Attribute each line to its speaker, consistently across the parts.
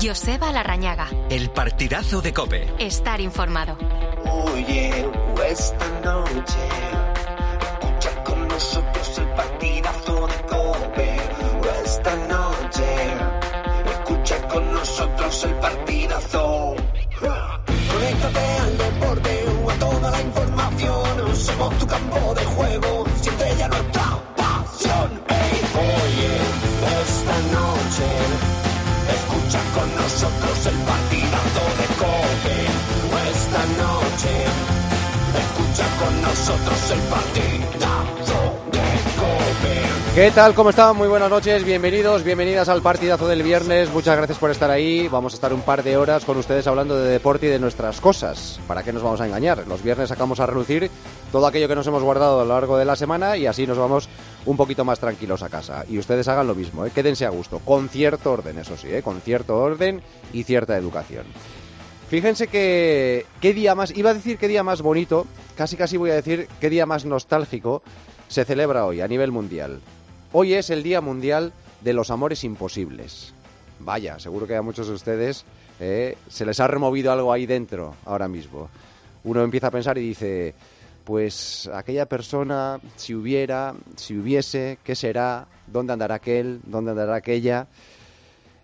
Speaker 1: Joseba Larrañaga.
Speaker 2: El partidazo de Cope.
Speaker 1: Estar informado.
Speaker 3: Oye, esta noche, escucha con nosotros el partidazo de Cope. Esta noche, escucha con nosotros el partidazo. Conéctate al deporte o a toda la información. Somos tu campo de juego, siente ya nuestra pasión. Ey, oye, esta noche, escucha con nosotros el partidazo de Cope. Esta noche, escucha con nosotros el partidazo de Cope.
Speaker 4: ¿Qué tal? ¿Cómo están? Muy buenas noches, bienvenidos, bienvenidas al partidazo del viernes. Muchas gracias por estar ahí. Vamos a estar un par de horas con ustedes hablando de deporte y de nuestras cosas. ¿Para qué nos vamos a engañar? Los viernes sacamos a relucir todo aquello que nos hemos guardado a lo largo de la semana y así nos vamos un poquito más tranquilos a casa. Y ustedes hagan lo mismo, ¿eh? quédense a gusto, con cierto orden, eso sí, ¿eh? con cierto orden y cierta educación. Fíjense que qué día más, iba a decir qué día más bonito, casi casi voy a decir qué día más nostálgico se celebra hoy a nivel mundial. Hoy es el Día Mundial de los Amores Imposibles. Vaya, seguro que a muchos de ustedes eh, se les ha removido algo ahí dentro ahora mismo. Uno empieza a pensar y dice, pues aquella persona, si hubiera, si hubiese, ¿qué será? ¿Dónde andará aquel? ¿Dónde andará aquella?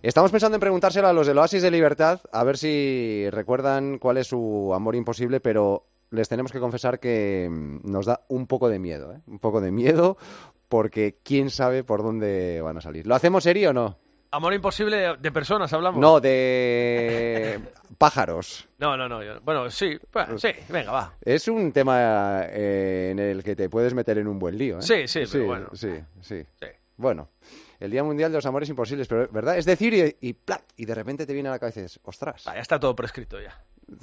Speaker 4: Estamos pensando en preguntárselo a los del Oasis de Libertad, a ver si recuerdan cuál es su amor imposible, pero les tenemos que confesar que mm, nos da un poco de miedo, ¿eh? Un poco de miedo, porque quién sabe por dónde van a salir. ¿Lo hacemos serio o no?
Speaker 5: Amor imposible de personas hablamos.
Speaker 4: No, de pájaros.
Speaker 5: no, no, no, yo- bueno, sí, bueno, sí, venga, va.
Speaker 4: Es un tema eh, en el que te puedes meter en un buen lío, ¿eh?
Speaker 5: Sí, sí, pero bueno.
Speaker 4: Sí, sí.
Speaker 5: Sí.
Speaker 4: Bueno, el Día Mundial de los Amores Imposibles, pero ¿verdad? Es decir, y, y ¡plac! y de repente te viene a la cabeza y dices, ostras.
Speaker 5: Ah, ya está todo prescrito ya.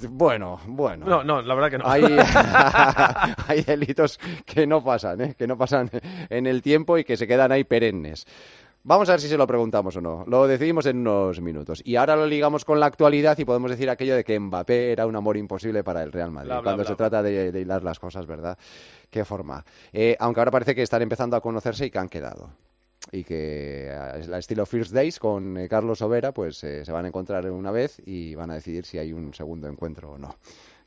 Speaker 4: Bueno, bueno.
Speaker 5: No, no, la verdad que no.
Speaker 4: Hay, hay delitos que no pasan, ¿eh? que no pasan en el tiempo y que se quedan ahí perennes. Vamos a ver si se lo preguntamos o no. Lo decidimos en unos minutos. Y ahora lo ligamos con la actualidad y podemos decir aquello de que Mbappé era un amor imposible para el Real Madrid.
Speaker 5: Bla, bla,
Speaker 4: cuando
Speaker 5: bla.
Speaker 4: se trata de, de hilar las cosas, ¿verdad? Qué forma. Eh, aunque ahora parece que están empezando a conocerse y que han quedado. Y que eh, al estilo First Days con eh, Carlos Overa, pues eh, se van a encontrar una vez y van a decidir si hay un segundo encuentro o no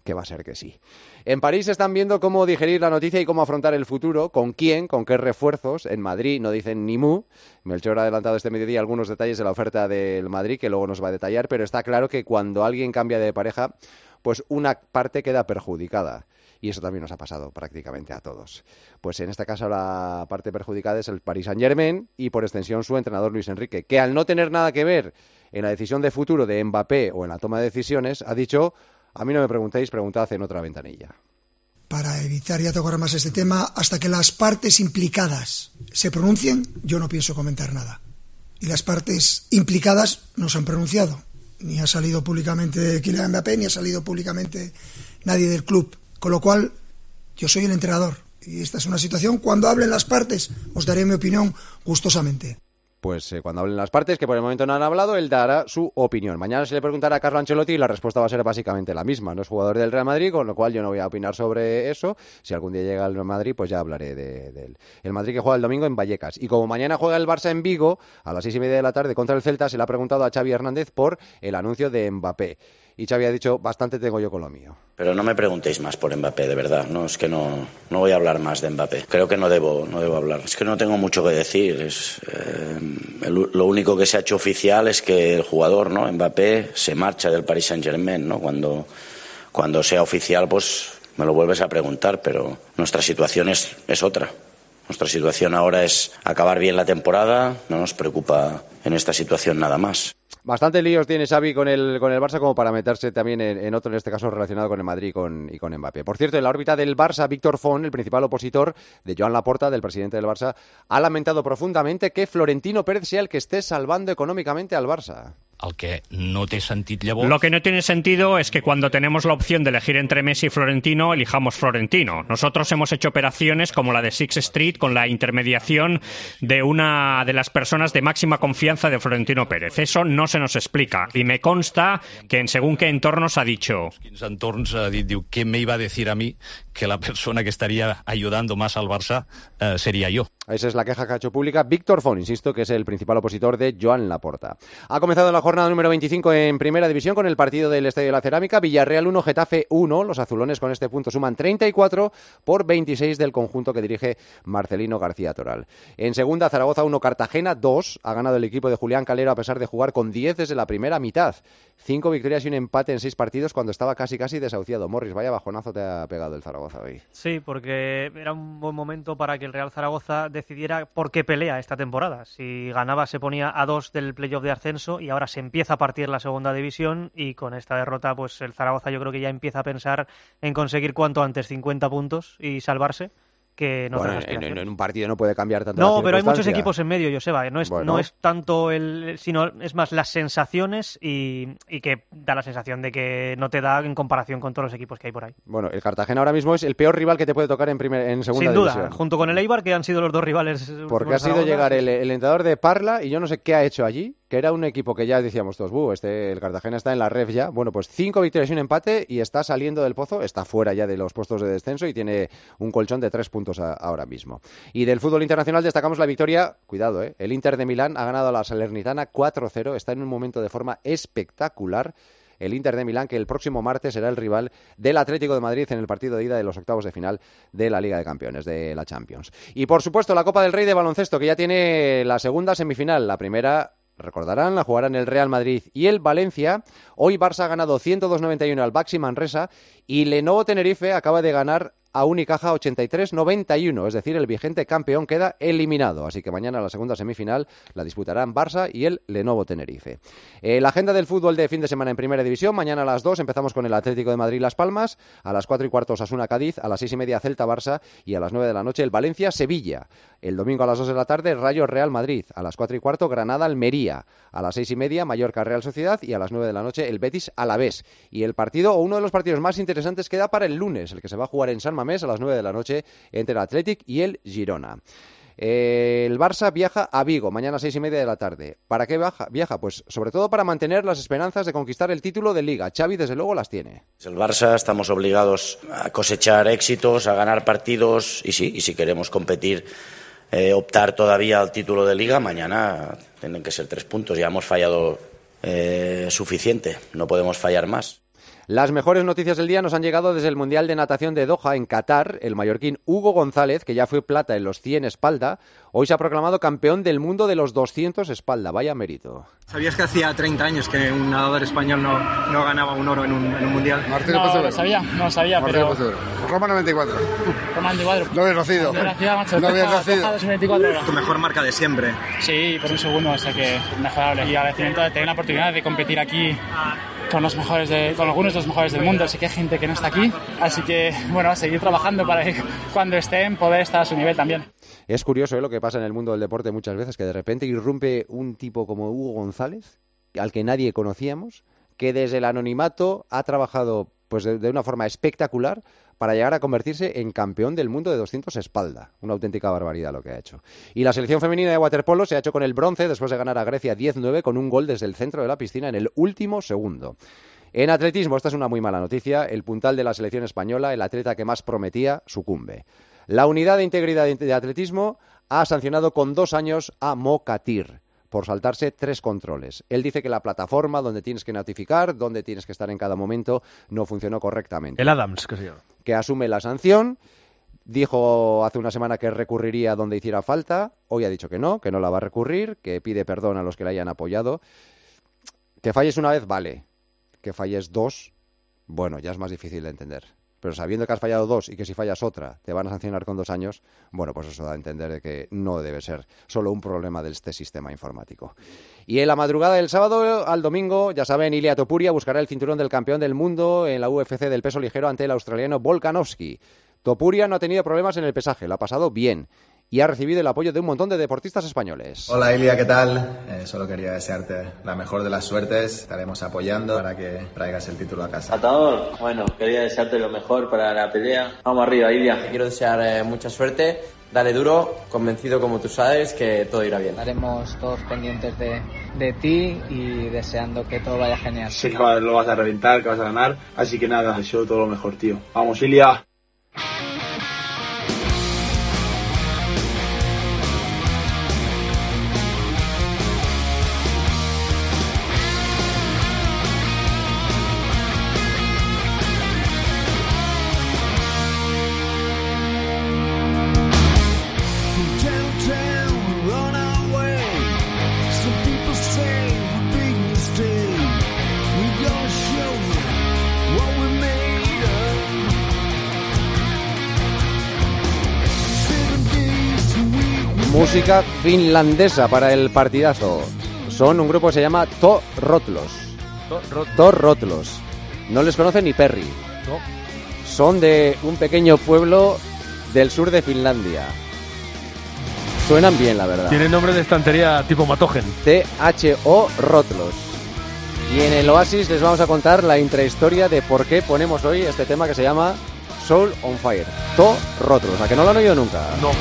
Speaker 4: que va a ser que sí. En París están viendo cómo digerir la noticia y cómo afrontar el futuro, con quién, con qué refuerzos. En Madrid no dicen ni mu. Melchor ha adelantado este mediodía algunos detalles de la oferta del Madrid, que luego nos va a detallar, pero está claro que cuando alguien cambia de pareja, pues una parte queda perjudicada. Y eso también nos ha pasado prácticamente a todos. Pues en este caso la parte perjudicada es el Paris Saint Germain y por extensión su entrenador Luis Enrique, que al no tener nada que ver en la decisión de futuro de Mbappé o en la toma de decisiones, ha dicho a mí no me preguntéis, preguntad en otra ventanilla.
Speaker 6: para evitar ya tocar más este tema, hasta que las partes implicadas se pronuncien, yo no pienso comentar nada. Y las partes implicadas no se han pronunciado. Ni ha salido públicamente Kylian Mbappé, ni ha salido públicamente nadie del club. Con lo cual, yo soy el entrenador. Y esta es una situación, cuando hablen las partes, os daré mi opinión gustosamente.
Speaker 4: Pues eh, cuando hablen las partes, que por el momento no han hablado, él dará su opinión. Mañana se le preguntará a Carlo Ancelotti y la respuesta va a ser básicamente la misma. No es jugador del Real Madrid, con lo cual yo no voy a opinar sobre eso. Si algún día llega al Real Madrid, pues ya hablaré de, de él. El Madrid que juega el domingo en Vallecas. Y como mañana juega el Barça en Vigo, a las seis y media de la tarde contra el Celta, se le ha preguntado a Xavi Hernández por el anuncio de Mbappé. Y Xavi ha dicho, bastante tengo yo con lo mío.
Speaker 7: Pero no me preguntéis más por Mbappé, de verdad. No, es que no, no voy a hablar más de Mbappé. Creo que no debo, no debo hablar. Es que no tengo mucho que decir. Es, eh, el- lo único que se ha hecho oficial es que el jugador, ¿no? Mbappé se marcha del Paris Saint Germain, ¿no? Cuando, cuando sea oficial, pues me lo vuelves a preguntar, pero nuestra situación es, es otra. Nuestra situación ahora es acabar bien la temporada, no nos preocupa en esta situación nada más.
Speaker 4: Bastante líos tiene Xavi con el, con el Barça como para meterse también en, en otro, en este caso relacionado con el Madrid y con, y con Mbappé. Por cierto, en la órbita del Barça, Víctor Font, el principal opositor de Joan Laporta, del presidente del Barça, ha lamentado profundamente que Florentino Pérez sea el que esté salvando económicamente al Barça.
Speaker 8: El que Eh, no té sentit llavors...
Speaker 9: Lo que no tiene sentido es que cuando tenemos la opción de elegir entre Messi y Florentino, elijamos Florentino. Nosotros hemos hecho operaciones como la de Six Street con la intermediación de una de las personas de máxima confianza de Florentino Pérez. Eso no se nos explica. Y me consta que en según qué entornos ha dicho.
Speaker 8: Quins entorns ha dit, diu, què me iba a decir a mi que la persona que estaría ayudando más al Barça eh, sería yo.
Speaker 4: Esa es la queja que ha hecho pública Víctor Font, insisto, que es el principal opositor de Joan Laporta. Ha comenzado la jornada número 25 en Primera División con el partido del Estadio de la Cerámica, Villarreal 1, Getafe 1. Los azulones con este punto suman 34 por 26 del conjunto que dirige Marcelino García Toral. En segunda, Zaragoza 1, Cartagena 2. Ha ganado el equipo de Julián Calero a pesar de jugar con 10 desde la primera mitad. Cinco victorias y un empate en seis partidos cuando estaba casi casi desahuciado. Morris, vaya bajonazo te ha pegado el Zaragoza hoy.
Speaker 10: Sí, porque era un buen momento para que el Real Zaragoza decidiera por qué pelea esta temporada. Si ganaba se ponía a dos del playoff de ascenso y ahora se empieza a partir la segunda división y con esta derrota pues el Zaragoza yo creo que ya empieza a pensar en conseguir cuanto antes 50 puntos y salvarse que no
Speaker 4: Bueno,
Speaker 10: otras
Speaker 4: en, en-
Speaker 10: aspiraciones.
Speaker 4: en un partido no puede cambiar tanto.
Speaker 10: No,
Speaker 4: la
Speaker 10: pero hay muchos
Speaker 4: circunstancia.
Speaker 10: equipos en medio, Joseba. No es,
Speaker 4: Bueno.
Speaker 10: no es tanto el. sino es más las sensaciones y, y que da la sensación de que no te da en comparación con todos los equipos que hay por ahí.
Speaker 4: Bueno, el Cartagena ahora mismo es el peor rival que te puede tocar en, primer, en segunda
Speaker 10: Sin duda,
Speaker 4: división.
Speaker 10: junto con el Eibar, que han sido los dos rivales.
Speaker 4: Porque
Speaker 10: últimos
Speaker 4: ha sido
Speaker 10: Zaragoza.
Speaker 4: llegar el, eh, el entrenador de Parla y yo no sé qué ha hecho allí, que era un equipo que ya decíamos todos, "Buh, este, el Cartagena está en la ref ya. Bueno, pues cinco victorias y un empate y está saliendo del pozo, está fuera ya de los puestos de descenso y tiene un colchón de tres puntos a- ahora mismo. Y del fútbol internacional destacamos la victoria, cuidado, eh, el Inter de Milán ha ganado a la Salernitana 4-0, está en un momento de forma espectacular. El Inter de Milán, que el próximo martes será el rival del Atlético de Madrid en el partido de ida de los octavos de final de la Liga de Campeones, de la Champions. Y por supuesto, la Copa del Rey de baloncesto, que ya tiene la segunda semifinal. La primera, recordarán, la jugarán el Real Madrid y el Valencia. Hoy Barça ha ganado 102-91 al Baxi Manresa y Lenovo Tenerife acaba de ganar a Unicaja 83-91, es decir, el vigente campeón queda eliminado. Así que mañana la segunda semifinal la disputarán Barça y el Lenovo Tenerife. Eh, la agenda del fútbol de fin de semana en Primera División, mañana a las 2 empezamos con el Atlético de Madrid-Las Palmas, a las 4 y cuarto Osasuna-Cádiz, a las 6 y media Celta-Barça y a las 9 de la noche el Valencia-Sevilla. El domingo a las 2 de la tarde Rayo-Real Madrid, a las 4 y cuarto Granada-Almería, a las 6 y media Mallorca-Real Sociedad y a las 9 de la noche el Betis-Alavés. Y el partido, o uno de los partidos más interesantes queda para el lunes, el que se va a jugar en San Mamés a las 9 de la noche entre el Athletic y el Girona. Eh, el Barça viaja a Vigo mañana a seis y media de la tarde. ¿Para qué baja- viaja? Pues sobre todo para mantener las esperanzas de conquistar el título de Liga. Xavi desde luego las tiene.
Speaker 7: El Barça estamos obligados a cosechar éxitos, a ganar partidos y sí, y si queremos competir, eh, optar todavía al título de liga, mañana tienen que ser tres puntos. Ya hemos fallado eh, suficiente, no podemos fallar más.
Speaker 4: Las mejores noticias del día nos han llegado desde el Mundial de Natación de Doha en Qatar. El mallorquín Hugo González, que ya fue plata en los 100 espalda, hoy se ha proclamado campeón del mundo de los 200 espalda. Vaya mérito.
Speaker 11: ¿Sabías que hacía 30 años que un nadador español no, no ganaba un oro en un, en un mundial?
Speaker 12: No lo sabía, no lo sabía,
Speaker 11: Martín
Speaker 12: pero...
Speaker 11: Pozzuero.
Speaker 12: Roma 94. Roma 94. No habías nacido. No habías nacido.
Speaker 11: Tu mejor marca de siempre.
Speaker 12: Sí, por un segundo, o sea que mejorable. Y agradecimiento de tener la oportunidad de competir aquí con los mejores de- con algunos de los mejores del mundo, así que hay gente que no está aquí, así que bueno, a seguir trabajando para que cuando estén poder estar a su nivel también.
Speaker 4: Es curioso ¿eh? lo que pasa en el mundo del deporte muchas veces, que de repente irrumpe un tipo como Hugo González, al que nadie conocíamos, que desde el anonimato ha trabajado pues de, de una forma espectacular para llegar a convertirse en campeón del mundo de 200 espalda. Una auténtica barbaridad lo que ha hecho. Y la selección femenina de waterpolo se ha hecho con el bronce después de ganar a Grecia 10-9 con un gol desde el centro de la piscina en el último segundo. En atletismo, esta es una muy mala noticia, el puntal de la selección española, el atleta que más prometía, sucumbe. La unidad de integridad de- de atletismo ha sancionado con dos años a Mokatir por saltarse tres controles. Él dice que la plataforma donde tienes que notificar, donde tienes que estar en cada momento, no funcionó correctamente.
Speaker 5: El Adams, que se llama.
Speaker 4: Que asume la sanción, dijo hace una semana que recurriría donde hiciera falta, hoy ha dicho que no, que no la va a recurrir, que pide perdón a los que la hayan apoyado. Que falles una vez, vale. Que falles dos, bueno, ya es más difícil de entender. Pero sabiendo que has fallado dos y que si fallas otra te van a sancionar con dos años, bueno, pues eso da a entender de que no debe ser solo un problema de este sistema informático. Y en la madrugada del sábado al domingo, ya saben, Ilia Topuria buscará el cinturón del campeón del mundo en la UFC del peso ligero ante el australiano Volkanovski. Topuria no ha tenido problemas en el pesaje, lo ha pasado bien. y ha recibido el apoyo de un montón de deportistas españoles.
Speaker 13: Hola Ilia, ¿qué tal? Eh, solo quería desearte la mejor de las suertes. Estaremos apoyando para que traigas el título a casa.
Speaker 14: Atador, bueno, quería desearte lo mejor para la pelea. Vamos arriba, Ilia.
Speaker 15: Te quiero desear eh, mucha suerte, dale duro, convencido como tú sabes que todo irá bien.
Speaker 16: Estaremos todos pendientes de, de ti y deseando que todo vaya genial.
Speaker 17: Sé que lo vas a reventar, que vas a ganar, así que nada, deseo todo lo mejor, tío. Vamos, Ilia.
Speaker 4: Música finlandesa para el partidazo. Son un grupo que se llama To Rotlos. Thor Rotlos. No les conoce ni Perry.
Speaker 5: No.
Speaker 4: Son de un pequeño pueblo del sur de Finlandia. Suenan bien, la verdad.
Speaker 5: Tiene nombre de estantería tipo Matogen.
Speaker 4: T-H-O Rotlos. Y en el Oasis les vamos a contar la intrahistoria de por qué ponemos hoy este tema que se llama Soul on Fire. To Rotlos. ¿A que no lo han oído nunca?
Speaker 5: No.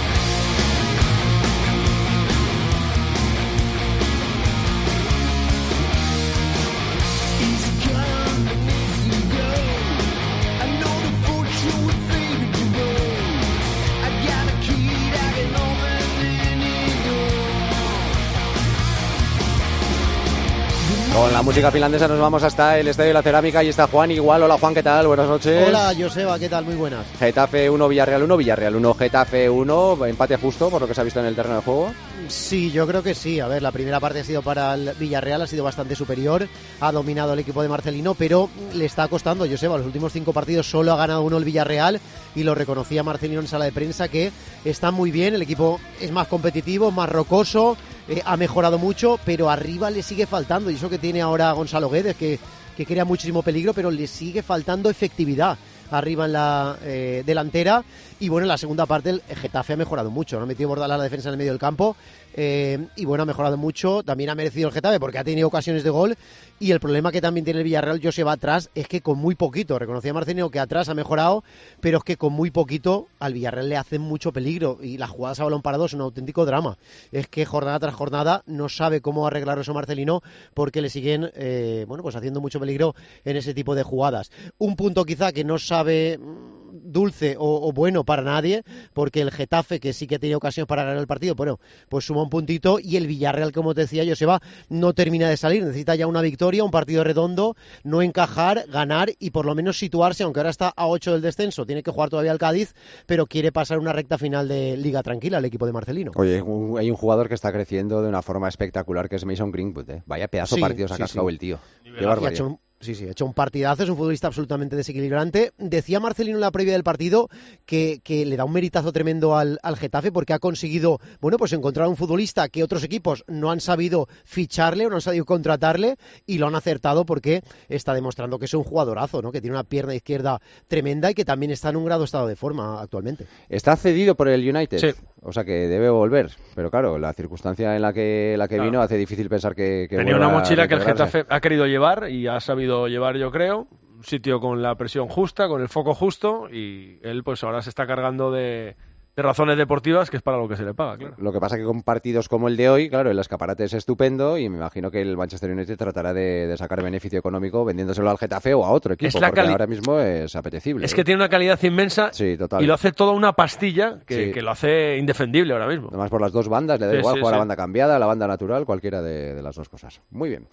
Speaker 4: Con la música finlandesa nos vamos hasta el Estadio de la Cerámica y está Juan igual. Hola Juan, ¿qué tal? Buenas noches.
Speaker 18: Hola, Joseba, ¿qué tal? Muy buenas.
Speaker 4: Getafe 1, Villarreal 1, Villarreal 1, Getafe 1, empate justo por lo que se ha visto en el terreno de juego.
Speaker 18: Sí, yo creo que sí. A ver, la primera parte ha sido para el Villarreal, ha sido bastante superior, ha dominado el equipo de Marcelino, pero le está costando, Joseba, los últimos cinco partidos solo ha ganado uno el Villarreal y lo reconocía Marcelino en sala de prensa que está muy bien, el equipo es más competitivo, más rocoso, eh, ha mejorado mucho, pero arriba le sigue faltando, y eso que tiene ahora Gonzalo Guedes, que, que crea muchísimo peligro, pero le sigue faltando efectividad arriba en la eh, delantera. Y bueno, en la segunda parte el Getafe ha mejorado mucho. No ha metido Bordalás la defensa en el medio del campo. eh, y bueno, ha mejorado mucho. También ha merecido el Getafe porque ha tenido ocasiones de gol. Y el problema que también tiene el Villarreal, yo se va atrás, es que con muy poquito. Reconocía Marcelino que atrás ha mejorado, pero es que con muy poquito al Villarreal le hacen mucho peligro. Y las jugadas a balón parado es un auténtico drama. Es que jornada tras jornada no sabe cómo arreglar eso Marcelino porque le siguen, eh, bueno, pues haciendo mucho peligro en ese tipo de jugadas. Un punto quizá que no sabe mm, dulce o, o bueno para nadie, porque el Getafe, que sí que ha tenido ocasiones para ganar el partido, bueno, pues suma un puntito y el Villarreal, como te decía Joseba, no termina de salir, necesita ya una victoria, un partido redondo, no encajar, ganar y por lo menos situarse, aunque ahora está a 8 del descenso, tiene que jugar todavía el Cádiz, pero quiere pasar una recta final de liga tranquila el equipo de Marcelino.
Speaker 4: Oye, un- hay un jugador que está creciendo de una forma espectacular que es Mason Greenwood. ¿eh? Vaya pedazo
Speaker 18: Sí,
Speaker 4: de partidos ha
Speaker 18: sí,
Speaker 4: cascado
Speaker 18: sí.
Speaker 4: el tío.
Speaker 18: Y
Speaker 4: Qué
Speaker 18: ha
Speaker 4: barbaridad.
Speaker 18: hecho un- sí, sí, ha hecho un partidazo, es un futbolista absolutamente desequilibrante. Decía Marcelino en la previa del partido que, que le da un meritazo tremendo al, al Getafe porque ha conseguido, bueno, pues encontrar un futbolista que otros equipos no han sabido ficharle o no han sabido contratarle y lo han acertado porque está demostrando que es un jugadorazo, ¿no? Que tiene una pierna izquierda tremenda y que también está en un grado estado de forma actualmente.
Speaker 4: Está cedido por el United.
Speaker 18: Sí.
Speaker 4: O sea que debe volver. Pero claro, la circunstancia en la que, la que
Speaker 5: Claro.
Speaker 4: vino hace difícil pensar que. que
Speaker 5: Tenía
Speaker 4: vuelva
Speaker 5: una
Speaker 4: a
Speaker 5: mochila que el
Speaker 4: recuperarse.
Speaker 5: Getafe ha querido llevar y ha sabido llevar, yo creo. Un sitio con la presión justa, con el foco justo. Y él, pues ahora se está cargando de, de razones deportivas, que es para lo que se le paga, claro.
Speaker 4: Lo que pasa que con partidos como el de hoy, claro, el escaparate es estupendo y me imagino que el Manchester United tratará de, de sacar beneficio económico vendiéndoselo al Getafe o a otro equipo,
Speaker 5: Es la
Speaker 4: porque
Speaker 5: cali-
Speaker 4: ahora mismo es apetecible.
Speaker 5: Es que tiene una calidad inmensa
Speaker 4: Sí, total.
Speaker 5: y lo hace toda una pastilla que,
Speaker 4: Sí.
Speaker 5: que lo hace indefendible ahora mismo.
Speaker 4: Además, por las dos bandas, le da
Speaker 5: Sí,
Speaker 4: igual
Speaker 5: sí,
Speaker 4: jugar a
Speaker 5: sí.
Speaker 4: la banda cambiada, a la banda natural, cualquiera de, de las dos cosas. Muy bien.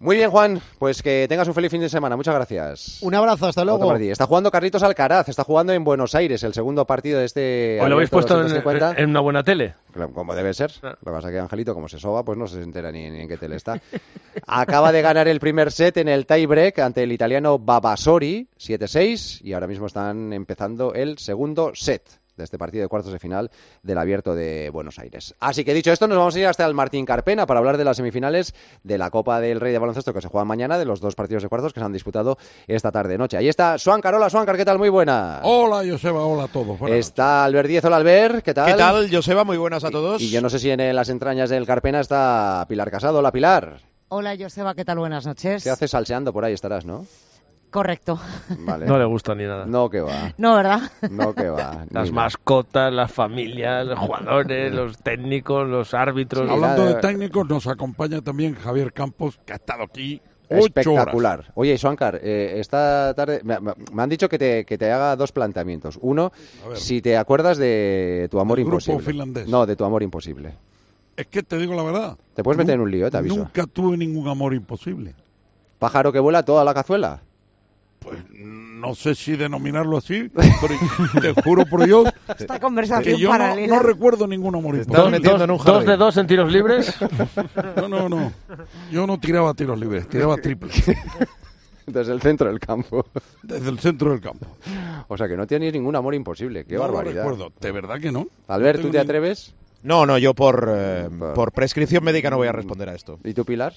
Speaker 4: Muy bien, Juan. Pues que tengas un feliz fin de semana. Muchas gracias.
Speaker 18: Un abrazo, hasta luego.
Speaker 4: Otro partido. Está jugando Carlitos Alcaraz, está jugando en Buenos Aires el segundo partido de este.
Speaker 5: ¿O lo habéis
Speaker 4: Abierto
Speaker 5: puesto en,
Speaker 4: 250.
Speaker 5: en una buena tele?
Speaker 4: Claro, Como debe ser. Lo que pasa es que Angelito, como se soba, pues no se entera ni, ni en qué tele está. Acaba de ganar el primer set en el tiebreak ante el italiano Babasori, 7-6, y ahora mismo están empezando el segundo set. de este partido de cuartos de final del Abierto de Buenos Aires. Así que dicho esto, nos vamos a ir hasta el Martín Carpena para hablar de las semifinales de la Copa del Rey de Baloncesto que se juega mañana, de los dos partidos de cuartos que se han disputado esta tarde-noche. Ahí está Suan Carola, Suan ¿qué tal? Muy buena.
Speaker 19: Hola, Joseba, hola a todos. Buenas
Speaker 4: Está Albert Díez, hola Albert, ¿qué tal?
Speaker 19: ¿Qué tal, Joseba? Muy buenas a todos.
Speaker 4: Y yo no sé si en eh, las entrañas del Carpena está Pilar Casado. Hola, Pilar.
Speaker 20: Hola, Joseba, ¿qué tal? Buenas noches.
Speaker 4: Se hace salseando por ahí, estarás, ¿no?
Speaker 20: Correcto.
Speaker 4: Vale.
Speaker 5: No le gusta ni nada.
Speaker 4: No, que va.
Speaker 20: No, ¿verdad?
Speaker 4: No, que va.
Speaker 5: Las
Speaker 4: Ni-
Speaker 5: mascotas, las familias, los jugadores, los técnicos, los árbitros.
Speaker 19: Hablando de técnicos, nos acompaña también Javier Campos, que ha estado aquí ocho
Speaker 4: Espectacular.
Speaker 19: horas.
Speaker 4: Oye, y Suancar, eh, esta tarde me, me- me han dicho que te, que te haga dos planteamientos. Uno,
Speaker 19: A ver.
Speaker 4: si te acuerdas de tu amor
Speaker 19: Del grupo
Speaker 4: imposible.
Speaker 19: finlandés.
Speaker 4: No, de tu amor imposible.
Speaker 19: Es que te digo la verdad.
Speaker 4: Te puedes meter en un lío, eh, te aviso.
Speaker 19: Nunca tuve ningún amor imposible.
Speaker 4: Pájaro que vuela toda la cazuela.
Speaker 19: No sé si denominarlo así, pero te juro por Dios
Speaker 20: Esta
Speaker 19: Eh, que
Speaker 20: conversación
Speaker 19: yo no-
Speaker 20: paralela.
Speaker 19: no, recuerdo ningún amor
Speaker 5: Dos-
Speaker 19: imposible.
Speaker 5: dos- dos de dos en tiros libres.
Speaker 19: No, no, no. Yo no tiraba tiros libres, tiraba triples.
Speaker 4: Desde el centro del campo.
Speaker 19: Desde el centro del campo.
Speaker 4: O sea que no tienes ningún amor imposible. Qué
Speaker 19: No lo
Speaker 4: barbaridad.
Speaker 19: recuerdo. ¿De verdad que no?
Speaker 4: Albert,
Speaker 19: No
Speaker 4: ¿tú
Speaker 19: tengo
Speaker 4: te
Speaker 19: ni-
Speaker 4: atreves?
Speaker 21: No, no, yo por, eh, por prescripción médica no voy a responder a esto.
Speaker 4: ¿Y tú, Pilar?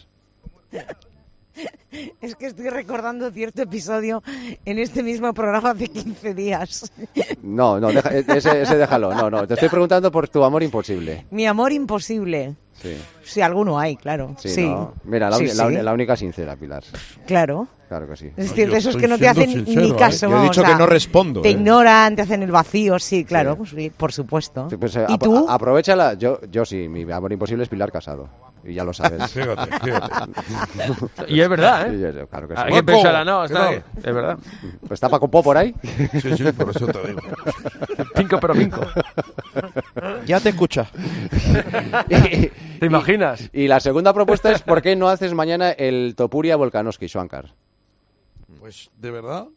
Speaker 20: Es que estoy recordando cierto episodio en este mismo programa hace 15 días.
Speaker 4: No, no, deja- eh, ese, ese déjalo. No, no, te estoy preguntando por tu amor imposible.
Speaker 20: Mi amor imposible.
Speaker 4: Sí,
Speaker 20: Si alguno hay, claro.
Speaker 4: sí,
Speaker 20: Sí.
Speaker 4: ¿no? Mira, la,
Speaker 20: Sí,
Speaker 4: uni- la
Speaker 20: sí.
Speaker 4: uni- la única sincera, Pilar.
Speaker 20: Claro.
Speaker 4: Claro que sí.
Speaker 20: Es decir, de esos que no te hacen
Speaker 19: ¿eh?
Speaker 20: ni caso.
Speaker 4: ¿eh? Yo he
Speaker 20: vamos,
Speaker 4: dicho
Speaker 20: o
Speaker 4: que
Speaker 20: sea,
Speaker 4: no respondo,
Speaker 20: Te
Speaker 4: ¿eh?
Speaker 20: ignoran, te hacen el vacío, sí, claro, pues sí, por supuesto.
Speaker 4: Sí, pues, eh,
Speaker 20: ¿Y
Speaker 4: apro-
Speaker 20: tú?
Speaker 4: a- Aprovechala. Yo, yo sí, mi amor imposible es Pilar Casado. Y ya lo sabes.
Speaker 19: Fíjate, fíjate.
Speaker 5: Y es verdad, ¿eh?
Speaker 4: Y yo- yo, claro que sí.
Speaker 5: Hay que pensarla, no, está bien, es verdad.
Speaker 4: Pues ¿Está Paco Po por ahí?
Speaker 19: Sí, sí, por eso te digo.
Speaker 5: Pinco, pero pinco.
Speaker 21: Ya te escucha.
Speaker 5: ¿Te imaginas?
Speaker 4: Y la segunda propuesta es ¿por qué no haces mañana el Topuria Volkanovski, Swankar?
Speaker 19: Pues, de verdad,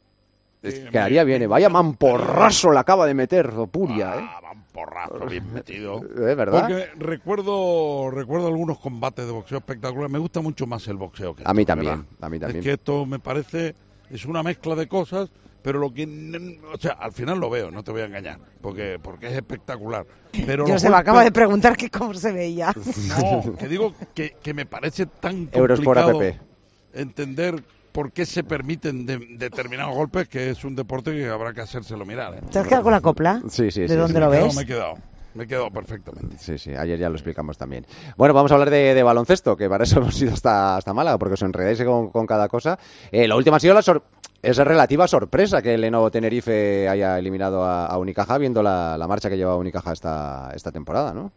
Speaker 19: Eh,
Speaker 4: Quedaría bien, ¿eh? Vaya mamporrazo la acaba de meter Topuria,
Speaker 19: Ah,
Speaker 4: ¿eh?
Speaker 19: porrazo bien metido.
Speaker 4: ¿Eh, verdad?
Speaker 19: Porque recuerdo, recuerdo algunos combates de boxeo espectaculares. Me gusta mucho más el boxeo que
Speaker 4: A mí
Speaker 19: esto, de
Speaker 4: también,
Speaker 19: verdad.
Speaker 4: a mí también.
Speaker 19: Es que esto me parece, es una mezcla de cosas, pero lo que, n- o sea, al final lo veo, no te voy a engañar, porque, porque es espectacular. Pero
Speaker 20: Yo
Speaker 19: los
Speaker 20: se me acaba de
Speaker 19: golpes-
Speaker 20: preguntar que cómo se veía.
Speaker 19: No, que digo que, que me parece tan
Speaker 4: Euros por
Speaker 19: complicado
Speaker 4: APP.
Speaker 19: entender por qué se permiten de- determinados golpes que es un deporte que habrá que hacérselo mirar. ¿eh?
Speaker 20: ¿Te has quedado con la copla?
Speaker 4: Sí, sí,
Speaker 20: ¿De
Speaker 4: sí,
Speaker 20: dónde
Speaker 4: sí.
Speaker 20: lo
Speaker 19: Me he quedado,
Speaker 20: ves?
Speaker 19: Me he quedado, me he quedado perfectamente.
Speaker 4: Sí, sí, ayer ya lo explicamos también. Bueno, vamos a hablar de, de baloncesto, que para eso hemos ido hasta, hasta Málaga, porque os enredáis con, con cada cosa. Eh, la última ha sido la sor- esa relativa sorpresa que el Lenovo Tenerife haya eliminado a, a Unicaja, viendo la, la marcha que lleva Unicaja esta, esta temporada, ¿no?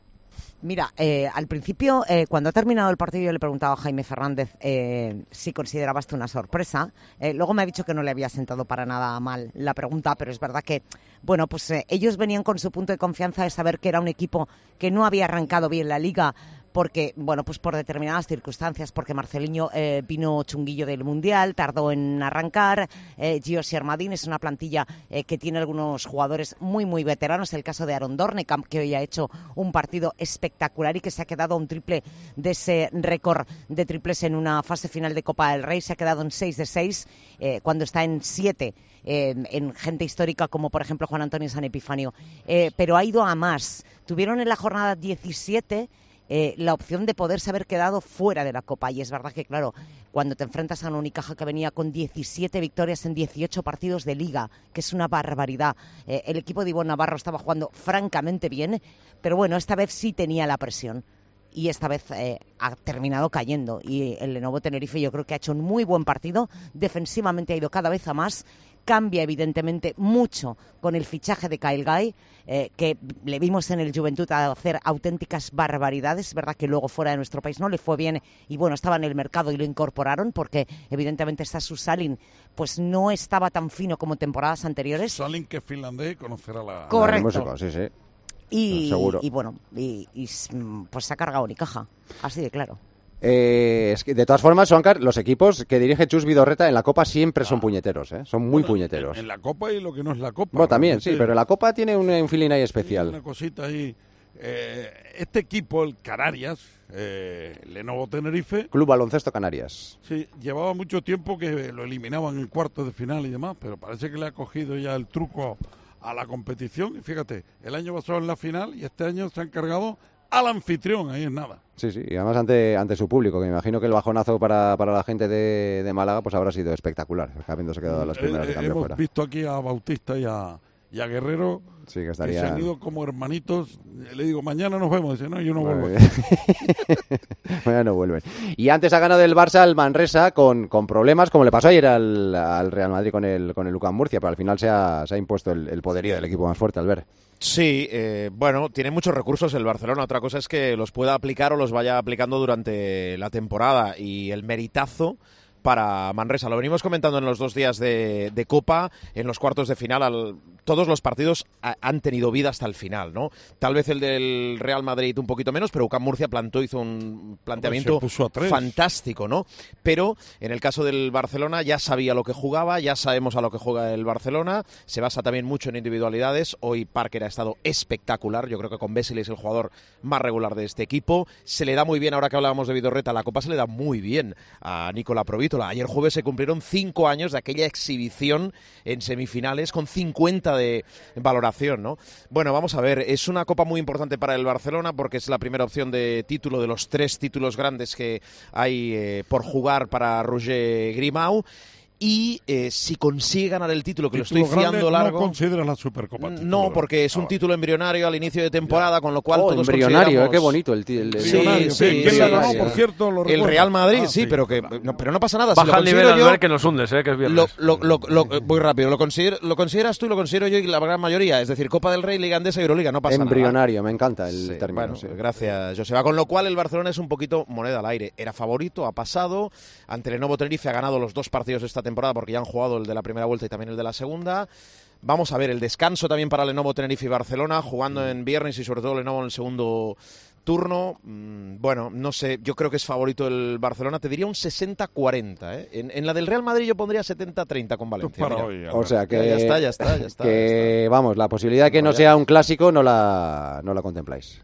Speaker 20: Mira, eh, al principio, eh, cuando ha terminado el partido, yo le preguntaba a Jaime Fernández eh, si considerabas tú una sorpresa. Eh, luego me ha dicho que no le había sentado para nada mal la pregunta, pero es verdad que, bueno, pues eh, ellos venían con su punto de confianza de saber que era un equipo que no había arrancado bien la liga porque, bueno, pues por determinadas circunstancias, porque Marceliño eh, vino chunguillo del Mundial, tardó en arrancar, eh, Gio Siermadín es una plantilla eh, que tiene algunos jugadores muy, muy veteranos, el caso de Aaron Dornekamp, que hoy ha hecho un partido espectacular y que se ha quedado a un triple de ese récord de triples en una fase final de Copa del Rey, se ha quedado en 6 de 6, eh, cuando está en 7 eh, en gente histórica como por ejemplo Juan Antonio San Epifanio, Eh, pero ha ido a más. Tuvieron en la jornada 17 eh, la opción de poderse haber quedado fuera de la Copa. Y es verdad que, claro, cuando te enfrentas a una Unicaja que venía con 17 victorias en 18 partidos de liga, que es una barbaridad. Eh, el equipo de Ivonne Navarro estaba jugando francamente bien, pero bueno, esta vez sí tenía la presión. Y esta vez eh, ha terminado cayendo. Y el Lenovo Tenerife yo creo que ha hecho un muy buen partido. Defensivamente ha ido cada vez a más cambia evidentemente mucho con el fichaje de Kyle Guy, eh, que le vimos en el Juventud a hacer auténticas barbaridades, verdad que luego fuera de nuestro país no le fue bien y bueno, estaba en el mercado y lo incorporaron porque evidentemente Sasu Salin pues no estaba tan fino como temporadas anteriores.
Speaker 19: Salin que es finlandés y conocerá la...
Speaker 4: La
Speaker 20: Correcto.
Speaker 4: música, sí, sí.
Speaker 20: Y,
Speaker 4: Seguro.
Speaker 20: y bueno, y, y, mm, pues se ha cargado Unicaja, así de claro.
Speaker 4: Eh, es que, de todas formas, Suancar, los equipos que dirige Chus Vidorreta en la Copa siempre son puñeteros, ¿eh? Son muy puñeteros.
Speaker 19: Ah. En la copa y lo que no es la copa.
Speaker 4: Bueno, también,
Speaker 19: Es
Speaker 4: sí,
Speaker 19: decir,
Speaker 4: pero la Copa tiene un, un feeling ahí
Speaker 19: Una
Speaker 4: especial.
Speaker 19: cosita ahí. Eh, este equipo, el Canarias, eh, Lenovo Tenerife,
Speaker 4: Club Baloncesto Canarias.
Speaker 19: sí, llevaba mucho tiempo que lo eliminaban en cuartos de final y demás, pero parece que le ha cogido ya el truco a la competición. Y fíjate, el año pasado en la final y este año se han cargado al anfitrión, ahí es nada.
Speaker 4: Sí, sí, y además ante, ante su público, que me imagino que el bajonazo para, para la gente de, de Málaga pues habrá sido espectacular, habiéndose quedado las primeras
Speaker 19: Eh,
Speaker 4: de
Speaker 19: eh,
Speaker 4: cambio
Speaker 19: hemos
Speaker 4: fuera.
Speaker 19: visto aquí a Bautista y a, y a Guerrero
Speaker 4: Sí, que
Speaker 19: que se
Speaker 4: estaría...
Speaker 19: han ido como hermanitos. Eh, Le digo, mañana nos vemos. Dice, no, yo no
Speaker 4: Muy
Speaker 19: vuelvo.
Speaker 4: bien. Bueno, no vuelven. Y antes ha ganado el Barça al Manresa con, con problemas, como le pasó ayer al, al Real Madrid con el, con el Lucas Murcia, pero al final se ha, se ha impuesto el, el poderío del equipo más fuerte, al ver.
Speaker 21: Sí, eh, bueno, tiene muchos recursos el Barcelona. Otra cosa es que los pueda aplicar o los vaya aplicando durante la temporada. Y el meritazo para Manresa. Lo venimos comentando en los dos días de, de Copa, en los cuartos de final. al- todos los partidos ha- han tenido vida hasta el final, ¿no? Tal vez el del Real Madrid un poquito menos, pero UCAM Murcia plantó, hizo un planteamiento
Speaker 19: puso a tres.
Speaker 21: fan- fantástico, ¿no? Pero en el caso del Barcelona ya sabía lo que jugaba, ya sabemos a lo que juega el Barcelona, se basa también mucho en individualidades, hoy Parker ha estado espectacular, yo creo que con Vesely es el jugador más regular de este equipo, se le da muy bien, ahora que hablábamos de Vidorreta, la Copa se le da muy bien a Nicola Provítola, ayer jueves se cumplieron cinco años de aquella exhibición en semifinales con 50 de valoración, ¿no? Bueno, vamos a ver, es una Copa muy importante para el Barcelona porque es la primera opción de título de los tres títulos grandes que hay eh, por jugar para Roger Grimau. Y eh, si consigue ganar el título, que
Speaker 19: Título
Speaker 21: lo estoy
Speaker 19: grande,
Speaker 21: fiando largo.
Speaker 19: No consideras la Supercopa.
Speaker 21: No, porque es un título embrionario al inicio de temporada, con lo cual
Speaker 4: Oh,
Speaker 21: todos
Speaker 4: embrionario, eh,
Speaker 21: consideramos-
Speaker 4: qué bonito el, ti- el- el-
Speaker 21: Sí,
Speaker 4: embrionario.
Speaker 21: sí,
Speaker 4: ¿Quién
Speaker 21: sí,
Speaker 4: la ganó,
Speaker 21: sí.
Speaker 4: por cierto? Lo
Speaker 21: el
Speaker 4: recuerdo.
Speaker 21: Real Madrid, sí,
Speaker 4: Ah, sí,
Speaker 21: pero que no, pero no pasa nada. si
Speaker 5: Baja
Speaker 21: lo
Speaker 5: el nivel
Speaker 21: considero
Speaker 5: al
Speaker 21: yo-
Speaker 5: ver que nos hundes, eh, que es viernes.
Speaker 21: lo, lo- lo- lo- eh, voy rápido. Lo, consider- lo consideras tú y lo considero yo y la gran mayoría. Es decir, Copa del Rey, Liga Andesa y Euroliga. No pasa nada.
Speaker 4: Embrionario, me encanta el término.
Speaker 21: Bueno,
Speaker 4: sí.
Speaker 21: gracias, Joseba. Con lo cual, el Barcelona es un poquito moneda al aire. Era favorito, ha pasado. Ante el Lenovo Tenerife ha ganado los dos partidos esta temporada porque ya han jugado el de la primera vuelta y también el de la segunda. Vamos a ver el descanso también para Lenovo Tenerife y Barcelona, jugando en viernes y sobre todo Lenovo en el segundo turno. Mm, Bueno, no sé, yo creo que es favorito el Barcelona. Te diría un 60-40. ¿eh? En, en la del Real Madrid yo pondría 70-30 con Valencia.
Speaker 19: para
Speaker 21: mira.
Speaker 19: hoy,
Speaker 4: O sea que,
Speaker 21: Ya, ya está, ya está, ya está,
Speaker 4: que, vamos, la posibilidad de que no
Speaker 21: Vaya.
Speaker 4: sea un clásico no la, no la contempláis.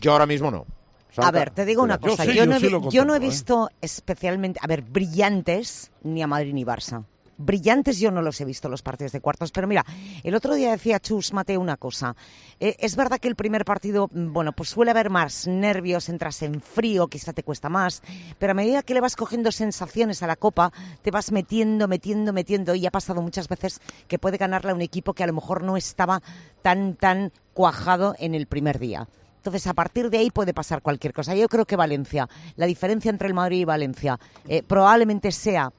Speaker 21: Yo ahora mismo no.
Speaker 4: Santa.
Speaker 20: A ver, te digo una
Speaker 4: Yo
Speaker 20: cosa. Yo,
Speaker 4: sí, yo
Speaker 20: no, he,
Speaker 4: sí
Speaker 20: vi-
Speaker 4: lo
Speaker 20: yo no he
Speaker 4: contemplo, ¿eh?
Speaker 20: visto especialmente, a ver, brillantes ni a Madrid ni Barça. Brillantes yo no los he visto los partidos de cuartos, pero mira, el otro día decía Chus Mateo una cosa. Eh, es verdad que el primer partido, mm, bueno, pues suele haber más nervios, entras en frío, quizá te cuesta más, pero a medida que le vas cogiendo sensaciones a la copa, te vas metiendo, metiendo, metiendo, y ha pasado muchas veces que puede ganarle a un equipo que a lo mejor no estaba tan, tan cuajado en el primer día. Entonces, a partir de ahí puede pasar cualquier cosa. Yo creo que Valencia, la diferencia entre el Madrid y Valencia, eh, probablemente sea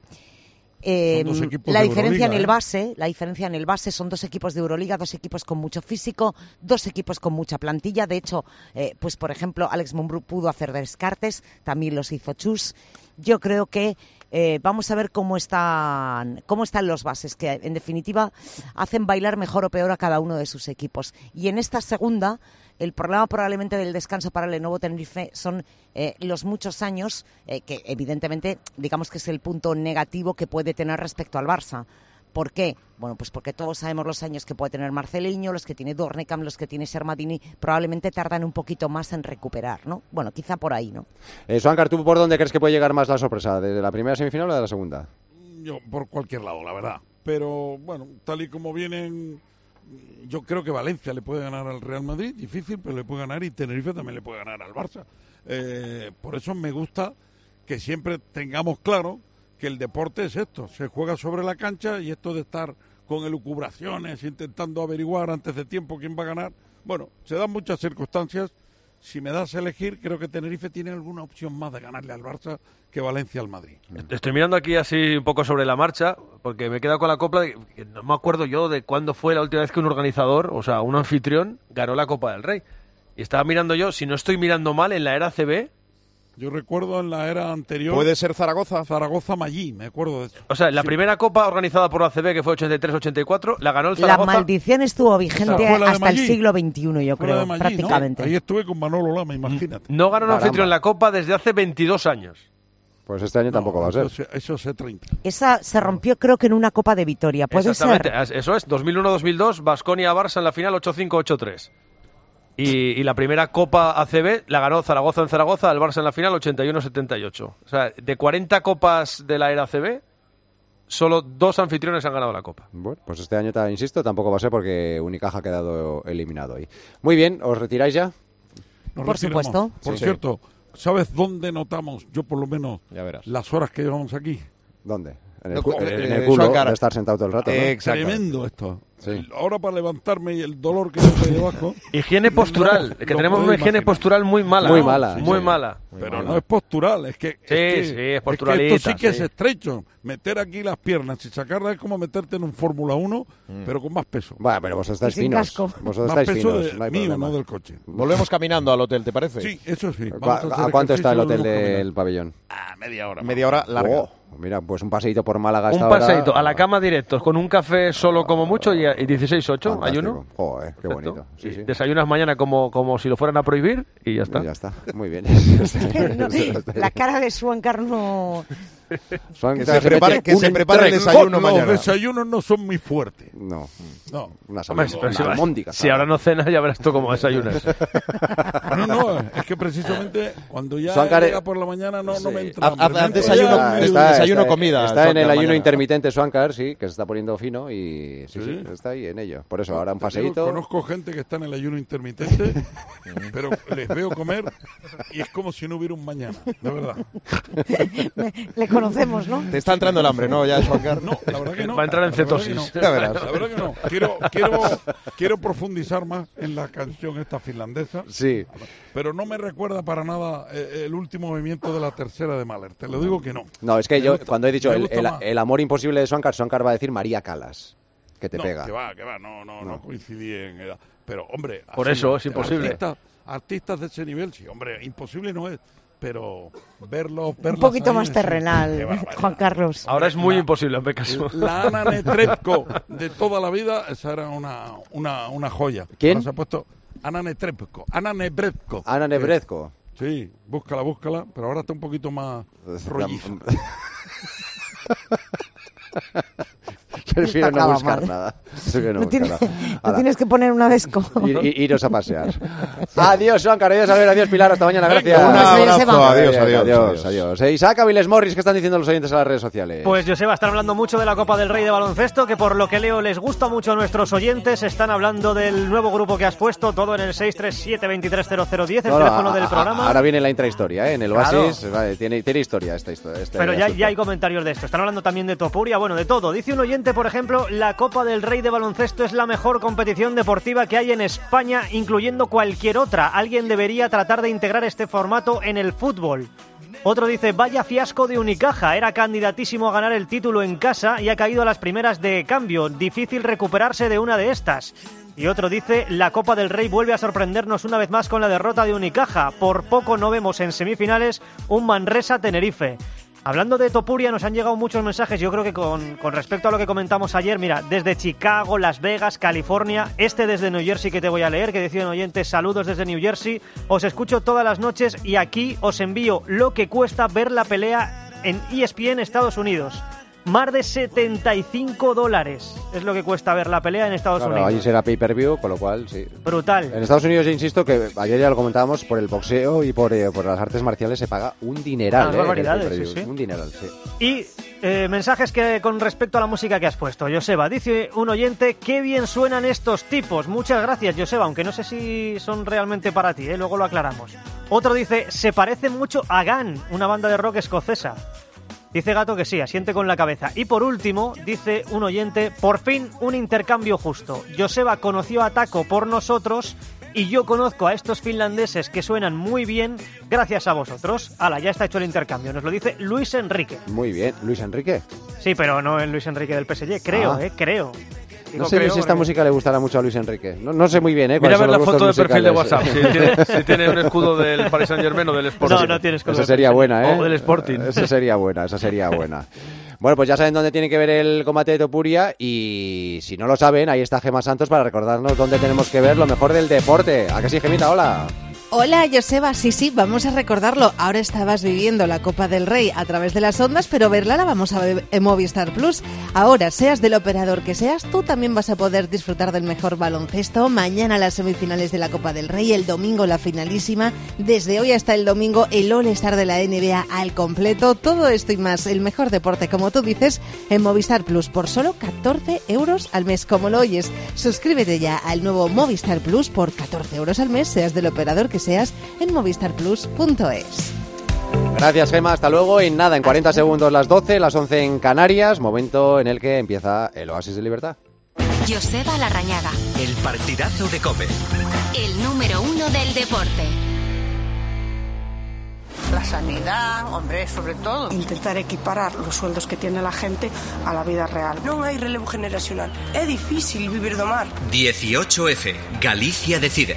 Speaker 20: eh,
Speaker 11: Son dos equipos
Speaker 20: la
Speaker 11: de
Speaker 20: diferencia en
Speaker 11: Euroliga,
Speaker 20: el
Speaker 11: ¿eh?
Speaker 20: base. La diferencia en el base son dos equipos de Euroliga, dos equipos con mucho físico, dos equipos con mucha plantilla. De hecho, eh, pues por ejemplo, Alex Mumbrú pudo hacer descartes, también los hizo Chus. Yo creo que eh, vamos a ver cómo están, cómo están los bases, que en definitiva hacen bailar mejor o peor a cada uno de sus equipos. Y en esta segunda, el problema probablemente del descanso para Lenovo Tenerife son eh, los muchos años, eh, que evidentemente digamos que es el punto negativo que puede tener respecto al Barça. ¿Por qué? Bueno, pues porque todos sabemos los años que puede tener Marceliño, los que tiene Dornecam, los que tiene Sermadini, probablemente tardan un poquito más en recuperar, ¿no? Bueno, quizá por ahí, ¿no?
Speaker 4: Eh, Suancar, ¿tú por dónde crees que puede llegar más la sorpresa? ¿Desde la primera semifinal o de la segunda?
Speaker 19: Yo, por cualquier lado, la verdad. Pero bueno, tal y como vienen, yo creo que Valencia le puede ganar al Real Madrid, difícil, pero le puede ganar y Tenerife también le puede ganar al Barça. Eh, por eso me gusta que siempre tengamos claro que el deporte es esto, se juega sobre la cancha y esto de estar con elucubraciones, intentando averiguar antes de tiempo quién va a ganar. Bueno, se dan muchas circunstancias. Si me das a elegir, creo que Tenerife tiene alguna opción más de ganarle al Barça que Valencia al Madrid.
Speaker 5: Estoy mirando aquí así un poco sobre la marcha, porque me he quedado con la copla. de- que no me acuerdo yo de cuándo fue la última vez que un organizador, o sea, un anfitrión, ganó la Copa del Rey. Y estaba mirando yo, si no estoy mirando mal, en la era CB,
Speaker 19: Yo recuerdo en la era anterior.
Speaker 5: Puede
Speaker 21: ser Zaragoza.
Speaker 19: Zaragoza Mallí, me acuerdo de eso.
Speaker 5: o sea, la primera Copa organizada por la CB, que fue 83-84, la ganó el
Speaker 20: La
Speaker 5: Zaragoza.
Speaker 20: maldición estuvo
Speaker 5: O
Speaker 20: vigente
Speaker 5: sea, fue la de
Speaker 20: hasta el
Speaker 5: Maggi.
Speaker 20: siglo XXI, yo
Speaker 5: Fue la
Speaker 20: creo,
Speaker 5: de Maggi, ¿no?
Speaker 20: prácticamente.
Speaker 19: Ahí estuve con Manolo Lama, imagínate.
Speaker 5: no ganó un
Speaker 4: Caramba.
Speaker 5: anfitrión la Copa desde hace 22 años.
Speaker 4: Pues este año tampoco va a ser.
Speaker 19: Eso, eso E se 30.
Speaker 20: Esa se rompió, creo que en una copa de Vitoria, puede
Speaker 5: Exactamente,
Speaker 20: ser.
Speaker 5: as- eso es. 2001-2002, Basconia-Barça en la final 8-5-8-3. Y, y la primera Copa ACB la ganó Zaragoza en Zaragoza, el Barça en la final 81-78. O sea, de 40 copas de la era ACB, solo dos anfitriones han ganado la Copa.
Speaker 4: Bueno, pues este año, ta- insisto, tampoco va a ser porque Unicaja ha quedado eliminado ahí. Muy bien, ¿os retiráis ya?
Speaker 19: Nos retiramos. Por cierto, ¿sabes dónde notamos, yo por lo menos, las horas que llevamos aquí?
Speaker 4: ¿Dónde? En el,
Speaker 19: No,
Speaker 4: cu-
Speaker 19: joder,
Speaker 4: en el
Speaker 19: eh,
Speaker 4: culo
Speaker 19: Sankara.
Speaker 4: de estar sentado todo el rato. ¿no?
Speaker 19: Tremendo esto.
Speaker 4: Sí.
Speaker 19: Ahora para levantarme y el dolor que tengo debajo.
Speaker 5: Higiene postural, que
Speaker 19: lo
Speaker 5: tenemos
Speaker 19: puedo
Speaker 5: una higiene
Speaker 19: imaginar.
Speaker 5: postural muy mala.
Speaker 4: Muy
Speaker 5: ¿no?
Speaker 4: mala,
Speaker 5: Muy
Speaker 4: sí.
Speaker 5: mala.
Speaker 19: Pero no es postural, es que.
Speaker 5: Sí, sí, es
Speaker 19: que esto
Speaker 5: posturalita,
Speaker 19: sí que
Speaker 5: sí.
Speaker 19: es estrecho. Meter aquí las piernas y sacarlas es como meterte en un Fórmula 1, pero con más peso.
Speaker 4: Bueno, Mm. pero vosotros estáis
Speaker 19: Y sin
Speaker 4: finos.
Speaker 19: casco.
Speaker 4: Vosotros
Speaker 19: Más
Speaker 4: estáis
Speaker 19: peso
Speaker 4: finos.
Speaker 19: de-
Speaker 4: no hay
Speaker 19: mío,
Speaker 4: problema.
Speaker 19: no del coche.
Speaker 21: Volvemos caminando al hotel, ¿te parece?
Speaker 19: Sí, eso sí.
Speaker 4: ¿Cu-
Speaker 19: Vamos a hacer
Speaker 4: ¿A cuánto está el hotel
Speaker 19: ejercicio y
Speaker 4: del pabellón?
Speaker 19: Ah, media hora.
Speaker 21: Media hora larga.
Speaker 4: Oh, mira, pues un paseíto por Málaga. a
Speaker 5: Un
Speaker 4: esta hora.
Speaker 5: paseíto a la cama directos con un café solo como mucho y, y 16-8,
Speaker 4: Fantástico.
Speaker 5: ayuno.
Speaker 4: Joder, qué bonito. Sí,
Speaker 5: Y
Speaker 4: sí.
Speaker 5: Desayunas mañana como, como si lo fueran a prohibir y ya está.
Speaker 4: Ya está, muy bien.
Speaker 20: No, la cara de Suancar no...
Speaker 4: Son-
Speaker 19: Que se prepare- que se prepare el desayuno mañana. Los desayunos no son muy fuertes.
Speaker 4: No.
Speaker 19: No.
Speaker 4: Unas
Speaker 5: Hombre,
Speaker 4: almond-
Speaker 5: pero si,
Speaker 4: una almóndiga,
Speaker 5: si
Speaker 4: ¿sabes?
Speaker 5: ahora no cenas, ya verás tú cómo desayunas.
Speaker 19: No, no, es que precisamente cuando ya
Speaker 4: Son care-
Speaker 19: llega por la mañana no, no me
Speaker 4: Sí.
Speaker 19: entra. hambre, me entra ya un-
Speaker 4: está- Está en el ayuno intermitente Suancar, sí, que se está poniendo fino y sí, sí,
Speaker 19: Sí.
Speaker 4: está ahí en ello. Por eso, ahora un
Speaker 19: Te digo,
Speaker 4: paseíto.
Speaker 19: conozco gente que está en el ayuno intermitente, pero les veo comer y es como si no hubiera un mañana, de verdad.
Speaker 20: Le conocemos, ¿no?
Speaker 21: Te está entrando el hambre, ¿no? Ya, Suancar.
Speaker 19: No, la verdad que no.
Speaker 5: Va a entrar en
Speaker 19: La verdad que
Speaker 5: cetosis.
Speaker 19: no.
Speaker 21: Ya verás.
Speaker 19: La verdad que no. Quiero, quiero, quiero profundizar más en la canción esta finlandesa.
Speaker 4: Sí.
Speaker 19: Pero no me recuerda para nada eh, el último movimiento de la tercera de Mahler. Te lo digo que no.
Speaker 4: No, es que
Speaker 19: Me
Speaker 4: yo,
Speaker 19: gusta-
Speaker 4: cuando he dicho
Speaker 19: me
Speaker 4: el,
Speaker 19: gusta
Speaker 4: el-
Speaker 19: más.
Speaker 4: el amor imposible de Suancar, Suancar va a decir María Calas, que te
Speaker 19: no,
Speaker 4: pega.
Speaker 19: Que va, que va, no, no, no, coincidí en edad. Pero, hombre.
Speaker 5: Por
Speaker 19: así,
Speaker 5: eso es
Speaker 19: de
Speaker 5: imposible.
Speaker 19: Artistas, artistas de ese nivel, sí, hombre, imposible no es. Pero verlos, verlos.
Speaker 20: Un poquito más terrenal, Juan Carlos.
Speaker 5: Ahora es muy imposible, me caso.
Speaker 19: La Ana Netrebko de toda la vida, esa era una, una, una joya.
Speaker 4: ¿Quién?
Speaker 19: Ahora Se ha puesto Ana Netrebko. Ana Netrebko.
Speaker 4: Ana Nebrezco.
Speaker 19: Sí, búscala, búscala, pero ahora está un poquito más rolliza.
Speaker 4: Prefiero no
Speaker 20: Acaba
Speaker 4: buscar
Speaker 20: mal.
Speaker 4: nada. Prefiero no
Speaker 20: No,
Speaker 4: buscar
Speaker 20: tienes,
Speaker 4: nada.
Speaker 20: no
Speaker 4: Hala.
Speaker 20: tienes que poner una desco.
Speaker 4: Ir- ir- iros a pasear. adiós, Suancar, adiós, Albert, adiós, Pilar, hasta mañana, gracias.
Speaker 10: un abrazo,
Speaker 4: Venga,
Speaker 21: adiós, adiós,
Speaker 4: adiós, adiós. Eh, Isaac Aviles Morris, ¿qué están diciendo los oyentes en las redes sociales?
Speaker 10: Pues Joseba, están hablando mucho de la Copa del Rey de baloncesto, que por lo que leo les gusta mucho a nuestros oyentes. Están hablando del nuevo grupo que has puesto, todo en el 637-230010, el
Speaker 4: No, no,
Speaker 10: teléfono
Speaker 4: a-
Speaker 10: del
Speaker 4: a-
Speaker 10: programa.
Speaker 4: Ahora viene la intrahistoria, ¿eh? En el
Speaker 10: Claro.
Speaker 4: Oasis vale, tiene, tiene historia esta historia.
Speaker 10: Pero ya, ya hay comentarios de esto. Están hablando también de Topuria, bueno, de todo. Dice un oyente, por ejemplo, la Copa del Rey de Baloncesto es la mejor competición deportiva que hay en España, incluyendo cualquier otra. Alguien debería tratar de integrar este formato en el fútbol. Otro dice, vaya fiasco de Unicaja, era candidatísimo a ganar el título en casa y ha caído a las primeras de cambio, difícil recuperarse de una de estas. Y otro dice, la Copa del Rey vuelve a sorprendernos una vez más con la derrota de Unicaja, por poco no vemos en semifinales un Manresa-Tenerife. Hablando de Topuria, nos han llegado muchos mensajes. Yo creo que con, con respecto a lo que comentamos ayer, mira, desde Chicago, Las Vegas, California, este desde New Jersey que te voy a leer, que decían oyentes, saludos desde New Jersey. Os escucho todas las noches y aquí os envío lo que cuesta ver la pelea en E ESPN Estados Unidos. Más de 75 dólares es lo que cuesta ver la pelea en Estados
Speaker 4: Claro,
Speaker 10: Unidos.
Speaker 4: allí será pay-per-view, con lo cual, sí.
Speaker 10: Brutal.
Speaker 4: En Estados Unidos, yo insisto que ayer ya lo comentábamos, por el boxeo y por, eh, por las artes marciales se paga un
Speaker 10: Unas
Speaker 4: dineral. ¿eh? en el
Speaker 10: barbaridades,
Speaker 4: pay-per-view.
Speaker 10: Ah, sí, sí.
Speaker 4: Un dineral, sí.
Speaker 10: Y eh, mensajes que con respecto a la música que has puesto, Joseba. Dice un oyente, qué bien suenan estos tipos. Muchas gracias, Joseba, aunque no sé si son realmente para ti, ¿eh? luego lo aclaramos. Otro dice, se parece mucho a Gan, una banda de rock escocesa. Dice Gato que sí, asiente con la cabeza. Y por último, dice un oyente, por fin un intercambio justo. Joseba conoció a Taco por nosotros y yo conozco a estos finlandeses que suenan muy bien gracias a vosotros. Ala, ya está hecho el intercambio, nos lo dice Luis Enrique.
Speaker 4: Muy bien. Luis Enrique.
Speaker 10: Sí, pero no en Luis Enrique del PSG, creo,
Speaker 4: Ah.
Speaker 10: eh, creo. Digo
Speaker 4: no sé
Speaker 10: creo eh.
Speaker 4: si esta
Speaker 10: porque-
Speaker 4: música le gustará mucho a Luis Enrique. No, no sé muy bien, ¿eh?
Speaker 5: Mira
Speaker 4: cuáles
Speaker 5: a ver
Speaker 4: son
Speaker 5: la
Speaker 4: los
Speaker 5: foto de
Speaker 4: gustos
Speaker 5: perfil de WhatsApp,
Speaker 4: musicales.
Speaker 5: si tiene, si tiene un escudo del Paris Saint Germain o del Sporting.
Speaker 10: No, no tiene escudo
Speaker 4: Esa
Speaker 10: del
Speaker 4: sería
Speaker 10: PSG.
Speaker 4: buena, ¿eh?
Speaker 5: O del Sporting.
Speaker 4: Esa sería buena, esa sería buena. Bueno, pues ya saben dónde tiene que ver el combate de Topuria y si no lo saben, ahí está Gema Santos para recordarnos dónde tenemos que ver lo mejor del deporte. ¿A que sí, Gemita? Hola.
Speaker 22: Hola, Joseba. Sí, sí, vamos a recordarlo. Ahora estabas viviendo la Copa del Rey a través de las ondas, pero verla la vamos a ver en Movistar Plus. Ahora, seas del operador que seas, tú también vas a poder disfrutar del mejor baloncesto. Mañana las semifinales de la Copa del Rey, el domingo la finalísima. Desde hoy hasta el domingo el All-Star de la NBA al completo. Todo esto y más, el mejor deporte, como tú dices, en Movistar Plus por solo 14 euros al mes, como lo oyes. Suscríbete ya al nuevo Movistar Plus por 14 euros al mes, seas del operador que seas, en movistarplus.es.
Speaker 4: Gracias, Gema. Hasta luego. En nada, en 40 segundos las 12, las 11 en Canarias, momento en el que empieza el Oasis de Libertad.
Speaker 1: Joseba Larrañaga,
Speaker 2: El partidazo de Cope.
Speaker 1: el número uno del deporte.
Speaker 23: La sanidad, hombre, sobre todo. Intentar equiparar los sueldos que tiene la gente a la vida real. No hay relevo generacional. Es difícil vivir de mar.
Speaker 2: 18F. Galicia decide.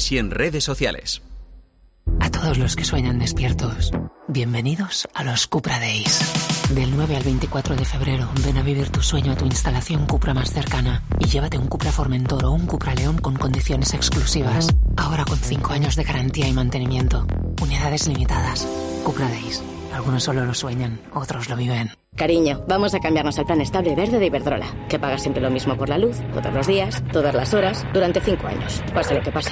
Speaker 2: y en redes sociales.
Speaker 24: A todos los que sueñan despiertos, bienvenidos a los Cupra Days. Del 9 al 24 de febrero, ven a vivir tu sueño a tu instalación Cupra más cercana y llévate un Cupra Formentor o un Cupra León con condiciones exclusivas. Ahora con 5 años de garantía y mantenimiento. Unidades limitadas. Cupra Days. Algunos solo lo sueñan, otros lo viven.
Speaker 25: Cariño, vamos a cambiarnos al plan estable verde de Iberdrola, que paga siempre lo mismo por la luz, todos los días, todas las horas, durante cinco años, pase lo que pase.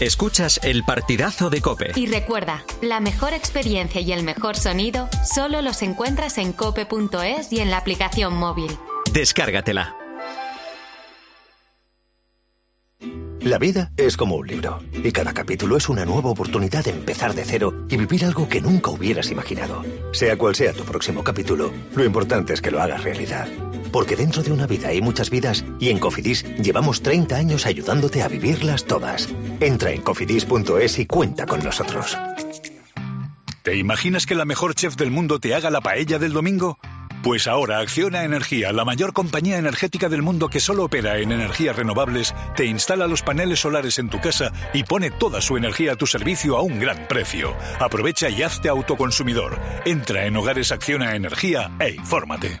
Speaker 2: Escuchas el partidazo de Cope.
Speaker 1: Y recuerda, la mejor experiencia y el mejor sonido solo los encuentras en cope.es y en la aplicación móvil.
Speaker 2: Descárgatela.
Speaker 8: La vida es como un libro y cada capítulo es una nueva oportunidad de empezar de cero y vivir algo que nunca hubieras imaginado. Sea cual sea tu próximo capítulo, lo importante es que lo hagas realidad. Porque dentro de una vida hay muchas vidas y en Cofidis llevamos 30 años ayudándote a vivirlas todas. Entra en cofidis.es y cuenta con nosotros.
Speaker 26: ¿Te imaginas que la mejor chef del mundo te haga la paella del domingo? Pues ahora Acciona Energía, la mayor compañía energética del mundo que solo opera en energías renovables, te instala los paneles solares en tu casa y pone toda su energía a tu servicio a un gran precio. Aprovecha y hazte autoconsumidor. Entra en Hogares Acciona Energía e infórmate.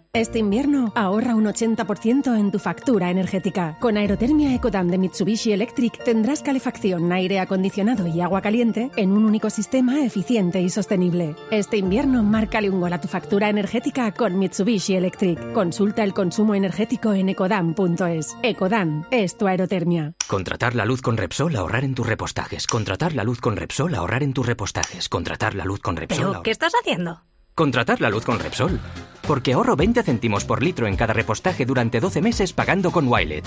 Speaker 27: Este invierno ahorra un 80% en tu factura energética. Con Aerotermia Ecodan de Mitsubishi Electric tendrás calefacción, aire acondicionado y agua caliente en un único sistema eficiente y sostenible. Este invierno márcale un gol a tu factura energética con Mitsubishi Electric. Consulta el consumo energético en ecodan.es. Ecodan es tu aerotermia.
Speaker 17: Contratar la luz con Repsol, ahorrar en tus repostajes. Contratar la luz con Repsol, ahorrar en tus repostajes. Contratar la luz con Repsol.
Speaker 16: ¿Pero
Speaker 17: ahor-
Speaker 16: qué estás haciendo?
Speaker 17: Contratar la luz con Repsol. Porque ahorro 20 céntimos por litro en cada repostaje durante 12 meses pagando con Wilet.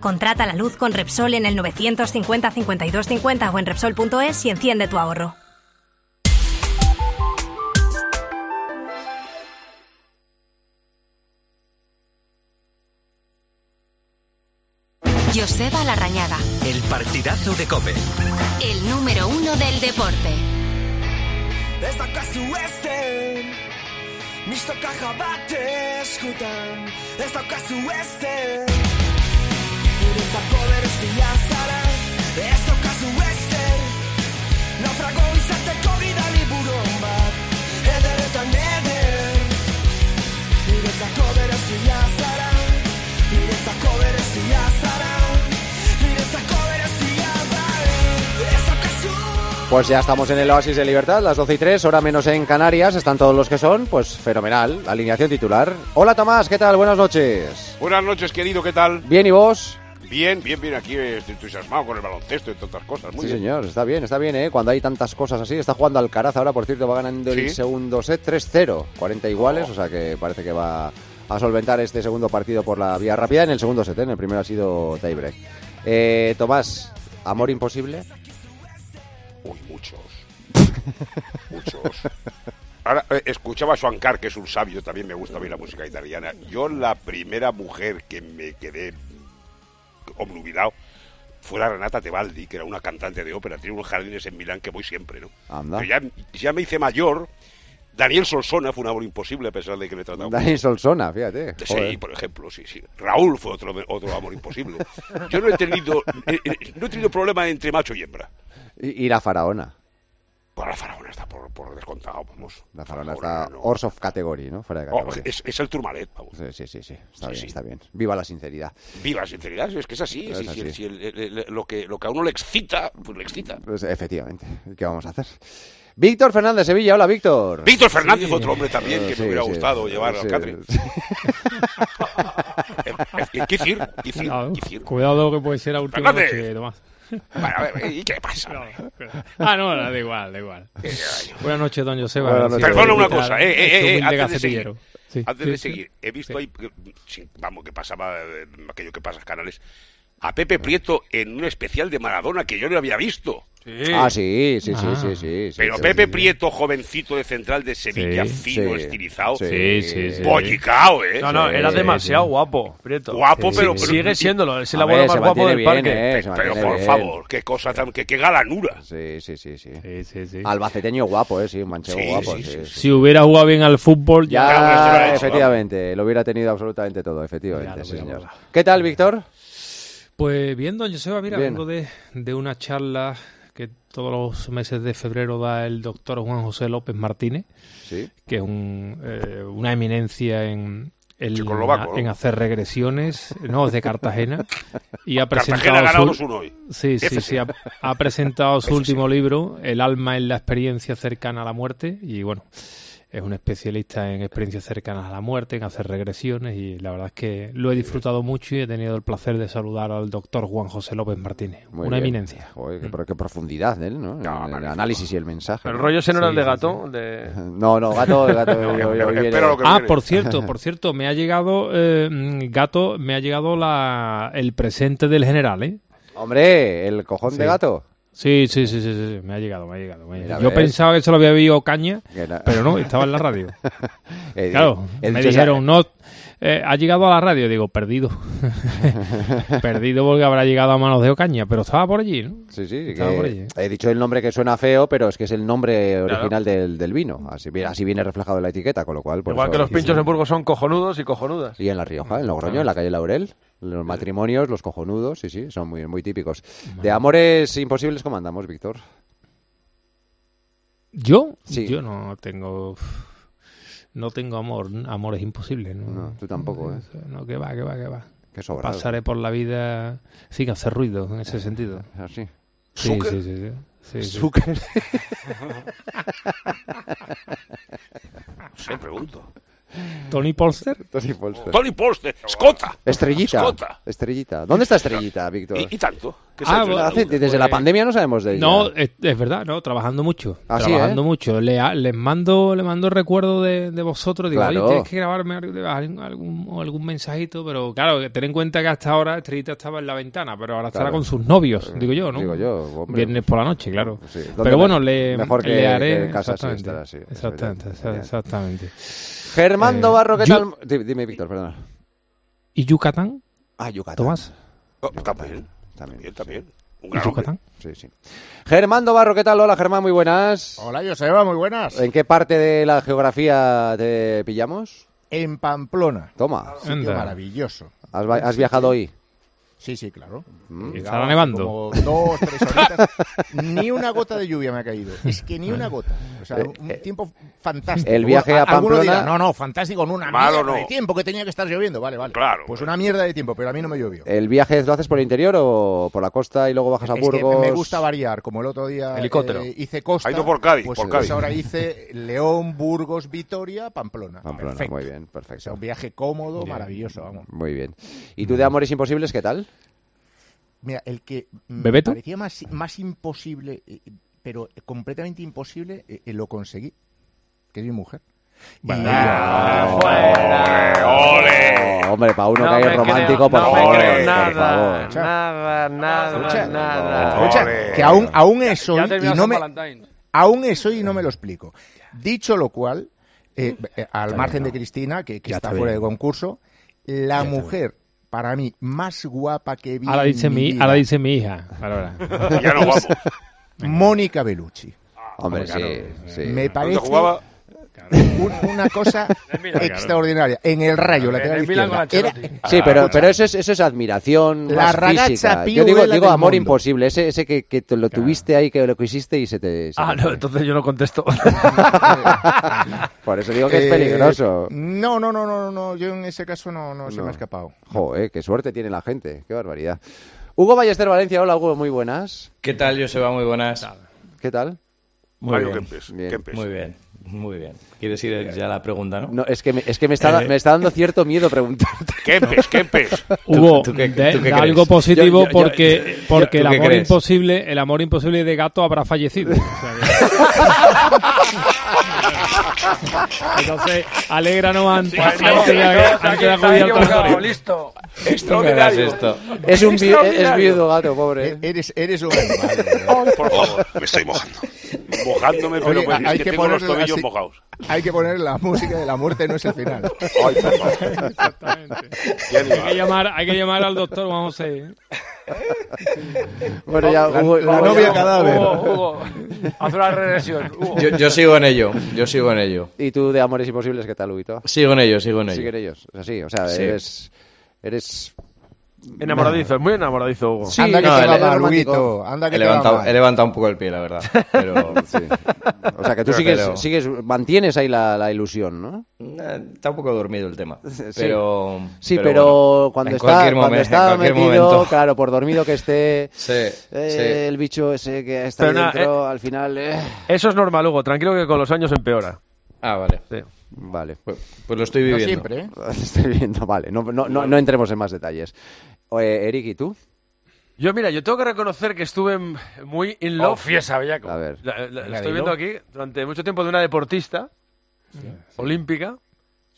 Speaker 16: Contrata la luz con Repsol en el 950 52 50 o en Repsol.es y enciende tu ahorro.
Speaker 1: Joseba Larrañaga,
Speaker 2: El partidazo de Cope.
Speaker 1: el número uno del deporte.
Speaker 3: Ez kasu ezten Mistokaka bat eskutan Ez daukazu ezten Guretzako berezia zara Ez daukazu ezten Naufrago izateko gidali buron bat Ederetan eder Guretzako berezia zara Guretzako berezia zara Guretzako berezia zara Ez daukazu
Speaker 4: Pues ya estamos en el Oasis de Libertad, las 12 y 3, hora menos en Canarias. Están todos los que son, pues fenomenal. Alineación titular. Hola Tomás, ¿qué tal? Buenas noches.
Speaker 26: Buenas noches, querido, ¿qué tal?
Speaker 4: Bien, ¿y vos?
Speaker 26: Bien, bien, bien, aquí estoy entusiasmado con el baloncesto y tantas cosas.
Speaker 4: sí,
Speaker 26: Muy bien.
Speaker 4: señor, está bien, está bien, ¿eh? Cuando hay tantas cosas así. Está jugando Alcaraz ahora, por cierto, va ganando el
Speaker 26: Sí.
Speaker 4: segundo set 3-0, 40 iguales, o sea que parece que va a solventar este segundo partido por la vía rápida en el segundo set, ¿eh? en el primero ha sido tiebreak. Eh, Tomás, ¿amor imposible?
Speaker 26: Uy, muchos. muchos. Ahora, eh, escuchaba a Suancar, que es un sabio, también me gusta a mí la música italiana. Yo la primera mujer que me quedé obnubilado fue la Renata Tebaldi, que era una cantante de ópera. Tiene unos jardines en Milán que voy siempre, ¿no?
Speaker 4: Anda.
Speaker 26: Pero ya, ya me hice mayor. Daniel Solsona fue un amor imposible a pesar de que le trataba.
Speaker 4: Daniel Solsona, fíjate.
Speaker 26: Sí,
Speaker 4: joder.
Speaker 26: por ejemplo, sí, sí. Raúl fue otro, otro amor imposible. Yo no he tenido eh, eh, no he tenido problema entre macho y hembra.
Speaker 4: Y, y la faraona.
Speaker 26: Por la faraona está por, por descontado, vamos.
Speaker 4: La faraona está horse of category, ¿no? Fuera de
Speaker 26: Oh,
Speaker 4: categoría.
Speaker 26: es, es el turmalet, vamos.
Speaker 4: Sí, sí, sí, sí. Está
Speaker 26: Sí,
Speaker 4: bien,
Speaker 26: sí.
Speaker 4: está bien. Viva la sinceridad.
Speaker 26: Viva la sinceridad, es que es así.
Speaker 4: Es
Speaker 26: si- si-
Speaker 4: así.
Speaker 26: si el- el- el- lo, que, lo que a uno le excita, pues le excita.
Speaker 4: Pues, efectivamente. ¿Qué vamos a hacer? Víctor Fernández, Sevilla. Hola, Víctor.
Speaker 26: Víctor Fernández, otro hombre también que
Speaker 4: Sí,
Speaker 26: me hubiera
Speaker 4: sí.
Speaker 26: gustado llevar al
Speaker 4: Sí.
Speaker 26: Catri. Eh, ¿Qué decir? ¿Qué decir?
Speaker 28: Cuidado,
Speaker 26: ¿Qué decir?
Speaker 28: cuidado que puede ser la última
Speaker 26: Fernández.
Speaker 28: noche, Tomás.
Speaker 26: Bueno, a ver, ¿y qué pasa?
Speaker 28: Ah, no, da igual, da igual. Buenas noches, don Joseba.
Speaker 26: Buenas noches. Perdona una cosa, eh, eh, eh,
Speaker 28: Este humilde
Speaker 26: antes de seguir,
Speaker 28: gacetillero. Sí,
Speaker 26: antes
Speaker 28: sí,
Speaker 26: de
Speaker 28: sí.
Speaker 26: seguir, he visto ahí, que- sí, vamos, que pasaba eh, aquello que pasa en canales, a Pepe Prieto en un especial de Maradona que yo no había visto.
Speaker 4: Ah, sí, sí, sí, sí, sí, sí.
Speaker 26: Pero
Speaker 4: sí,
Speaker 26: Pepe
Speaker 4: sí.
Speaker 26: Prieto, jovencito de central de Sevilla,
Speaker 4: Sí,
Speaker 26: fino,
Speaker 4: sí.
Speaker 26: estilizado.
Speaker 4: Sí, sí, sí.
Speaker 26: Bollicao, ¿eh?
Speaker 5: No, no, era demasiado guapo, Prieto.
Speaker 26: Guapo, pero- pero-
Speaker 5: Sigue siéndolo, es el
Speaker 4: A ver,
Speaker 5: abuelo más
Speaker 4: se
Speaker 5: guapo
Speaker 4: mantiene
Speaker 5: del
Speaker 4: bien,
Speaker 5: parque.
Speaker 4: eh, se
Speaker 26: Pero
Speaker 4: mantiene
Speaker 26: por
Speaker 4: bien.
Speaker 26: favor, qué cosa tan. qué, qué galanura.
Speaker 4: Sí, sí, sí, sí.
Speaker 28: sí.
Speaker 4: Albaceteño guapo, eh, sí, un manchego
Speaker 26: Sí,
Speaker 4: guapo.
Speaker 26: sí,
Speaker 4: Sí, sí.
Speaker 28: Si hubiera jugado bien al fútbol,
Speaker 4: Ya,
Speaker 28: ya.
Speaker 4: efectivamente, lo hubiera tenido absolutamente todo, efectivamente, sí, señor. ¿Qué tal, Víctor?
Speaker 28: Pues bien, don Joseba, mira,
Speaker 4: Bien.
Speaker 28: vengo de, de una charla que todos los meses de febrero da el doctor Juan José López Martínez,
Speaker 4: Sí.
Speaker 28: que es un, eh, una eminencia en, en-
Speaker 26: Checoslovaco, ¿no?
Speaker 28: en hacer regresiones, no, es de Cartagena, y
Speaker 26: Cartagena
Speaker 28: ha presentado...
Speaker 26: ha ganado
Speaker 28: su-
Speaker 26: 2-1 hoy.
Speaker 28: Sí, sí,
Speaker 26: FC.
Speaker 28: sí, ha, ha presentado su último libro, El alma en la experiencia cercana a la muerte, y bueno... Es un especialista en experiencias cercanas a la muerte, en hacer regresiones y la verdad es que lo he disfrutado mucho y he tenido el placer de saludar al doctor Juan José López Martínez.
Speaker 4: Muy
Speaker 28: una
Speaker 4: bien.
Speaker 28: eminencia. Mm.
Speaker 4: Joder, qué, pero qué profundidad, ¿eh? ¿no? El- el análisis y el mensaje.
Speaker 5: El rollo ese no era el de
Speaker 28: Sí, sí,
Speaker 5: gato. de-
Speaker 4: No, no, gato, gato. hoy- hoy- hoy viene-
Speaker 28: ah, por cierto, por cierto, me ha llegado, eh, mm, gato, me ha llegado la, el presente del general, ¿eh?
Speaker 4: Hombre, el cojón de
Speaker 28: Sí.
Speaker 4: gato.
Speaker 28: Sí, sí, sí, sí, sí, sí, me ha llegado, me ha llegado. me ha
Speaker 4: Mira,
Speaker 28: llegado. Yo
Speaker 4: ¿ves?
Speaker 28: pensaba que se lo había visto Caña,
Speaker 4: Que la-
Speaker 28: pero no, estaba en la radio.
Speaker 4: Eh,
Speaker 28: claro,
Speaker 4: eh,
Speaker 28: me
Speaker 4: dicho sea-
Speaker 28: dijeron, no, eh, ha llegado a la radio, digo, perdido. perdido porque habrá llegado a manos de Ocaña, pero estaba por allí, ¿no?
Speaker 4: Sí, sí,
Speaker 28: Estaba
Speaker 4: que
Speaker 28: por allí. ¿eh?
Speaker 4: he dicho el nombre que suena feo, pero es que es el nombre
Speaker 28: Claro.
Speaker 4: original del, del vino. Así, vi- así viene reflejado en la etiqueta, con lo cual... por
Speaker 5: Igual
Speaker 4: eso-
Speaker 5: que los pinchos en Burgos son cojonudos y cojonudas.
Speaker 4: Y en La Rioja, en Logroño, en la calle Laurel. Los matrimonios, los cojonudos, sí, sí, son muy, muy típicos. De amores imposibles, ¿cómo andamos, Víctor?
Speaker 28: ¿Yo?
Speaker 4: Sí.
Speaker 28: Yo no tengo. No tengo amor. Amor es imposible. No,
Speaker 4: tú tampoco, ¿eh?
Speaker 28: No, que va, que va, que va.
Speaker 4: Que sobrado.
Speaker 28: Pasaré por la vida sin hacer ruido, en ese sentido.
Speaker 4: Así.
Speaker 28: Sí,
Speaker 4: ¿Zucker?
Speaker 28: sí, sí, sí. Sí, sí.
Speaker 4: ¿Zucker?
Speaker 26: Se Ah, pregunto.
Speaker 28: ¿Tony Polster?
Speaker 4: Tony Polster.
Speaker 26: Tony Poste, Escota.
Speaker 4: Estrellita.
Speaker 26: Escota.
Speaker 4: Estrellita. ¿Dónde está Estrellita, Víctor?
Speaker 26: Y, y tanto. que se
Speaker 28: Ah,
Speaker 26: ha hecho
Speaker 28: bueno,
Speaker 4: Hace-
Speaker 26: la-
Speaker 4: desde la pandemia no sabemos de ella.
Speaker 28: No, es, es verdad, no, trabajando mucho.
Speaker 4: Ah, sí,
Speaker 28: trabajando
Speaker 4: ¿eh?
Speaker 28: mucho. Le, ha- les mando le mando recuerdo de, de vosotros. Digo,
Speaker 4: Claro.
Speaker 28: oye, tienes que grabarme algún, algún, algún mensajito, pero claro, que ten en cuenta que hasta ahora Estrellita estaba en la ventana, pero ahora estará
Speaker 4: Claro.
Speaker 28: con sus novios, digo yo, ¿no?
Speaker 4: Digo yo, hombre.
Speaker 28: Viernes por la noche, claro.
Speaker 4: Sí, ¿dónde
Speaker 28: Pero bueno,
Speaker 4: me-
Speaker 28: le,
Speaker 4: mejor que-
Speaker 28: le haré.
Speaker 4: que en casa sí
Speaker 28: exactamente,
Speaker 4: estará, sí, es
Speaker 28: exactamente,
Speaker 4: verdad.
Speaker 28: exa- exactamente.
Speaker 4: Germán
Speaker 28: Eh,
Speaker 4: Dobarro, ¿qué
Speaker 28: yo-
Speaker 4: tal? Di- Dime, Víctor, perdona.
Speaker 28: ¿Y Yucatán?
Speaker 4: Ah, Yucatán.
Speaker 28: Tomás.
Speaker 26: Oh, También, también, también. Un gran hombre.
Speaker 4: Sí, sí. Germán Dobarro, ¿qué tal? Hola, Germán, muy buenas.
Speaker 29: Hola, Joseba, muy buenas.
Speaker 4: ¿En qué parte de la geografía te pillamos?
Speaker 29: En Pamplona.
Speaker 4: Toma.
Speaker 29: Sitio maravilloso.
Speaker 4: ¿Has, va- has viajado hoy?
Speaker 29: Sí, sí, claro.
Speaker 4: Mm.
Speaker 28: ¿Y
Speaker 29: Llegaba
Speaker 28: estaba
Speaker 29: hace
Speaker 28: nevando?
Speaker 29: Como dos, tres horitas. ni una gota de lluvia me ha caído. Es que ni
Speaker 28: Mm.
Speaker 29: una gota. O sea,
Speaker 4: Eh,
Speaker 29: un tiempo fantástico.
Speaker 4: el viaje a
Speaker 29: Alguno
Speaker 4: Pamplona-
Speaker 29: dirá, no, no, fantástico, no, una
Speaker 4: Malo
Speaker 29: mierda
Speaker 4: no.
Speaker 29: de tiempo que tenía que estar lloviendo. Vale, vale. Claro. Pues una mierda de tiempo, pero a mí no me llovió.
Speaker 4: ¿El viaje lo haces por el interior o por la costa y luego bajas a
Speaker 29: Es que
Speaker 4: Burgos?
Speaker 29: me gusta variar, como el otro día
Speaker 4: Helicóptero.
Speaker 29: eh, hice Costa.
Speaker 4: Ha ido por Cádiz,
Speaker 29: pues,
Speaker 4: por
Speaker 29: pues
Speaker 4: Cádiz.
Speaker 29: ahora hice León, Burgos, Vitoria, Pamplona.
Speaker 4: Pamplona,
Speaker 29: Perfecto.
Speaker 4: muy bien,
Speaker 29: O sea,
Speaker 4: perfecto.
Speaker 29: un viaje cómodo, maravilloso, vamos.
Speaker 4: Muy bien. ¿Y
Speaker 28: Mm.
Speaker 4: tú de Amores Imposibles qué tal?
Speaker 29: Mira, el que mm,
Speaker 4: ¿Bebeto?
Speaker 29: parecía más, más imposible, eh, eh, pero completamente imposible, eh, eh, lo conseguí, que es mi mujer. Y-
Speaker 4: No, Ah, Oh, hombre, para uno
Speaker 29: No
Speaker 4: que hay
Speaker 29: me
Speaker 4: romántico,
Speaker 29: creo,
Speaker 4: por
Speaker 29: no me
Speaker 4: favor.
Speaker 29: creo
Speaker 4: por
Speaker 29: nada.
Speaker 4: favor.
Speaker 5: Nada, nada, nada.
Speaker 29: Escucha, que aún, aún es hoy
Speaker 5: Ya
Speaker 29: y
Speaker 5: terminó
Speaker 29: no
Speaker 5: San
Speaker 29: me...
Speaker 5: Valentín.
Speaker 29: Aún es hoy y no me lo explico. Dicho lo cual, eh, eh, al margen de Cristina, que, que
Speaker 28: Ya
Speaker 29: está
Speaker 28: está
Speaker 29: fuera de
Speaker 28: bien.
Speaker 29: concurso, la mujer, para mí, más guapa que vi
Speaker 28: Ahora
Speaker 29: en
Speaker 28: dice mi,
Speaker 29: vida,
Speaker 28: ahora dice mi hija. Ahora, ahora.
Speaker 29: Ya no guapo. Mónica Bellucci.
Speaker 4: Hombre, sí, sí.
Speaker 29: Me parece
Speaker 4: jugaba?
Speaker 29: un- una cosa
Speaker 4: En Milán, claro.
Speaker 29: extraordinaria. En el rayo,
Speaker 4: En
Speaker 29: lateral
Speaker 4: el Milán con
Speaker 29: izquierda. Era- Ah,
Speaker 4: Sí, pero, pero eso, es, eso es admiración
Speaker 29: La
Speaker 4: más
Speaker 29: ragazza
Speaker 4: física.
Speaker 29: più
Speaker 4: Yo digo,
Speaker 29: bella
Speaker 4: digo
Speaker 29: del
Speaker 4: amor
Speaker 29: mondo.
Speaker 4: imposible, ese, ese que, que te lo tuviste ahí, que lo quisiste y se te... se
Speaker 5: Ah,
Speaker 4: te-
Speaker 5: no, entonces yo no contesto.
Speaker 30: Ah.
Speaker 4: Por eso digo que es
Speaker 29: Eh,
Speaker 4: peligroso.
Speaker 29: No, no, no, no, no, yo en ese caso no, no, se
Speaker 4: No.
Speaker 29: me ha escapado.
Speaker 4: Joder, qué suerte tiene la gente, qué barbaridad. Hugo Ballester Valencia, hola Hugo, muy buenas.
Speaker 30: ¿Qué tal, Joseba? Muy buenas.
Speaker 4: ¿Qué tal?
Speaker 30: Muy
Speaker 4: Mario
Speaker 30: bien.
Speaker 4: Kempes,
Speaker 30: Bien.
Speaker 4: Kempes.
Speaker 30: Muy bien, muy bien. ¿Quieres ir ya a la pregunta, no?
Speaker 4: No, es que me, es que me, está,
Speaker 30: Eh.
Speaker 4: me está dando cierto miedo preguntarte.
Speaker 30: Kempes, Kempes.
Speaker 28: Hugo,
Speaker 30: ¿Tú- tú qué-
Speaker 28: de-
Speaker 30: tú qué
Speaker 28: de
Speaker 30: crees?
Speaker 28: algo positivo
Speaker 30: Yo- yo- yo-
Speaker 28: porque,
Speaker 30: yo-
Speaker 28: porque
Speaker 30: ¿tú
Speaker 28: el
Speaker 30: qué
Speaker 28: amor
Speaker 30: crees?
Speaker 28: imposible, el amor imposible de gato habrá fallecido. O sea que- Entonces, alégranos antes,
Speaker 30: Sí, sí,
Speaker 28: antes de-
Speaker 30: sí,
Speaker 28: antes de
Speaker 30: sí,
Speaker 28: acudir al tanatorio.
Speaker 5: listo.
Speaker 30: Esto me das esto.
Speaker 4: Es un vi- es
Speaker 30: Extraordinario.
Speaker 4: viudo gato, pobre.
Speaker 29: E-, Eres, eres un animal.
Speaker 26: Por favor, me estoy mojando. Mojándome, pero
Speaker 29: Oye,
Speaker 26: pues, es que, tengo los
Speaker 29: ponerle
Speaker 26: tobillos
Speaker 29: así-
Speaker 26: mojados.
Speaker 29: Hay que poner la música de la muerte no es el final.
Speaker 26: Ay, por favor. Qué
Speaker 28: Hay
Speaker 26: animal.
Speaker 28: que llamar, hay que llamar al doctor Juan José.
Speaker 4: Bueno, ya,
Speaker 28: La-
Speaker 4: Hugo,
Speaker 28: la
Speaker 4: Hugo,
Speaker 28: novia
Speaker 4: ya-
Speaker 28: cadáver.
Speaker 5: Hugo, Hugo, haz una regresión. Hugo.
Speaker 30: Yo, yo sigo en ello, yo sigo en ello.
Speaker 4: ¿Y tú de Amores Imposibles qué tal, Huguito?
Speaker 30: Sigo en ello, sigo en ello.
Speaker 4: Siguen ellos, o sea, sí, o sea,
Speaker 30: Sí.
Speaker 4: eres... eres...
Speaker 30: Enamoradizo,
Speaker 5: es muy enamoradizo, Hugo.
Speaker 4: Sí, anda que te va
Speaker 30: le-
Speaker 4: mal, Huguito, anda que
Speaker 30: he,
Speaker 4: te va
Speaker 30: levantado,
Speaker 4: mal.
Speaker 30: he levantado un poco el pie, la verdad. Pero,
Speaker 4: O sea, que
Speaker 30: Pero-
Speaker 4: tú sigues,
Speaker 30: pero-
Speaker 4: sigues, mantienes ahí la, la ilusión, ¿no?
Speaker 30: Eh, Está un poco dormido el tema. Pero,
Speaker 4: sí, pero,
Speaker 30: bueno,
Speaker 4: cuando
Speaker 30: en
Speaker 4: está,
Speaker 30: cualquier
Speaker 4: cuando
Speaker 30: momen-
Speaker 4: está
Speaker 30: en cualquier
Speaker 4: metido,
Speaker 30: momento.
Speaker 4: claro, por dormido que esté,
Speaker 30: Sí,
Speaker 4: eh,
Speaker 30: sí.
Speaker 4: el bicho ese que está
Speaker 5: Pero
Speaker 4: ahí
Speaker 5: nada,
Speaker 4: dentro, al final... eh.
Speaker 5: Eso es normal, Hugo. Tranquilo que con los años empeora.
Speaker 30: Ah, vale.
Speaker 4: Vale.
Speaker 30: Pues, pues lo estoy viviendo.
Speaker 5: ¿eh?
Speaker 4: Estoy viviendo, vale. No, no, no, no entremos en más detalles. Eh, Eric, ¿y tú?
Speaker 5: Yo, mira, yo tengo que reconocer que estuve m- muy in love. fiesta, bellaco.
Speaker 4: A ver.
Speaker 5: La- la- la
Speaker 4: Venga, dilo.
Speaker 5: estoy viendo aquí durante mucho tiempo de una deportista olímpica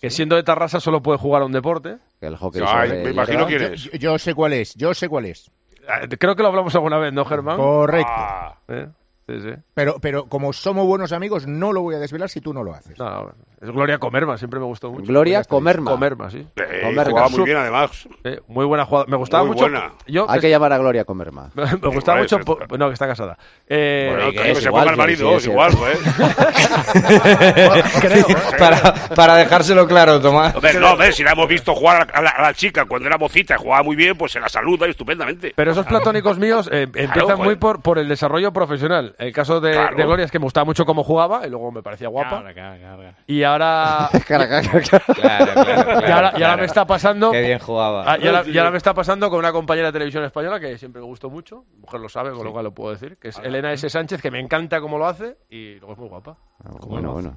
Speaker 5: que siendo de Tarrasa solo puede jugar a un deporte.
Speaker 4: El hockey
Speaker 26: sobre me imagino hielo. quién es.
Speaker 29: Yo, yo sé cuál es, yo sé cuál es.
Speaker 5: Ah, Creo que lo hablamos alguna vez, ¿no, Germán?
Speaker 29: Correcto.
Speaker 5: ¿Eh? Sí, sí.
Speaker 29: Pero, pero como somos buenos amigos, no lo voy a desvelar si tú no lo haces.
Speaker 5: No, no, es Gloria Comerma, siempre me gustó mucho. Pues
Speaker 4: Gloria Comerma.
Speaker 5: Comerma, sí.
Speaker 26: Eh, jugaba muy bien, además.
Speaker 5: Eh, muy buena jugada. Me gustaba
Speaker 26: Muy
Speaker 5: mucho.
Speaker 26: buena.
Speaker 5: Yo,
Speaker 4: Hay que llamar a Gloria Comerma.
Speaker 5: me
Speaker 4: Igual,
Speaker 5: gustaba mucho.
Speaker 4: pero-
Speaker 5: po- No, que está casada. Eh,
Speaker 4: Bueno, que se ponga el marido, es igual,
Speaker 31: pues.
Speaker 11: pues.
Speaker 30: Creo, ¿eh? para, para dejárselo claro, Tomás.
Speaker 26: Hombre, no, hombre, si la hemos visto jugar a la, a la chica cuando era mocita, jugaba muy bien, pues se la saluda y estupendamente.
Speaker 5: Pero esos platónicos míos eh, empiezan
Speaker 26: joder.
Speaker 5: muy por, por el desarrollo profesional. El caso de,
Speaker 26: Claro.
Speaker 5: de Gloria es que me gustaba mucho cómo jugaba y luego me parecía guapa. Y ahora.
Speaker 4: Claro, claro,
Speaker 30: Claro, claro,
Speaker 5: y ahora, y ahora
Speaker 30: claro.
Speaker 5: me está pasando.
Speaker 30: Qué bien jugaba.
Speaker 5: Ah, y ahora, y ahora me está pasando con una compañera de televisión española que siempre me gustó mucho. mi Mujer lo sabe, con lo cual lo puedo decir. Que es Elena S. Sánchez, que me encanta cómo lo hace y luego es muy guapa.
Speaker 4: Bueno, bueno. Bueno,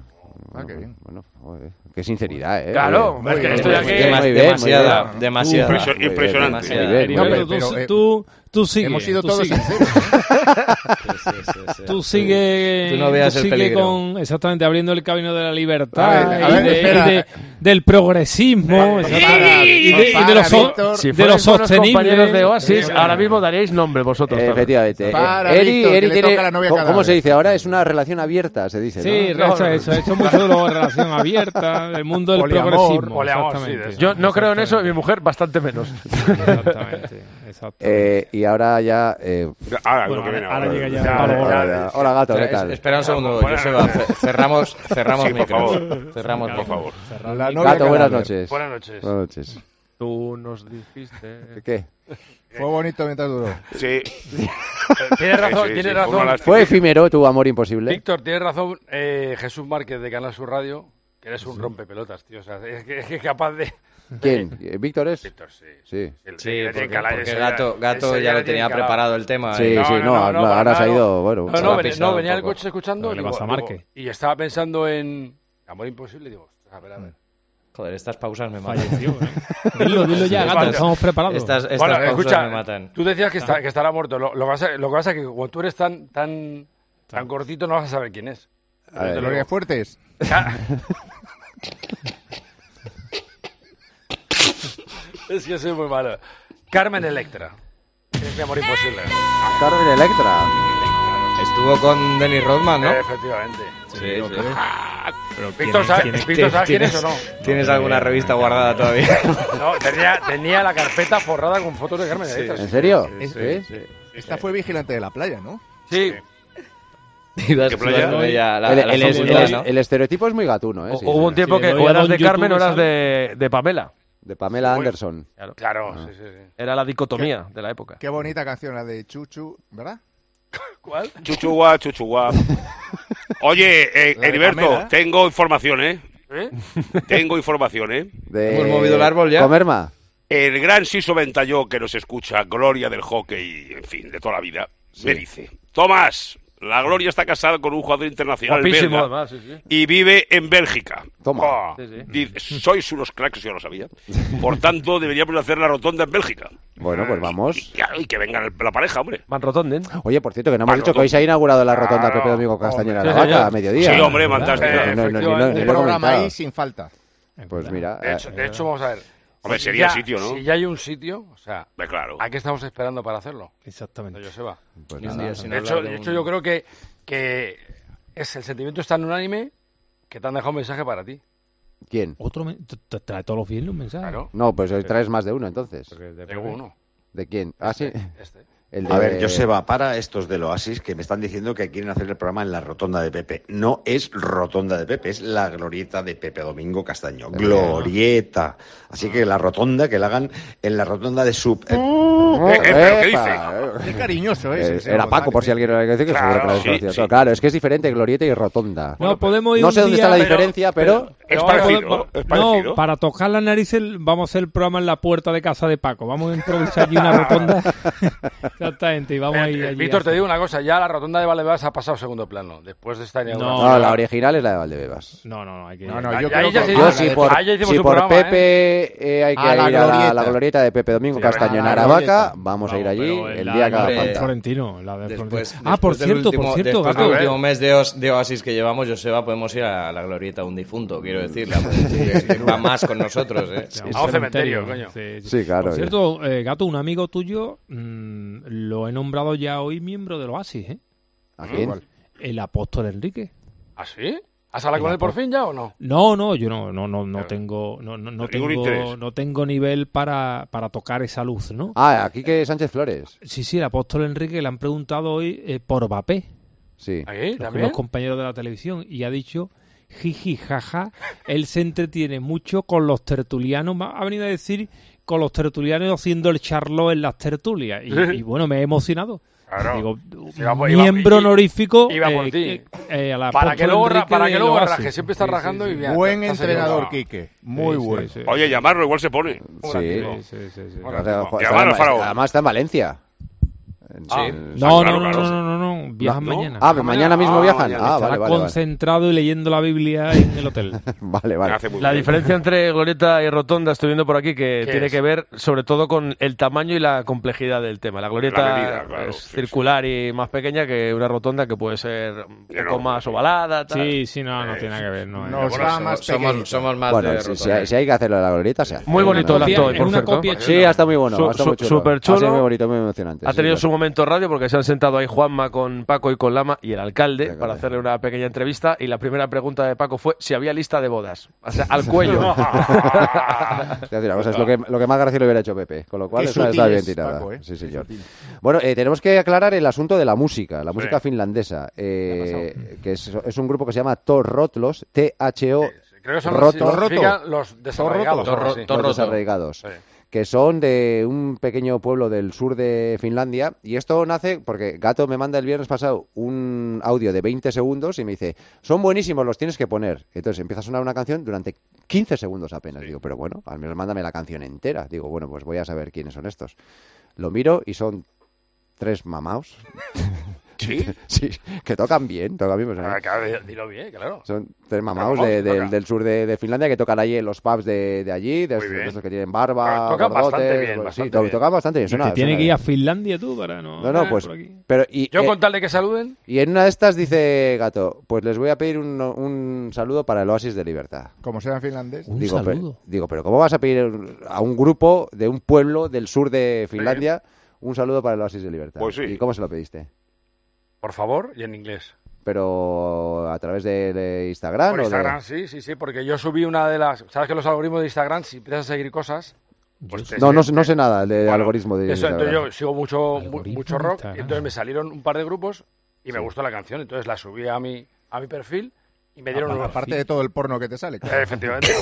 Speaker 5: Ah, qué bien.
Speaker 4: bueno, joder, qué sinceridad, ¿eh?
Speaker 5: Claro,
Speaker 4: Muy
Speaker 5: es que
Speaker 4: bien,
Speaker 5: estoy
Speaker 4: muy
Speaker 5: aquí-
Speaker 4: bien, muy
Speaker 30: Demas-
Speaker 4: bien, muy bien.
Speaker 30: demasiada,
Speaker 4: Muy
Speaker 30: demasiada.
Speaker 4: bien, muy bien,
Speaker 30: Impresionante.
Speaker 4: muy bien,
Speaker 30: Demasiada.
Speaker 4: muy bien.
Speaker 30: No, pero
Speaker 5: eh,
Speaker 30: eh,
Speaker 28: Tú, tú, tú sigue.
Speaker 30: hemos sido
Speaker 28: tú
Speaker 30: todos
Speaker 28: sigue.
Speaker 30: sinceros,
Speaker 28: Tú sigue,
Speaker 30: Tú no veas
Speaker 28: tú
Speaker 30: el
Speaker 28: sigue
Speaker 30: peligro.
Speaker 28: con exactamente abriendo el camino de la libertad
Speaker 30: A ver,
Speaker 28: Ah, y
Speaker 30: a ver,
Speaker 28: de- y
Speaker 30: espera.
Speaker 28: de- del progresismo exactamente, y de, y de lo, so-
Speaker 5: Si
Speaker 28: de lo
Speaker 5: fuerais buenos compañeros
Speaker 28: sostenible.
Speaker 5: de Oasis, ah. ahora mismo daréis nombre vosotros. también.
Speaker 4: Efectivamente.
Speaker 5: Para,
Speaker 4: Eri-
Speaker 5: Víctor,
Speaker 4: Eri
Speaker 5: que le
Speaker 4: tiene-
Speaker 5: toca la novia
Speaker 4: ¿cómo- ¿Cómo
Speaker 5: cadáver.
Speaker 4: se dice ahora? Es una relación abierta, se dice,
Speaker 28: Sí,
Speaker 4: ¿no?
Speaker 28: eso, eso, eso mucho de lo de relación abierta, del mundo del progresismo. exactamente.
Speaker 5: Yo no creo en eso y mi mujer bastante menos.
Speaker 28: Exactamente.
Speaker 4: Eh, y ahora ya... eh,
Speaker 26: Ahora,
Speaker 28: Bueno,
Speaker 26: lo que viene
Speaker 28: ahora llega ya
Speaker 26: Ya,
Speaker 28: Pablo
Speaker 26: ya,
Speaker 4: Hola, hola, gato, ¿qué
Speaker 30: Es-
Speaker 4: tal?
Speaker 30: Espera un segundo, Joseba. ce- Cerramos, cerramos
Speaker 26: Sí, por
Speaker 30: micros.
Speaker 26: favor.
Speaker 30: Cerramos
Speaker 26: Por
Speaker 30: micros.
Speaker 26: favor.
Speaker 4: Gato, buenas noches. Buenas noches.
Speaker 5: Tú nos dijiste.
Speaker 29: ¿Qué? Fue bonito mientras duró.
Speaker 26: Sí.
Speaker 5: Tienes razón,
Speaker 26: Sí, sí,
Speaker 5: tienes
Speaker 26: sí, fue una
Speaker 5: razón.
Speaker 26: lástima.
Speaker 4: Fue efímero tu amor imposible.
Speaker 31: Víctor, tienes razón. eh, Jesús Márquez de Canal Sur Radio, que eres un rompepelotas, tío. O sea, es que es que es capaz de.
Speaker 4: ¿Quién? ¿Eh, ¿Víctor es?
Speaker 31: Víctor, sí.
Speaker 4: Sí.
Speaker 31: el-
Speaker 11: Sí,
Speaker 31: el- el-
Speaker 11: porque-
Speaker 31: calado,
Speaker 11: porque
Speaker 31: ese
Speaker 11: Gato- Gato
Speaker 31: ese
Speaker 11: ya lo
Speaker 31: tiene
Speaker 11: tenía
Speaker 31: calado.
Speaker 11: preparado el tema,
Speaker 4: Sí, sí, no, ahora-
Speaker 31: para
Speaker 4: ahora se ha
Speaker 31: nada.
Speaker 4: ido, bueno,
Speaker 31: No,
Speaker 4: eh. se
Speaker 31: no,
Speaker 4: lo ha
Speaker 31: venía-
Speaker 4: pisado
Speaker 31: no, venía
Speaker 4: un
Speaker 31: en el
Speaker 4: poco.
Speaker 31: coche escuchando.
Speaker 11: Lo que le
Speaker 31: digo-
Speaker 11: pasa a
Speaker 31: digo-
Speaker 11: Márquez.
Speaker 31: y estaba pensando en Amor Imposible. y Digo, ostras, a ver, a ver.
Speaker 11: Joder, estas pausas me matan.
Speaker 31: Falleció,
Speaker 28: ¿eh? Dilo, dilo ya, gato,
Speaker 31: Vale.
Speaker 28: estamos preparados.
Speaker 11: ¿eh? Estas, estas
Speaker 31: bueno,
Speaker 11: pausas
Speaker 31: escucha,
Speaker 11: me matan.
Speaker 31: tú decías que, está-
Speaker 11: Ah.
Speaker 31: que estará muerto. Lo, lo que pasa- lo que pasa es que como tú eres tan, tan, tan cortito, no vas a saber quién es.
Speaker 4: A ver.
Speaker 31: Te lo
Speaker 29: Gloria
Speaker 31: digo.
Speaker 29: Fuertes.
Speaker 31: Ah. es que soy muy malo. Carmen Electra. Es mi amor imposible.
Speaker 4: Carmen Electra.
Speaker 11: Estuvo con Dennis Rodman, ¿no?
Speaker 31: Eh, Efectivamente.
Speaker 11: Sí, sí. Ah,
Speaker 31: Víctor, ¿sabes
Speaker 11: ¿Tienes-
Speaker 31: Víctor, ¿sabes quién es o no?
Speaker 11: ¿Tienes, ¿tienes alguna revista guardada todavía?
Speaker 31: No, tenía, tenía la carpeta forrada con fotos de Carmen
Speaker 11: Sí.
Speaker 31: Electra.
Speaker 11: ¿En serio?
Speaker 31: Sí,
Speaker 11: Sí,
Speaker 31: sí,
Speaker 11: sí.
Speaker 29: Esta fue vigilante de la playa, ¿no?
Speaker 31: Sí.
Speaker 11: Ibas- ibas
Speaker 4: El,
Speaker 11: con ella a la- a la
Speaker 4: el- el-
Speaker 11: facultad,
Speaker 4: el-
Speaker 11: ¿no?
Speaker 4: el estereotipo es muy gatuno, ¿eh? Sí,
Speaker 5: Hubo un
Speaker 4: sí.
Speaker 5: tiempo que o eras de Carmen o eras de, de Pamela.
Speaker 4: De Pamela Anderson.
Speaker 5: Claro,
Speaker 4: Ah.
Speaker 31: sí, sí.
Speaker 5: Era la dicotomía de la época.
Speaker 29: Qué bonita canción la de Chuchu, ¿verdad?
Speaker 31: ¿Cuál?
Speaker 26: Chuchuá, chuchuá. Oye, eh,
Speaker 29: La de
Speaker 26: Heriberto,
Speaker 29: Pamela.
Speaker 26: tengo información, ¿eh? Tengo información, ¿eh?
Speaker 4: De...
Speaker 26: Hemos movido el árbol ya.
Speaker 4: Comerma.
Speaker 26: El gran Siso Ventalló que nos escucha, gloria del hockey, en fin, de toda la vida, me dice: Tomás, la gloria está casada con un jugador internacional
Speaker 5: Guapísimo,
Speaker 26: belga
Speaker 5: además, sí, sí.
Speaker 26: y vive en Bélgica.
Speaker 5: Toma.
Speaker 26: Oh,
Speaker 5: Sí, sí.
Speaker 26: dice, Sois unos cracks, yo lo sabía. Por tanto, deberíamos hacer la rotonda en Bélgica.
Speaker 4: Bueno, pues vamos.
Speaker 26: Claro, y que venga el- la pareja, hombre.
Speaker 5: Van Rotonden.
Speaker 4: Oye, por cierto, que no hemos
Speaker 26: Ah,
Speaker 4: dicho que
Speaker 26: rotonda.
Speaker 4: hoy se ha inaugurado la rotonda
Speaker 26: Claro.
Speaker 4: Pepe Domingo Castaño en
Speaker 26: Hombre.
Speaker 4: la
Speaker 26: Sí, señor.
Speaker 4: vaca a mediodía.
Speaker 26: Sí, hombre,
Speaker 4: Eh,
Speaker 26: fantástico.
Speaker 4: no, no, ni- no, ni- ni
Speaker 29: Un
Speaker 4: lo he
Speaker 29: programa
Speaker 4: comentado.
Speaker 29: ahí sin falta.
Speaker 4: Pues mira,
Speaker 31: De
Speaker 4: eh,
Speaker 31: hecho, de hecho, vamos a ver.
Speaker 26: Ah, Hombre,
Speaker 31: Si
Speaker 26: sería
Speaker 31: ya-
Speaker 26: sitio, ¿no?
Speaker 31: Si ya hay un sitio, o sea,
Speaker 26: claro.
Speaker 31: ¿a qué estamos esperando para hacerlo?
Speaker 28: Exactamente.
Speaker 31: Joseba.
Speaker 4: Pues
Speaker 28: nada.
Speaker 31: de,
Speaker 28: sin
Speaker 31: hecho,
Speaker 28: hablar de
Speaker 31: de
Speaker 28: un-
Speaker 31: hecho, yo creo que, que es, el sentimiento es tan unánime que te han dejado un mensaje para ti.
Speaker 4: eh, ¿quién?
Speaker 28: Otro me- t- t- trae todos los viernes un mensaje.
Speaker 4: No, pues hoy traes más de uno entonces.
Speaker 31: Tengo uno.
Speaker 4: ¿De quién? Ah,
Speaker 26: Este,
Speaker 4: sí. El
Speaker 8: A
Speaker 4: de-
Speaker 8: ver, Joseba, para estos del Oasis que me están diciendo que quieren hacer el programa en la Rotonda de Pepe. No es Rotonda de Pepe, es la glorieta de Pepe Domingo Castaño. Glorieta. Así que la rotonda que la hagan en la rotonda de Sub.
Speaker 4: Eh, pero ¿qué Epa.
Speaker 29: Qué cariñoso es.
Speaker 4: Eh,
Speaker 29: ese
Speaker 4: era
Speaker 29: hombre.
Speaker 4: Paco, por si alguien lo quiere decir, que
Speaker 29: Claro,
Speaker 4: seguro que lo ha
Speaker 29: sí,
Speaker 4: desconocido.
Speaker 29: sí.
Speaker 4: No, Claro, es que es diferente glorieta y rotonda.
Speaker 28: No, podemos ir
Speaker 4: No
Speaker 28: un
Speaker 4: sé dónde
Speaker 28: día-
Speaker 4: está la
Speaker 28: pero-
Speaker 4: diferencia, pero...
Speaker 26: Es
Speaker 28: No,
Speaker 26: parecido,
Speaker 28: podemos-
Speaker 26: es
Speaker 28: No,
Speaker 26: parecido.
Speaker 28: para tocar la nariz el- vamos a hacer el programa en la puerta de casa de Paco. Vamos a improvisar allí una rotonda. Exactamente, y vamos a ir allí.
Speaker 31: Eh, Víctor,
Speaker 28: a-
Speaker 31: te digo una cosa, ya la rotonda de Valdebebas ha pasado a segundo plano. Después de esta inauguración.
Speaker 4: No, la original es la de Valdebebas.
Speaker 28: No, no, no, hay que...
Speaker 31: No, no, yo
Speaker 28: Ahí
Speaker 31: creo
Speaker 28: ¿eh? ya
Speaker 31: que-
Speaker 28: se
Speaker 31: Yo
Speaker 28: hizo-
Speaker 4: Yo sí, por,
Speaker 31: eh. ahí ya hicimos
Speaker 4: si
Speaker 31: un
Speaker 4: por
Speaker 31: programa,
Speaker 4: Pepe eh, hay que
Speaker 28: A la
Speaker 4: ir a la- a la
Speaker 28: glorieta.
Speaker 4: glorieta de Pepe Domingo
Speaker 28: Sí,
Speaker 4: Castaño
Speaker 28: a
Speaker 4: en
Speaker 28: la
Speaker 4: Aravaca,
Speaker 28: glorieta.
Speaker 4: vamos a ir allí
Speaker 28: Pero en
Speaker 4: el
Speaker 28: la
Speaker 4: día que haga
Speaker 28: de
Speaker 4: falta.
Speaker 28: Eh, Florentino, la de
Speaker 11: Después-
Speaker 28: Florentino. Ah, por
Speaker 11: después del
Speaker 28: cierto,
Speaker 11: último-
Speaker 28: por cierto,
Speaker 11: después
Speaker 28: gato.
Speaker 11: del último mes de, Os- de Oasis que llevamos, Joseba, podemos ir a la glorieta un difunto, quiero decir. La que va más con nosotros, ¿eh?
Speaker 28: Sí, sí.
Speaker 4: Sí, claro.
Speaker 28: Por cierto, eh, Gato, un amigo tuyo mm, lo he nombrado ya hoy miembro del Oasis, ¿eh?
Speaker 4: ¿A quién? ¿Cuál?
Speaker 28: El apóstol Enrique.
Speaker 31: ¿Ah, sí? ¿Has hablado con
Speaker 28: El
Speaker 31: él por
Speaker 28: apóstol.
Speaker 31: fin ya o no?
Speaker 28: No, no, yo no, no, no, no tengo, no, no, no
Speaker 31: Ningún
Speaker 28: tengo,
Speaker 31: interés.
Speaker 28: no tengo nivel para, para tocar esa luz, ¿no?
Speaker 4: Ah, aquí que Sánchez Flores.
Speaker 28: Sí, sí, el apóstol Enrique le han preguntado hoy eh, por Mbappé.
Speaker 4: Sí.
Speaker 31: ¿Ah, eh?
Speaker 28: Los-
Speaker 4: también?
Speaker 28: Los compañeros de la televisión. Y ha dicho, jiji, jaja, él se entretiene mucho con los tertulianos. Ma- Ha venido a decir con los tertulianos haciendo el charlo en las tertulias. Y, y bueno, me he emocionado.
Speaker 31: Claro.
Speaker 28: Digo,
Speaker 31: Sí, va por- iba-
Speaker 28: miembro
Speaker 31: i-
Speaker 28: honorífico
Speaker 31: iba por
Speaker 28: eh,
Speaker 31: ti.
Speaker 28: eh, eh, al
Speaker 31: Para que
Speaker 28: apóstol
Speaker 31: luego, ra-
Speaker 28: Enrique
Speaker 31: para que
Speaker 28: del
Speaker 31: luego
Speaker 28: Oasis.
Speaker 31: raje, siempre está rajando y mira,
Speaker 29: Buen
Speaker 31: estás
Speaker 29: entrenador,
Speaker 31: equivocado.
Speaker 29: Quique. Muy bueno.
Speaker 26: Oye, llamarlo, igual se pone.
Speaker 4: Sí.
Speaker 26: Bueno,
Speaker 4: O sea,
Speaker 26: llama-
Speaker 4: jo- está
Speaker 26: llamarlo,
Speaker 4: en-
Speaker 26: Faraón.
Speaker 4: además está en Valencia. En-
Speaker 28: Ah.
Speaker 4: en-
Speaker 28: No, no, no, no, no, no, no, viajan
Speaker 4: No, no.
Speaker 28: mañana.
Speaker 4: Ah, pero mañana mismo viajan.
Speaker 28: mañana.
Speaker 4: Ah,
Speaker 28: Estará
Speaker 4: vale, vale, vale.
Speaker 28: concentrado y leyendo la Biblia en el hotel.
Speaker 4: Vale, vale.
Speaker 5: La diferencia entre Glorieta y Rotonda estoy viendo por aquí que
Speaker 28: ¿Qué
Speaker 5: tiene
Speaker 28: es?
Speaker 5: que ver sobre todo con el tamaño y la complejidad del tema. La Glorieta
Speaker 26: La medida, claro,
Speaker 5: es circular y más pequeña que una Rotonda que puede ser un poco más ovalada. Tal.
Speaker 28: Sí, sí, no, no tiene nada que ver. No, eh.
Speaker 5: Nos Bueno, va somos- más somos- pequeñito. somos más
Speaker 4: bueno,
Speaker 5: de ¿eh?
Speaker 4: si, si
Speaker 5: rotonda.
Speaker 4: hay, si hay que hacerlo en la glorieta, se hace.
Speaker 5: Muy bonito el
Speaker 4: Una
Speaker 5: acto
Speaker 4: copia-
Speaker 5: hoy, por
Speaker 4: una
Speaker 5: cierto.
Speaker 4: copia Sí, está muy bueno.
Speaker 5: Su-
Speaker 4: está muy
Speaker 5: su-
Speaker 4: chulo.
Speaker 5: superchulo.
Speaker 4: Ha sido muy bonito, muy emocionante.
Speaker 5: Ha
Speaker 4: sí,
Speaker 5: tenido
Speaker 4: sí.
Speaker 5: su momento radio porque se han sentado ahí Juanma con Paco y con Lama y el alcalde para hacerle una pequeña entrevista y la primera pregunta de Paco fue si había lista de bodas. O sea, al cuello.
Speaker 4: Te voy a decir una cosa, es lo que, lo que más gracia le hubiera hecho Pepe, con lo cual
Speaker 5: Qué
Speaker 4: está,
Speaker 5: sutil
Speaker 4: está bien
Speaker 5: es,
Speaker 4: tirada.
Speaker 5: Paco, ¿eh?
Speaker 4: Sí, señor. Bueno, eh, tenemos que aclarar el asunto de la música, la música finlandesa, eh, que es, es un grupo que se llama Torrotlos, T-H-O
Speaker 31: creo que son
Speaker 4: roto,
Speaker 31: los, significa los desarraigados.
Speaker 4: Torro-
Speaker 31: algo así.
Speaker 4: los desarraigados, que son de un pequeño pueblo del sur de Finlandia. Y esto nace porque Gato me manda el viernes pasado un audio de 20 segundos y me dice, son buenísimos, los tienes que poner. Entonces empieza a sonar una canción durante 15 segundos apenas. Digo, pero bueno, al menos mándame la canción entera. Digo, bueno, pues voy a saber quiénes son estos. Lo miro y son tres mamaos. ¿Sí? que tocan bien, tocan bien. pues,
Speaker 31: Ah,
Speaker 4: ¿eh?
Speaker 31: claro, dilo bien, claro.
Speaker 4: Son tres mamados de-
Speaker 31: Vamos,
Speaker 4: del-
Speaker 31: toca.
Speaker 4: del sur de, de Finlandia que tocan ahí en los pubs de, de allí, de,
Speaker 31: Muy
Speaker 4: esos- de
Speaker 31: bien.
Speaker 4: esos que tienen barba.
Speaker 31: Tocan
Speaker 4: gordotes,
Speaker 31: bastante bien,
Speaker 4: bueno, sí,
Speaker 31: bastante
Speaker 4: to-
Speaker 31: bien.
Speaker 4: tocan bastante bien.
Speaker 28: Y
Speaker 4: suena-
Speaker 28: te tiene
Speaker 4: suena
Speaker 28: que ir
Speaker 4: bien.
Speaker 28: a Finlandia tú para no.
Speaker 4: No, no,
Speaker 28: Ah,
Speaker 4: pues.
Speaker 28: por aquí.
Speaker 4: Pero, y,
Speaker 31: Yo
Speaker 4: eh,
Speaker 31: con tal de que saluden,
Speaker 4: y en una de estas dice Gato: Pues les voy a pedir un, un saludo para el Oasis de Libertad.
Speaker 29: Como sea en finlandés. pues,
Speaker 4: digo, pe- digo, pero ¿cómo vas a pedir a un grupo de un pueblo del sur de Finlandia un saludo para el Oasis de Libertad?
Speaker 31: Pues sí.
Speaker 4: ¿Y cómo se lo pediste?
Speaker 31: por favor, y en inglés.
Speaker 4: ¿Pero a través de, de Instagram?
Speaker 31: Por
Speaker 4: o de-
Speaker 31: Instagram, sí, sí, sí, porque yo subí una de las... ¿Sabes que los algoritmos de Instagram, si empiezas a seguir cosas... pues te-
Speaker 4: No, no,
Speaker 31: te-
Speaker 4: sé- no sé nada del algoritmo de
Speaker 31: Eso, entonces
Speaker 4: Instagram.
Speaker 31: yo sigo mucho, mu- mucho rock,
Speaker 4: Instagram.
Speaker 31: y entonces me salieron un par de grupos y me gustó la canción, entonces la subí a mi, a mi perfil y me dieron... un-
Speaker 29: Ah, Aparte de todo el porno que te sale. claro.
Speaker 31: Eh, Efectivamente.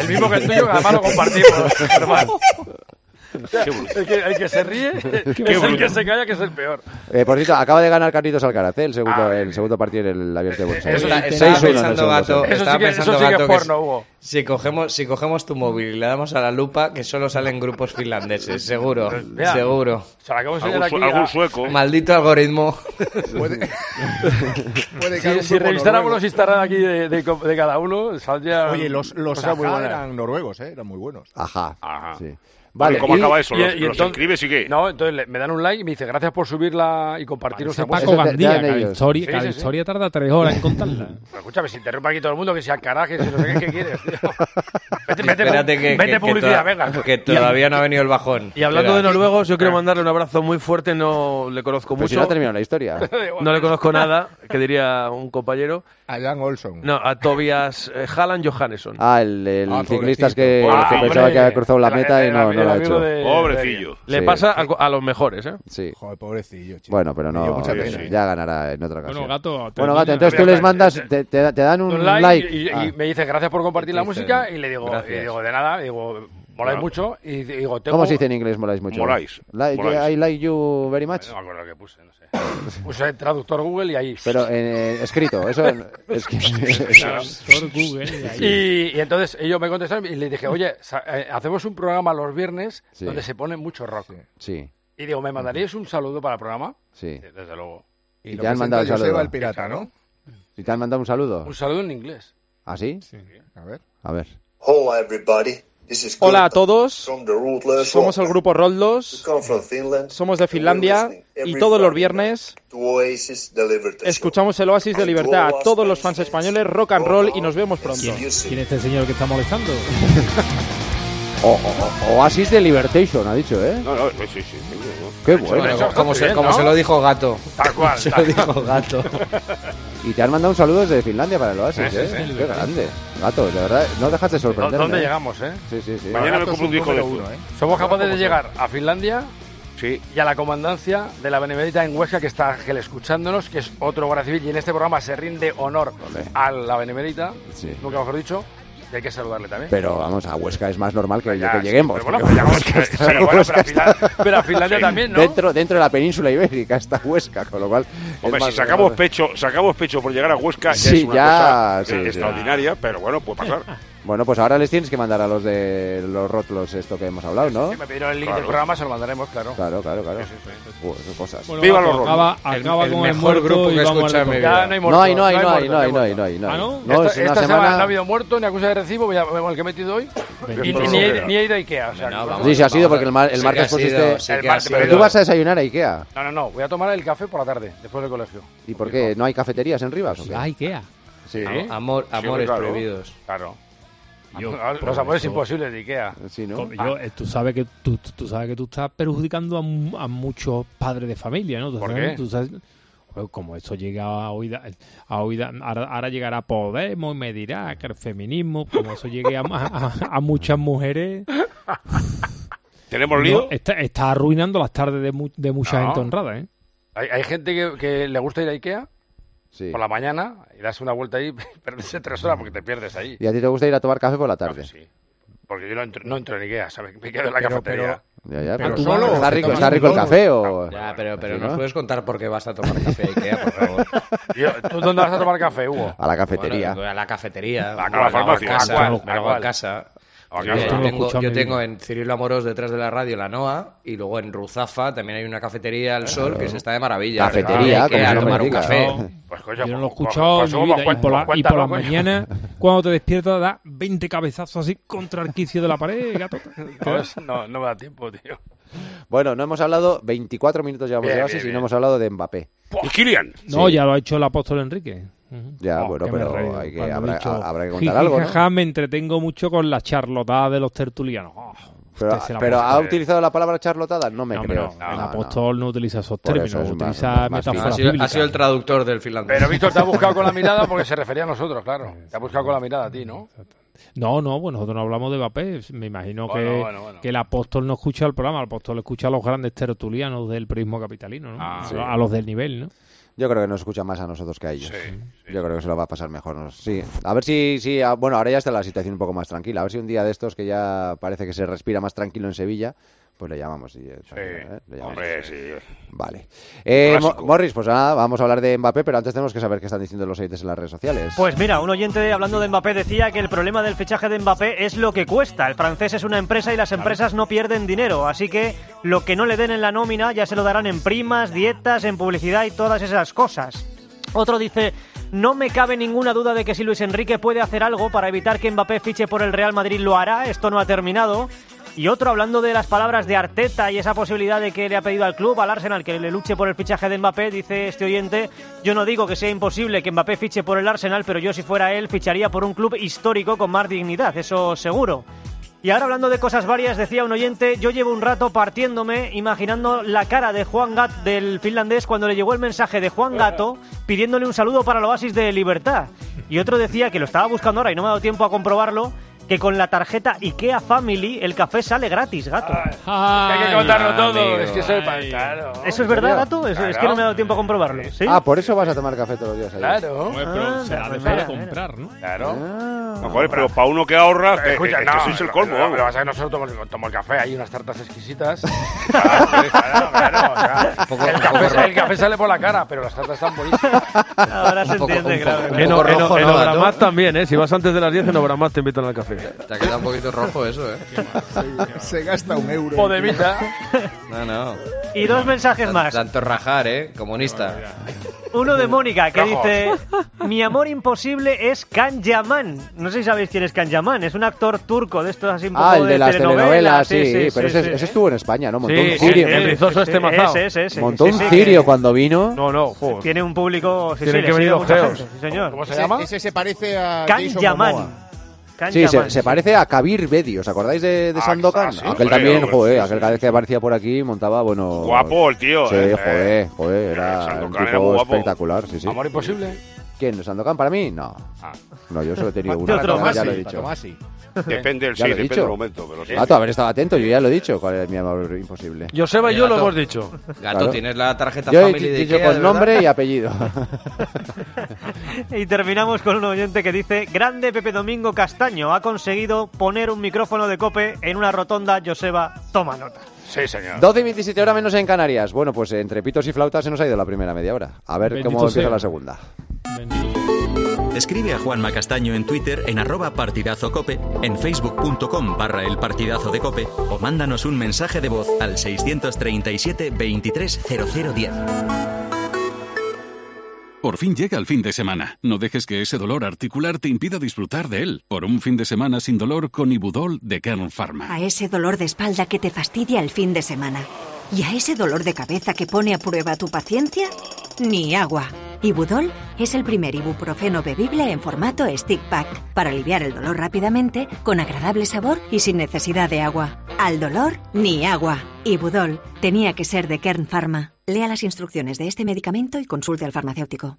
Speaker 31: el mismo que el tuyo, que además lo compartimos, hermano. O sea, el, que, el que se ríe es el que se calla, que es el peor.
Speaker 4: Eh, por cierto, acaba de ganar Carlitos Alcaraz, ¿eh? el, segundo, el segundo partido en el abierto de Buenos Aires.
Speaker 11: Eso está-
Speaker 4: 6-1 en
Speaker 11: estaba
Speaker 4: el segundo
Speaker 11: pensando,
Speaker 4: set.
Speaker 11: gato. estaba pensando, gato, que si-
Speaker 31: Hugo.
Speaker 11: Si cogemos, si cogemos tu móvil y le damos a la lupa, que solo salen grupos finlandeses, seguro.
Speaker 31: Mira,
Speaker 11: seguro.
Speaker 31: Pues se la acabo de enseñar Algún su- aquí algún a- sueco.
Speaker 11: Maldito algoritmo.
Speaker 29: Puede que
Speaker 31: Si,
Speaker 29: algún
Speaker 31: si
Speaker 29: grupo
Speaker 31: revisáramos
Speaker 29: noruego.
Speaker 31: los Instagram aquí de, de co- de cada uno, saldría.
Speaker 29: Oye, los, los
Speaker 31: cosas muy
Speaker 29: Ajá
Speaker 31: buenas. Ah.
Speaker 29: eran noruegos, ¿eh? eran muy buenos.
Speaker 4: Ajá. Sí.
Speaker 31: Vale,
Speaker 26: Ah. ¿Cómo
Speaker 31: y-
Speaker 26: acaba eso?
Speaker 31: y-
Speaker 26: ¿Los,
Speaker 31: y
Speaker 26: los
Speaker 31: entonces-
Speaker 26: inscribes y qué?
Speaker 31: No, entonces le- me dan un like y me dice gracias por subirla y compartir
Speaker 28: Parece
Speaker 31: nuestra
Speaker 28: Paco
Speaker 31: música".
Speaker 28: Gandía, Eso te- te dan cada ellos. historia- cada historia tarda tres horas en contarla.
Speaker 31: Pero escúchame, si interrumpe aquí todo el mundo, que sea caraje, si no sé qué, ¿qué quieres, tío? Vete, vete,
Speaker 11: Espérate que,
Speaker 31: vete
Speaker 11: que- que
Speaker 31: publicidad,
Speaker 11: toda-
Speaker 31: venga.
Speaker 11: que todavía no ha venido el bajón.
Speaker 5: Y hablando
Speaker 11: Espera.
Speaker 5: de noruegos, yo quiero mandarle un abrazo muy fuerte, no le conozco
Speaker 4: Eh. Pero
Speaker 5: mucho.
Speaker 4: si no ha terminado la historia.
Speaker 5: No le conozco nada, que diría un compañero.
Speaker 29: A Jan Olson.
Speaker 5: No, a Tobias eh, Haaland Johannesson.
Speaker 4: Ah, el, el
Speaker 5: Ah,
Speaker 4: ciclista es que,
Speaker 5: pobrecito.
Speaker 4: que
Speaker 5: Ah,
Speaker 4: pensaba
Speaker 5: hombre.
Speaker 4: que había cruzado la
Speaker 5: El-
Speaker 4: meta y
Speaker 5: el-
Speaker 4: no,
Speaker 5: el
Speaker 4: no lo ha
Speaker 5: amigo
Speaker 4: hecho.
Speaker 5: de- Pobrecillo. Le
Speaker 4: Sí.
Speaker 5: pasa algo- a, los mejores, ¿eh?
Speaker 4: Sí.
Speaker 29: Joder, pobrecillo.
Speaker 4: Bueno, pero
Speaker 29: Me dio
Speaker 4: no,
Speaker 29: mucha pena, ¿eh?
Speaker 4: ya ganará en otra
Speaker 29: Bueno,
Speaker 4: ocasión.
Speaker 29: Gato,
Speaker 4: bueno,
Speaker 29: termina.
Speaker 4: gato entonces tú les mandas, te, te- te dan un,
Speaker 31: Un
Speaker 4: like.
Speaker 31: like, y, y-
Speaker 4: Ah.
Speaker 31: y me dice gracias por compartir la
Speaker 4: Dicen,
Speaker 31: música y le digo, y
Speaker 4: "Gracias".
Speaker 31: digo de nada, digo, moláis
Speaker 4: Claro.
Speaker 31: mucho y digo, tengo...
Speaker 4: ¿Cómo se dice en inglés moláis mucho?
Speaker 31: Moláis.
Speaker 4: Like-
Speaker 31: Moláis.
Speaker 4: I like you very much.
Speaker 31: No me acuerdo lo que puse, no sé. Puse el traductor Google y ahí...
Speaker 4: Pero eh, escrito, eso es que-
Speaker 31: Y, y entonces ellos me contestaron y les dije, oye, sa- eh, hacemos un programa los viernes
Speaker 4: Sí.
Speaker 31: donde se pone mucho rock.
Speaker 4: Sí,
Speaker 31: Y digo, ¿me mandaríais un saludo para el programa?
Speaker 4: sí.
Speaker 31: Desde luego.
Speaker 4: Y te han mandado el saludo.
Speaker 29: el pirata, ¿no?
Speaker 4: ¿Y te han mandado un saludo?
Speaker 31: Un saludo en inglés.
Speaker 4: ¿Ah, sí?
Speaker 29: A ver.
Speaker 4: A ver.
Speaker 3: Hola, everybody. This is
Speaker 12: Hola a todos,
Speaker 3: from the Rootless.
Speaker 12: somos el grupo
Speaker 3: We
Speaker 12: Roldos,
Speaker 3: come from Finland
Speaker 12: somos de Finlandia y todos los viernes
Speaker 3: to Oasis Delivered.
Speaker 12: escuchamos el Oasis de Libertad a todos los fans españoles, rock and roll y nos vemos pronto.
Speaker 28: ¿Quién es este señor que está molestando?
Speaker 4: O, o- o- Oasis de Libertation, ha dicho, ¿eh?
Speaker 26: No, no, Pues sí, sí, sí. no, no.
Speaker 4: Qué bueno.
Speaker 11: Como, como se, como se lo dijo Gato.
Speaker 31: Tal
Speaker 4: cual,
Speaker 11: Se
Speaker 4: tal
Speaker 11: lo dijo
Speaker 4: cual.
Speaker 11: Gato.
Speaker 4: Y te han mandado un saludo desde Finlandia para el Oasis,
Speaker 31: Sí,
Speaker 4: ¿eh?
Speaker 31: sí, sí.
Speaker 4: Qué grande. Gato, de verdad, no dejas de sorprenderme.
Speaker 31: ¿Dónde
Speaker 4: ¿eh?
Speaker 31: llegamos, eh?
Speaker 4: Sí, sí, sí.
Speaker 26: Mañana me compro un disco de esto.
Speaker 4: ¿eh?
Speaker 31: Somos capaces de llegar a Finlandia
Speaker 26: Sí.
Speaker 31: y a la comandancia de la Benemérita en Huesca, que está Ángel escuchándonos, que es otro guardia civil. Y en este programa se rinde honor a la Benemérita,
Speaker 4: Sí.
Speaker 31: nunca mejor dicho, y hay que saludarle también.
Speaker 4: ¿Eh? Pero vamos, a Huesca es más normal que,
Speaker 31: ya,
Speaker 4: que
Speaker 31: sí,
Speaker 4: lleguemos.
Speaker 31: pero bueno,
Speaker 4: porque
Speaker 31: pero ya
Speaker 4: Huesca
Speaker 31: vamos,
Speaker 4: está-
Speaker 31: pero bueno,
Speaker 4: Huesca
Speaker 31: pero a Finlan-
Speaker 4: está-
Speaker 31: pero a Finlandia también, ¿no?
Speaker 4: Dentro, dentro de la península ibérica está Huesca, con lo cual. es
Speaker 26: Hombre, si
Speaker 4: más-
Speaker 26: sacamos pecho, sacamos pecho por llegar a Huesca, ya
Speaker 4: Sí,
Speaker 26: es una
Speaker 4: ya,
Speaker 26: cosa
Speaker 4: sí,
Speaker 26: eh,
Speaker 4: sí.
Speaker 26: extraordinaria, pero bueno, puede pasar.
Speaker 4: Bueno, pues ahora les tienes que mandar a los de los Rotlos esto que hemos hablado, ¿no?
Speaker 31: Me pidieron el link del
Speaker 4: Claro.
Speaker 31: programa, se lo mandaremos, claro.
Speaker 4: Claro, claro, claro. Buah, qué cosas.
Speaker 31: Bueno, Viva los
Speaker 28: acaba- Rotlos. acaba El- el con el mejor muerto grupo y que vamos a escucha en mi recordar. vida.
Speaker 4: No hay, no hay, no hay, no hay, no hay, no hay, no hay.
Speaker 31: ¿Ah, no?
Speaker 4: No, es
Speaker 31: esta
Speaker 4: una
Speaker 31: esta semana... no ha
Speaker 4: semana.
Speaker 31: habido muerto ni acusa de recibo, ya vemos el que he metido hoy. Y
Speaker 4: Bendito
Speaker 31: ni, ni he,
Speaker 4: Rivera.
Speaker 31: ni he ido a Ikea. O sea, que-
Speaker 4: Sí, sí ha sido porque el, mar- el
Speaker 31: Sí que
Speaker 4: martes
Speaker 31: ha sido,
Speaker 4: pusiste.
Speaker 31: sí que El ha martes, sido.
Speaker 4: Pero tú vas a desayunar a Ikea.
Speaker 31: No, no, no. Voy a tomar el café por la tarde, después del colegio.
Speaker 4: ¿Y por qué? ¿No hay cafeterías en Rivas? o qué?
Speaker 28: Ikea.
Speaker 4: Sí.
Speaker 31: ¿Eh?
Speaker 11: Amor-
Speaker 31: Sí,
Speaker 11: amores
Speaker 31: claro.
Speaker 11: prohibidos.
Speaker 31: Claro.
Speaker 28: Yo,
Speaker 31: Los
Speaker 28: por
Speaker 31: amores
Speaker 28: eso-
Speaker 31: imposibles de Ikea. Ah,
Speaker 4: Sí,
Speaker 28: Como yo, eh, tú, sabes que, tú, tú sabes que tú estás perjudicando a, mu- a muchos padres de familia, ¿no? Tú
Speaker 31: ¿Por
Speaker 28: sabes-
Speaker 31: qué?
Speaker 28: tú sabes- Bueno, como eso llega a oída, a oída- ahora, ahora llegará Podemos y me dirá que el feminismo, como eso llegue a, a- a muchas mujeres,
Speaker 26: ¿Tenemos
Speaker 28: no,
Speaker 26: lío?
Speaker 28: está, está arruinando las tardes de, mu- de mucha
Speaker 31: No.
Speaker 28: gente honrada, ¿eh?
Speaker 31: ¿Hay, hay gente que, que le gusta ir a Ikea?
Speaker 4: Sí.
Speaker 31: por la mañana y das una vuelta ahí, perderse tres horas porque te pierdes ahí.
Speaker 4: ¿Y a ti te gusta ir a tomar café por la tarde?
Speaker 31: Porque yo no entro, no entro en Ikea, ¿sabes? Me quedo en la
Speaker 4: Pero-
Speaker 31: cafetería.
Speaker 4: Ya, ya,
Speaker 31: Pero
Speaker 4: pero
Speaker 31: solo
Speaker 4: está
Speaker 31: se
Speaker 4: rico,
Speaker 31: toma
Speaker 4: está
Speaker 31: un
Speaker 4: rico el
Speaker 31: solo.
Speaker 4: café o...
Speaker 11: Ya, pero, pero
Speaker 4: Sí,
Speaker 11: nos
Speaker 4: ¿no?
Speaker 11: puedes contar por qué vas a tomar café a Ikea, por favor.
Speaker 31: Yo- ¿Tú dónde vas a tomar café, Hugo?
Speaker 4: A la cafetería.
Speaker 11: Bueno, a la cafetería.
Speaker 31: A la
Speaker 11: me lo hago
Speaker 31: farmacia.
Speaker 11: a casa,
Speaker 31: ¿A cuál?
Speaker 11: me lo hago
Speaker 31: ¿A
Speaker 11: a casa.
Speaker 31: cuál?
Speaker 11: Yo,
Speaker 31: Esto no lo he
Speaker 11: tengo,
Speaker 31: escuchado
Speaker 11: yo
Speaker 31: en mi
Speaker 11: tengo en Cirilo Amorós detrás de la radio la NOA y luego en Ruzafa también hay una cafetería al sol que se está de maravilla.
Speaker 4: Cafetería,
Speaker 11: Hay que
Speaker 4: como
Speaker 11: a
Speaker 4: no me
Speaker 11: tomar un
Speaker 4: digas.
Speaker 11: café.
Speaker 4: No,
Speaker 28: Yo no lo he
Speaker 31: Pues,
Speaker 28: escuchado en mi vida. Y por, la, y por las mañanas, cuando te despiertas, da 20 cabezazos así contra el quicio de la pared, gato.
Speaker 31: No, es- no, no me da tiempo, tío.
Speaker 4: Bueno, no hemos hablado, 24 minutos llevamos
Speaker 31: Bien,
Speaker 4: de bases
Speaker 31: bien,
Speaker 4: y
Speaker 31: bien.
Speaker 4: no hemos hablado de Mbappé.
Speaker 31: ¿Y Kylian?
Speaker 28: No,
Speaker 4: Sí.
Speaker 28: ya lo ha hecho el apóstol Enrique. Ujú.
Speaker 4: Ya,
Speaker 28: Oh,
Speaker 4: bueno,
Speaker 28: qué me
Speaker 4: pero
Speaker 28: he reído
Speaker 4: hay que-
Speaker 28: cuando he
Speaker 4: habrá-
Speaker 28: dicho,
Speaker 4: habrá que
Speaker 28: "Jiji,
Speaker 4: contar algo, ¿no?".
Speaker 28: jaja, me entretengo mucho con la charlotada de los tertulianos. Oh,
Speaker 4: Pero,
Speaker 28: usted se la
Speaker 4: pero
Speaker 28: puso.
Speaker 4: ¿ha utilizado la palabra charlotada? No me
Speaker 28: No,
Speaker 4: creo.
Speaker 28: hombre, no, el apóstol no, utiliza esos
Speaker 4: Por
Speaker 28: términos,
Speaker 4: eso es más-
Speaker 28: utiliza
Speaker 4: más fino.
Speaker 28: metáforas
Speaker 11: Ha sido, ha
Speaker 28: bíblicas.
Speaker 11: sido el traductor del finlandés.
Speaker 31: Pero Víctor te ha buscado con la mirada porque se refería a nosotros, claro. Te ha buscado con la mirada a ti, ¿no?
Speaker 28: No, no, pues nosotros no hablamos de Mbappé. Me imagino
Speaker 31: Bueno,
Speaker 28: que,
Speaker 31: bueno, bueno.
Speaker 28: que el apóstol no escucha el programa, el apóstol escucha a los grandes tertulianos del periodismo capitalino, ¿no?
Speaker 4: Ah,
Speaker 28: A-
Speaker 4: sí.
Speaker 28: A los del nivel, ¿no?
Speaker 4: Yo creo que nos escucha más a nosotros que a ellos. Yo creo que se lo va a pasar mejor. ¿no? Sí. A ver si, si ah, bueno, ahora ya está la situación un poco más tranquila. A ver si un día de estos que ya parece que se respira más tranquilo en Sevilla, pues le llamamos. y, eh, tranquilo, ¿eh? Le llamamos.
Speaker 26: Hombre, sí.
Speaker 4: Vale. Eh, Mo- Morris, pues nada, vamos a hablar de Mbappé, pero antes tenemos que saber qué están diciendo los oyentes en las redes sociales.
Speaker 10: Pues mira, un oyente hablando de Mbappé decía que el problema del fichaje de Mbappé es lo que cuesta. El francés es una empresa y las empresas no pierden dinero, así que lo que no le den en la nómina ya se lo darán en primas, dietas, en publicidad y todas esas cosas. Otro dice, no me cabe ninguna duda de que si Luis Enrique puede hacer algo para evitar que Mbappé fiche por el Real Madrid lo hará, esto no ha terminado. Y otro hablando de las palabras de Arteta y esa posibilidad de que le ha pedido al club, al Arsenal, que le luche por el fichaje de Mbappé, dice este oyente, yo no digo que sea imposible que Mbappé fiche por el Arsenal, pero yo si fuera él ficharía por un club histórico con más dignidad, eso seguro. Y ahora hablando de cosas varias, decía un oyente, yo llevo un rato partiéndome imaginando la cara de Juan Gat del finlandés cuando le llegó el mensaje de Juan Gato pidiéndole un saludo para el Oasis de Libertad. Y otro decía que lo estaba buscando ahora y no me ha dado tiempo a comprobarlo, que con la tarjeta IKEA Family el café sale gratis, gato.
Speaker 31: Que hay que contarlo
Speaker 28: Ah,
Speaker 31: todo.
Speaker 10: amigo.
Speaker 31: Es que soy pan- claro.
Speaker 10: ¿Eso es verdad,
Speaker 31: ¿En serio?
Speaker 10: gato? Es, es que
Speaker 31: Claro.
Speaker 10: no me ha dado tiempo a comprobarlo. ¿sí?
Speaker 4: Ah, por eso vas a tomar café todos los días. ahí.
Speaker 31: Claro.
Speaker 10: pero se la
Speaker 31: deja
Speaker 10: de
Speaker 28: comprar, ¿no?
Speaker 31: Claro.
Speaker 4: Ah.
Speaker 26: No, joder, pero para uno que ahorra, eh,
Speaker 31: Escucha,
Speaker 26: eh, es que
Speaker 31: no,
Speaker 26: sois el
Speaker 31: no,
Speaker 26: colmo.
Speaker 31: no,
Speaker 26: vamos.
Speaker 31: Pero vas a ver, nosotros tomamos, tomamos café, hay unas tartas exquisitas. claro, claro, claro, claro. el, café, el café sale por la cara, pero las tartas están buenísimas.
Speaker 10: Ahora se entiende, claro.
Speaker 5: Un En- poco en- en- rojo, en ¿no, Obramat Gato? también, ¿eh? Si vas antes de las 10, en Obramat te invitan al café.
Speaker 11: Te ha quedado un poquito rojo eso, ¿eh?
Speaker 29: Se gasta un euro.
Speaker 10: Podemita.
Speaker 11: No, no.
Speaker 10: Y dos mensajes más.
Speaker 11: Tanto rajar, ¿eh? Comunista.
Speaker 10: Uno de Mónica que
Speaker 11: Rojos.
Speaker 10: dice: Mi amor imposible es Can Yaman. No sé si sabéis quién es Can Yaman, es un actor turco de estos así un poco
Speaker 4: Ah, el de las telenovelas, sí,
Speaker 10: sí,
Speaker 4: pero
Speaker 10: sí,
Speaker 4: ese,
Speaker 10: sí.
Speaker 4: ese estuvo en España, ¿no? Montó un
Speaker 10: sí,
Speaker 4: cirio.
Speaker 10: sí, el rizoso este mazao. Ese, ese, ese.
Speaker 4: Montó
Speaker 10: Sí,
Speaker 4: un
Speaker 10: sí,
Speaker 4: cirio
Speaker 10: que-
Speaker 4: cuando vino.
Speaker 5: No, no, joder.
Speaker 10: Tiene un público. Sí, sí,
Speaker 5: Tienen
Speaker 10: le
Speaker 5: que
Speaker 10: sigue
Speaker 5: venir los
Speaker 10: mucha
Speaker 5: geos.
Speaker 10: gente, sí, señor.
Speaker 31: ¿Cómo se
Speaker 10: Ese-
Speaker 31: llama?
Speaker 29: Ese se parece a
Speaker 10: Can
Speaker 29: Jason
Speaker 10: Yaman.
Speaker 29: Momoa.
Speaker 10: Can
Speaker 4: Sí, se,
Speaker 10: Yaman,
Speaker 4: se parece a Kabir Bedi, ¿os acordáis de, de Sandokan?
Speaker 26: Ah, sí,
Speaker 4: aquel
Speaker 26: hombre,
Speaker 4: también,
Speaker 26: hombre,
Speaker 4: joder, aquel cada vez que aparecía por aquí montaba, bueno...
Speaker 26: Guapo el tío,
Speaker 4: Sí,
Speaker 26: eh,
Speaker 4: joder, joder, era un
Speaker 26: Sandokan
Speaker 4: tipo
Speaker 26: era muy guapo.
Speaker 4: espectacular, sí, sí.
Speaker 31: Amor imposible.
Speaker 4: ¿Quién, Sandokan para mí? No.
Speaker 26: Ah.
Speaker 4: No, yo solo he tenido uno,
Speaker 26: Para
Speaker 4: ya,
Speaker 26: Tomasi,
Speaker 4: lo he
Speaker 26: para
Speaker 4: dicho.
Speaker 26: Tomasi. Depende del-
Speaker 4: Ya
Speaker 26: sí,
Speaker 4: lo he
Speaker 26: depende
Speaker 4: dicho. Ah,
Speaker 26: del momento, pero sí.
Speaker 4: Gato, haber estado atento, yo ya lo he dicho, cuál es mi amor imposible.
Speaker 5: Joseba y
Speaker 11: Eh,
Speaker 5: yo lo
Speaker 11: gato.
Speaker 5: hemos dicho.
Speaker 11: Gato,
Speaker 4: Claro.
Speaker 11: tienes la tarjeta
Speaker 4: Yo he
Speaker 11: Family de
Speaker 4: dicho
Speaker 11: Ikea,
Speaker 4: con
Speaker 11: de
Speaker 4: nombre
Speaker 11: verdad?
Speaker 4: y apellido.
Speaker 10: Y terminamos con un oyente que dice: Grande Pepe Domingo Castaño ha conseguido poner un micrófono de cope en una rotonda. Joseba, toma nota.
Speaker 31: Sí, señor.
Speaker 4: 12 y 27 horas menos en Canarias. Bueno, pues entre pitos y flautas se nos ha ido la primera media hora. A ver
Speaker 28: Bendito
Speaker 4: cómo empieza
Speaker 28: sea.
Speaker 4: la segunda.
Speaker 2: Escribe a Juanma Castaño en Twitter en arroba partidazo cope, en facebook.com barra el partidazo de cope o mándanos un mensaje de voz al 637 230010.
Speaker 8: Por fin llega el fin de semana. No dejes que ese dolor articular te impida disfrutar de él. Por un fin de semana sin dolor con Ibudol de Kern Pharma.
Speaker 16: A ese dolor de espalda que te fastidia el fin de semana. Y a ese dolor de cabeza que pone a prueba tu paciencia, ni agua. Ibudol es el primer ibuprofeno bebible en formato stick pack para aliviar el dolor rápidamente, con agradable sabor y sin necesidad de agua. Al dolor, ni agua. Ibudol tenía que ser de Kern Pharma. Lea las instrucciones de este medicamento y consulte al farmacéutico.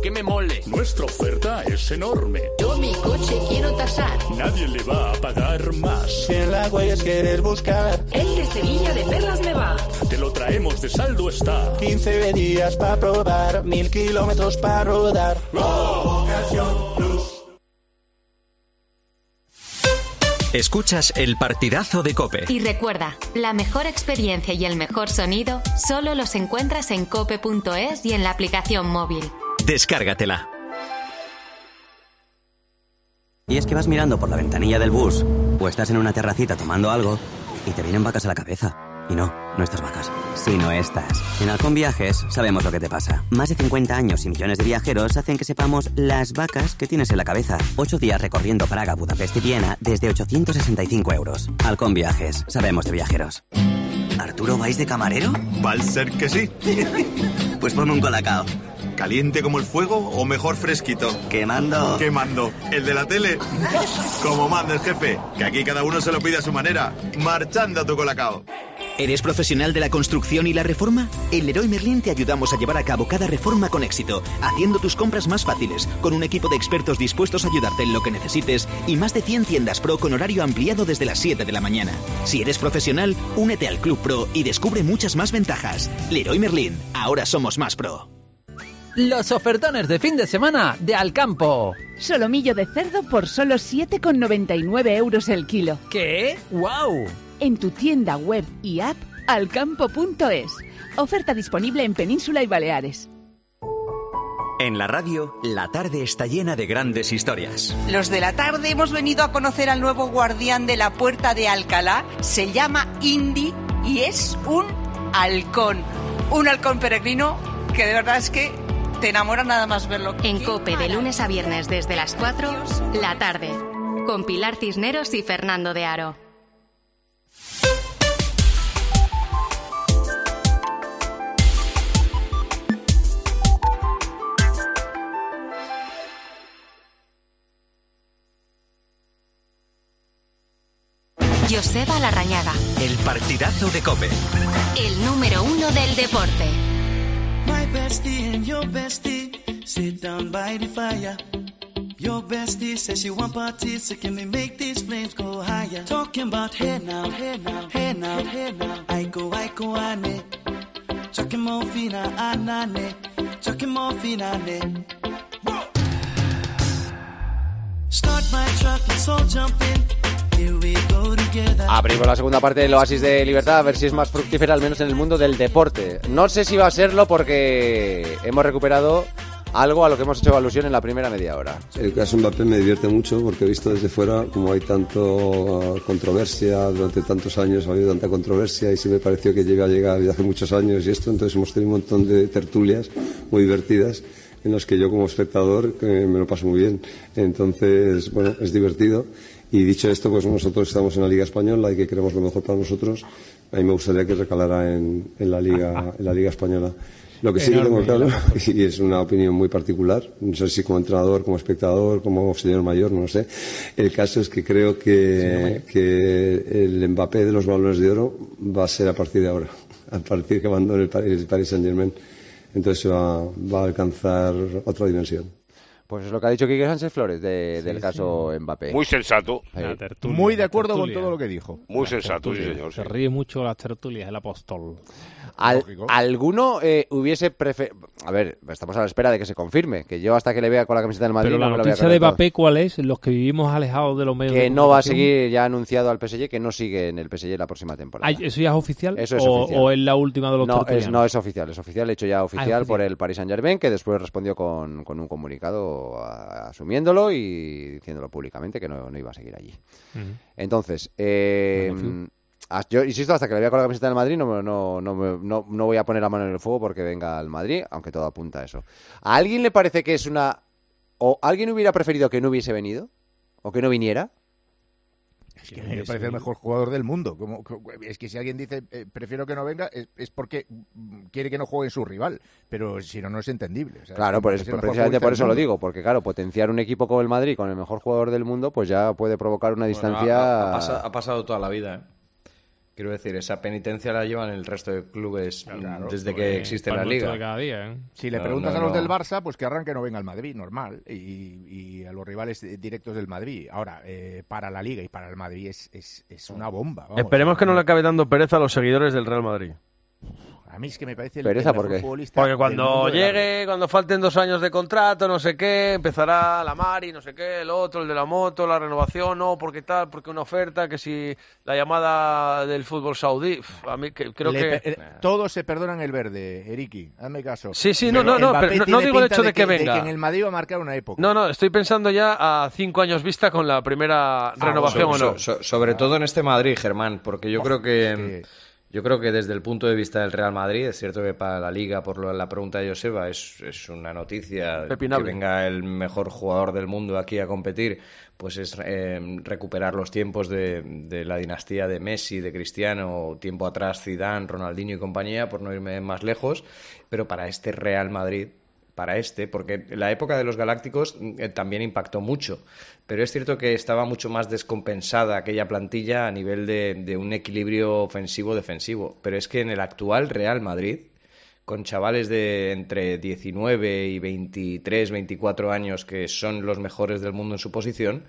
Speaker 23: que me mole.
Speaker 14: Nuestra oferta es enorme.
Speaker 23: Yo mi coche quiero tasar.
Speaker 14: Nadie le va a pagar más.
Speaker 3: En la huellas quieres buscar,
Speaker 23: El de Sevilla de Perlas me va.
Speaker 14: Te lo traemos de saldo está.
Speaker 3: 15 días para probar, mil kilómetros para rodar.
Speaker 2: Escuchas el partidazo de Cope.
Speaker 1: Y recuerda, la mejor experiencia y el mejor sonido solo los encuentras en cope.es y en la aplicación móvil.
Speaker 2: Descárgatela.
Speaker 32: Y es que vas mirando por la ventanilla del bus o estás en una terracita tomando algo y te vienen vacas a la cabeza. Y no, no estas vacas, sino estas. En Halcón Viajes sabemos lo que te pasa. Más de 50 años y millones de viajeros hacen que sepamos las vacas que tienes en la cabeza. Ocho días recorriendo Praga, Budapest y Viena desde 865 euros. Halcón Viajes, sabemos de viajeros. ¿Arturo vais de camarero?
Speaker 33: Va a ser que sí.
Speaker 32: Pues ponme un colacao.
Speaker 33: ¿Caliente como el fuego o mejor fresquito?
Speaker 32: Quemando.
Speaker 33: Quemando. ¿El de la tele? Como manda el jefe, que aquí cada uno se lo pide a su manera. Marchando a tu colacao.
Speaker 17: ¿Eres profesional de la construcción y la reforma? En Leroy Merlin te ayudamos a llevar a cabo cada reforma con éxito, haciendo tus compras más fáciles, con un equipo de expertos dispuestos a ayudarte en lo que necesites y más de 100 tiendas pro con horario ampliado desde las 7 de la mañana. Si eres profesional, únete al Club Pro y descubre muchas más ventajas. Leroy Merlin, ahora somos más pro.
Speaker 34: Los ofertones de fin de semana de Alcampo.
Speaker 22: Solomillo de cerdo por solo 7,99 euros el kilo.
Speaker 34: ¿Qué? ¡Wow!
Speaker 22: En tu tienda web y app alcampo.es. Oferta disponible en Península y Baleares.
Speaker 2: En la radio, la tarde está llena de grandes historias.
Speaker 35: Los de la tarde hemos venido a conocer al nuevo guardián de la puerta de Alcalá. Se llama Indy y es un halcón. Un halcón peregrino que de verdad es que te enamora nada más verlo.
Speaker 1: En Cope de lunes a viernes desde las 4, la tarde. Con Pilar Cisneros y Fernando de Aro. Joseba Larrañaga,
Speaker 2: El partidazo de Cope.
Speaker 1: el número uno del deporte.
Speaker 35: My bestie and your bestie sit down by the fire. Your bestie says she want parties, so can we make these flames go higher? Talking about hey now, hey now, hey now, hey now. I go, I go, ane. Chucking more fina, anane. Chucking more fina, ane. Start my truck, let's all jump in. Here we go together.
Speaker 4: Abrimos la segunda parte del Oasis de Libertad, a ver si es más fructífera, al menos en el mundo del deporte. No sé si va a serlo porque hemos recuperado algo a lo que hemos hecho alusión en la primera media hora.
Speaker 36: El caso Mbappé me divierte mucho porque he visto desde fuera como hay tanto eh, controversia, durante tantos años ha habido tanta controversia y sí me pareció que llega a llegar desde hace muchos años y esto, entonces hemos tenido un montón de tertulias muy divertidas en las que yo como espectador eh, me lo paso muy bien. Entonces, bueno, es divertido. Y dicho esto, pues nosotros estamos en la Liga Española y que queremos lo mejor para nosotros. A mí me gustaría que recalara en, en la, Liga, en la Liga Española. Lo que sí que tengo
Speaker 37: Enorme.
Speaker 36: claro, y es una opinión muy particular, no sé si como entrenador, como espectador, como señor mayor, no lo sé, el caso es que creo que, que el Mbappé de los balones de oro va a ser a partir de ahora, a partir que abandone el, Par- el Paris Saint Germain, entonces va, va a alcanzar otra dimensión.
Speaker 4: Pues es lo que ha dicho Quique Sánchez Flores de- del caso Mbappé.
Speaker 5: Muy sensato.
Speaker 4: Ahí.
Speaker 28: Muy de acuerdo con todo lo que dijo.
Speaker 5: Muy
Speaker 28: Las
Speaker 5: sensato, sí,
Speaker 28: tertulias.
Speaker 5: señor.
Speaker 38: Se ríe mucho las tertulias, el apóstol.
Speaker 4: Al- alguno eh, hubiese prefer... A ver, estamos a la espera de que se confirme, que yo hasta que le vea con la camiseta del Madrid
Speaker 28: Pero la
Speaker 4: no me lo voy a
Speaker 28: noticia
Speaker 4: creer
Speaker 28: de
Speaker 4: todo.
Speaker 28: Mbappé, ¿cuál es? Los que vivimos alejados de los medios de
Speaker 4: Que no va a
Speaker 28: comunicación.
Speaker 4: seguir, ya ha anunciado al PSG que no sigue en el PSG la próxima temporada.
Speaker 28: Ay, ¿Eso ya es oficial?
Speaker 4: Eso es
Speaker 28: o,
Speaker 4: oficial.
Speaker 28: o es la última de los
Speaker 4: No es,
Speaker 28: tertulianos?
Speaker 4: no es oficial, es oficial, hecho ya oficial,
Speaker 28: oficial.
Speaker 4: por el Paris Saint Germain, que después respondió con, con un comunicado a- asumiéndolo y diciéndolo públicamente que no, no iba a seguir allí.
Speaker 28: Ujú.
Speaker 4: Entonces, eh, as- yo insisto, hasta que le vea con la camiseta del Madrid, no, me- no, no, me- no, no voy a poner la mano en el fuego porque venga al Madrid, aunque todo apunta a eso. ¿A alguien le parece que es una. o alguien hubiera preferido que no hubiese venido? ¿O que no viniera?
Speaker 29: Es que me parece el mejor jugador del mundo. Como, como- es que si alguien dice eh, prefiero que no venga, es, es porque mm, quiere que no juegue su rival. Pero si no, no es entendible. O sea,
Speaker 4: Claro, por
Speaker 29: es
Speaker 4: eso-
Speaker 29: el mejor
Speaker 4: precisamente
Speaker 29: futbolista
Speaker 4: por
Speaker 29: del
Speaker 4: eso lo
Speaker 29: mundo.
Speaker 4: digo, porque claro, potenciar un equipo como el Madrid con el mejor jugador del mundo, pues ya puede provocar una distancia.
Speaker 11: Ha, ha pasa- ha pasado toda la vida, ¿eh? Quiero decir, esa penitencia la llevan el resto de clubes mm, desde que
Speaker 28: Pues,
Speaker 11: existe
Speaker 28: pan
Speaker 11: la
Speaker 28: nuestro
Speaker 11: liga.
Speaker 28: de cada día, ¿eh?
Speaker 29: Si le
Speaker 11: No,
Speaker 29: preguntas
Speaker 11: no,
Speaker 29: a los
Speaker 11: no.
Speaker 29: del Barça, pues que arranque no venga al Madrid, normal. Y, y a los rivales eh, directos del Madrid. Ahora, eh, para la Liga y para el Madrid es, es, es una bomba. vamos.
Speaker 2: Esperemos que no le acabe dando pereza a los seguidores del Real Madrid.
Speaker 29: A mí es que me parece el,
Speaker 2: Pereza,
Speaker 29: el
Speaker 2: ¿por
Speaker 29: mejor
Speaker 2: qué?
Speaker 29: futbolista.
Speaker 2: Porque
Speaker 29: del
Speaker 2: cuando
Speaker 29: mundo de la
Speaker 31: Eh,
Speaker 2: llegue, cuando falten dos años de contrato, no sé qué, empezará la Mari, no sé qué, el otro, el de la moto, la renovación, no, porque tal, porque una oferta, que si la llamada del fútbol saudí, pf, a mí que- creo
Speaker 29: Le
Speaker 2: que...
Speaker 29: pe- eh, Todos se perdonan el verde, Eriki, hazme caso.
Speaker 2: Sí, sí, no, no, no,
Speaker 29: Mbappé
Speaker 2: pero no- no
Speaker 29: tiene
Speaker 2: digo el
Speaker 29: pinta
Speaker 2: hecho de que venga.
Speaker 29: en el Madrid va a marcar una época.
Speaker 2: No, no, estoy pensando ya a cinco años vista con la
Speaker 4: Ah,
Speaker 2: primera renovación
Speaker 11: Ah, So-
Speaker 2: o no.
Speaker 11: so- so- sobre todo en este Madrid, Germán, porque yo creo que mm, yo creo que desde el punto de vista del Real Madrid, es cierto que para la liga, por lo- la pregunta de Joseba, es, es una noticia
Speaker 2: Pepinable.
Speaker 11: que venga el mejor jugador del mundo aquí a competir, pues es eh, recuperar los tiempos de, de la dinastía de Messi, de Cristiano, tiempo atrás Zidane, Ronaldinho y compañía, por no irme más lejos, pero para este Real Madrid para este, porque la época de los Galácticos mm, eh, también impactó mucho, pero es cierto que estaba mucho más descompensada aquella plantilla a nivel de, de un equilibrio ofensivo-defensivo, pero es que en el actual Real Madrid, con chavales de entre 19 y 23, 24 años que son los mejores del mundo en su posición,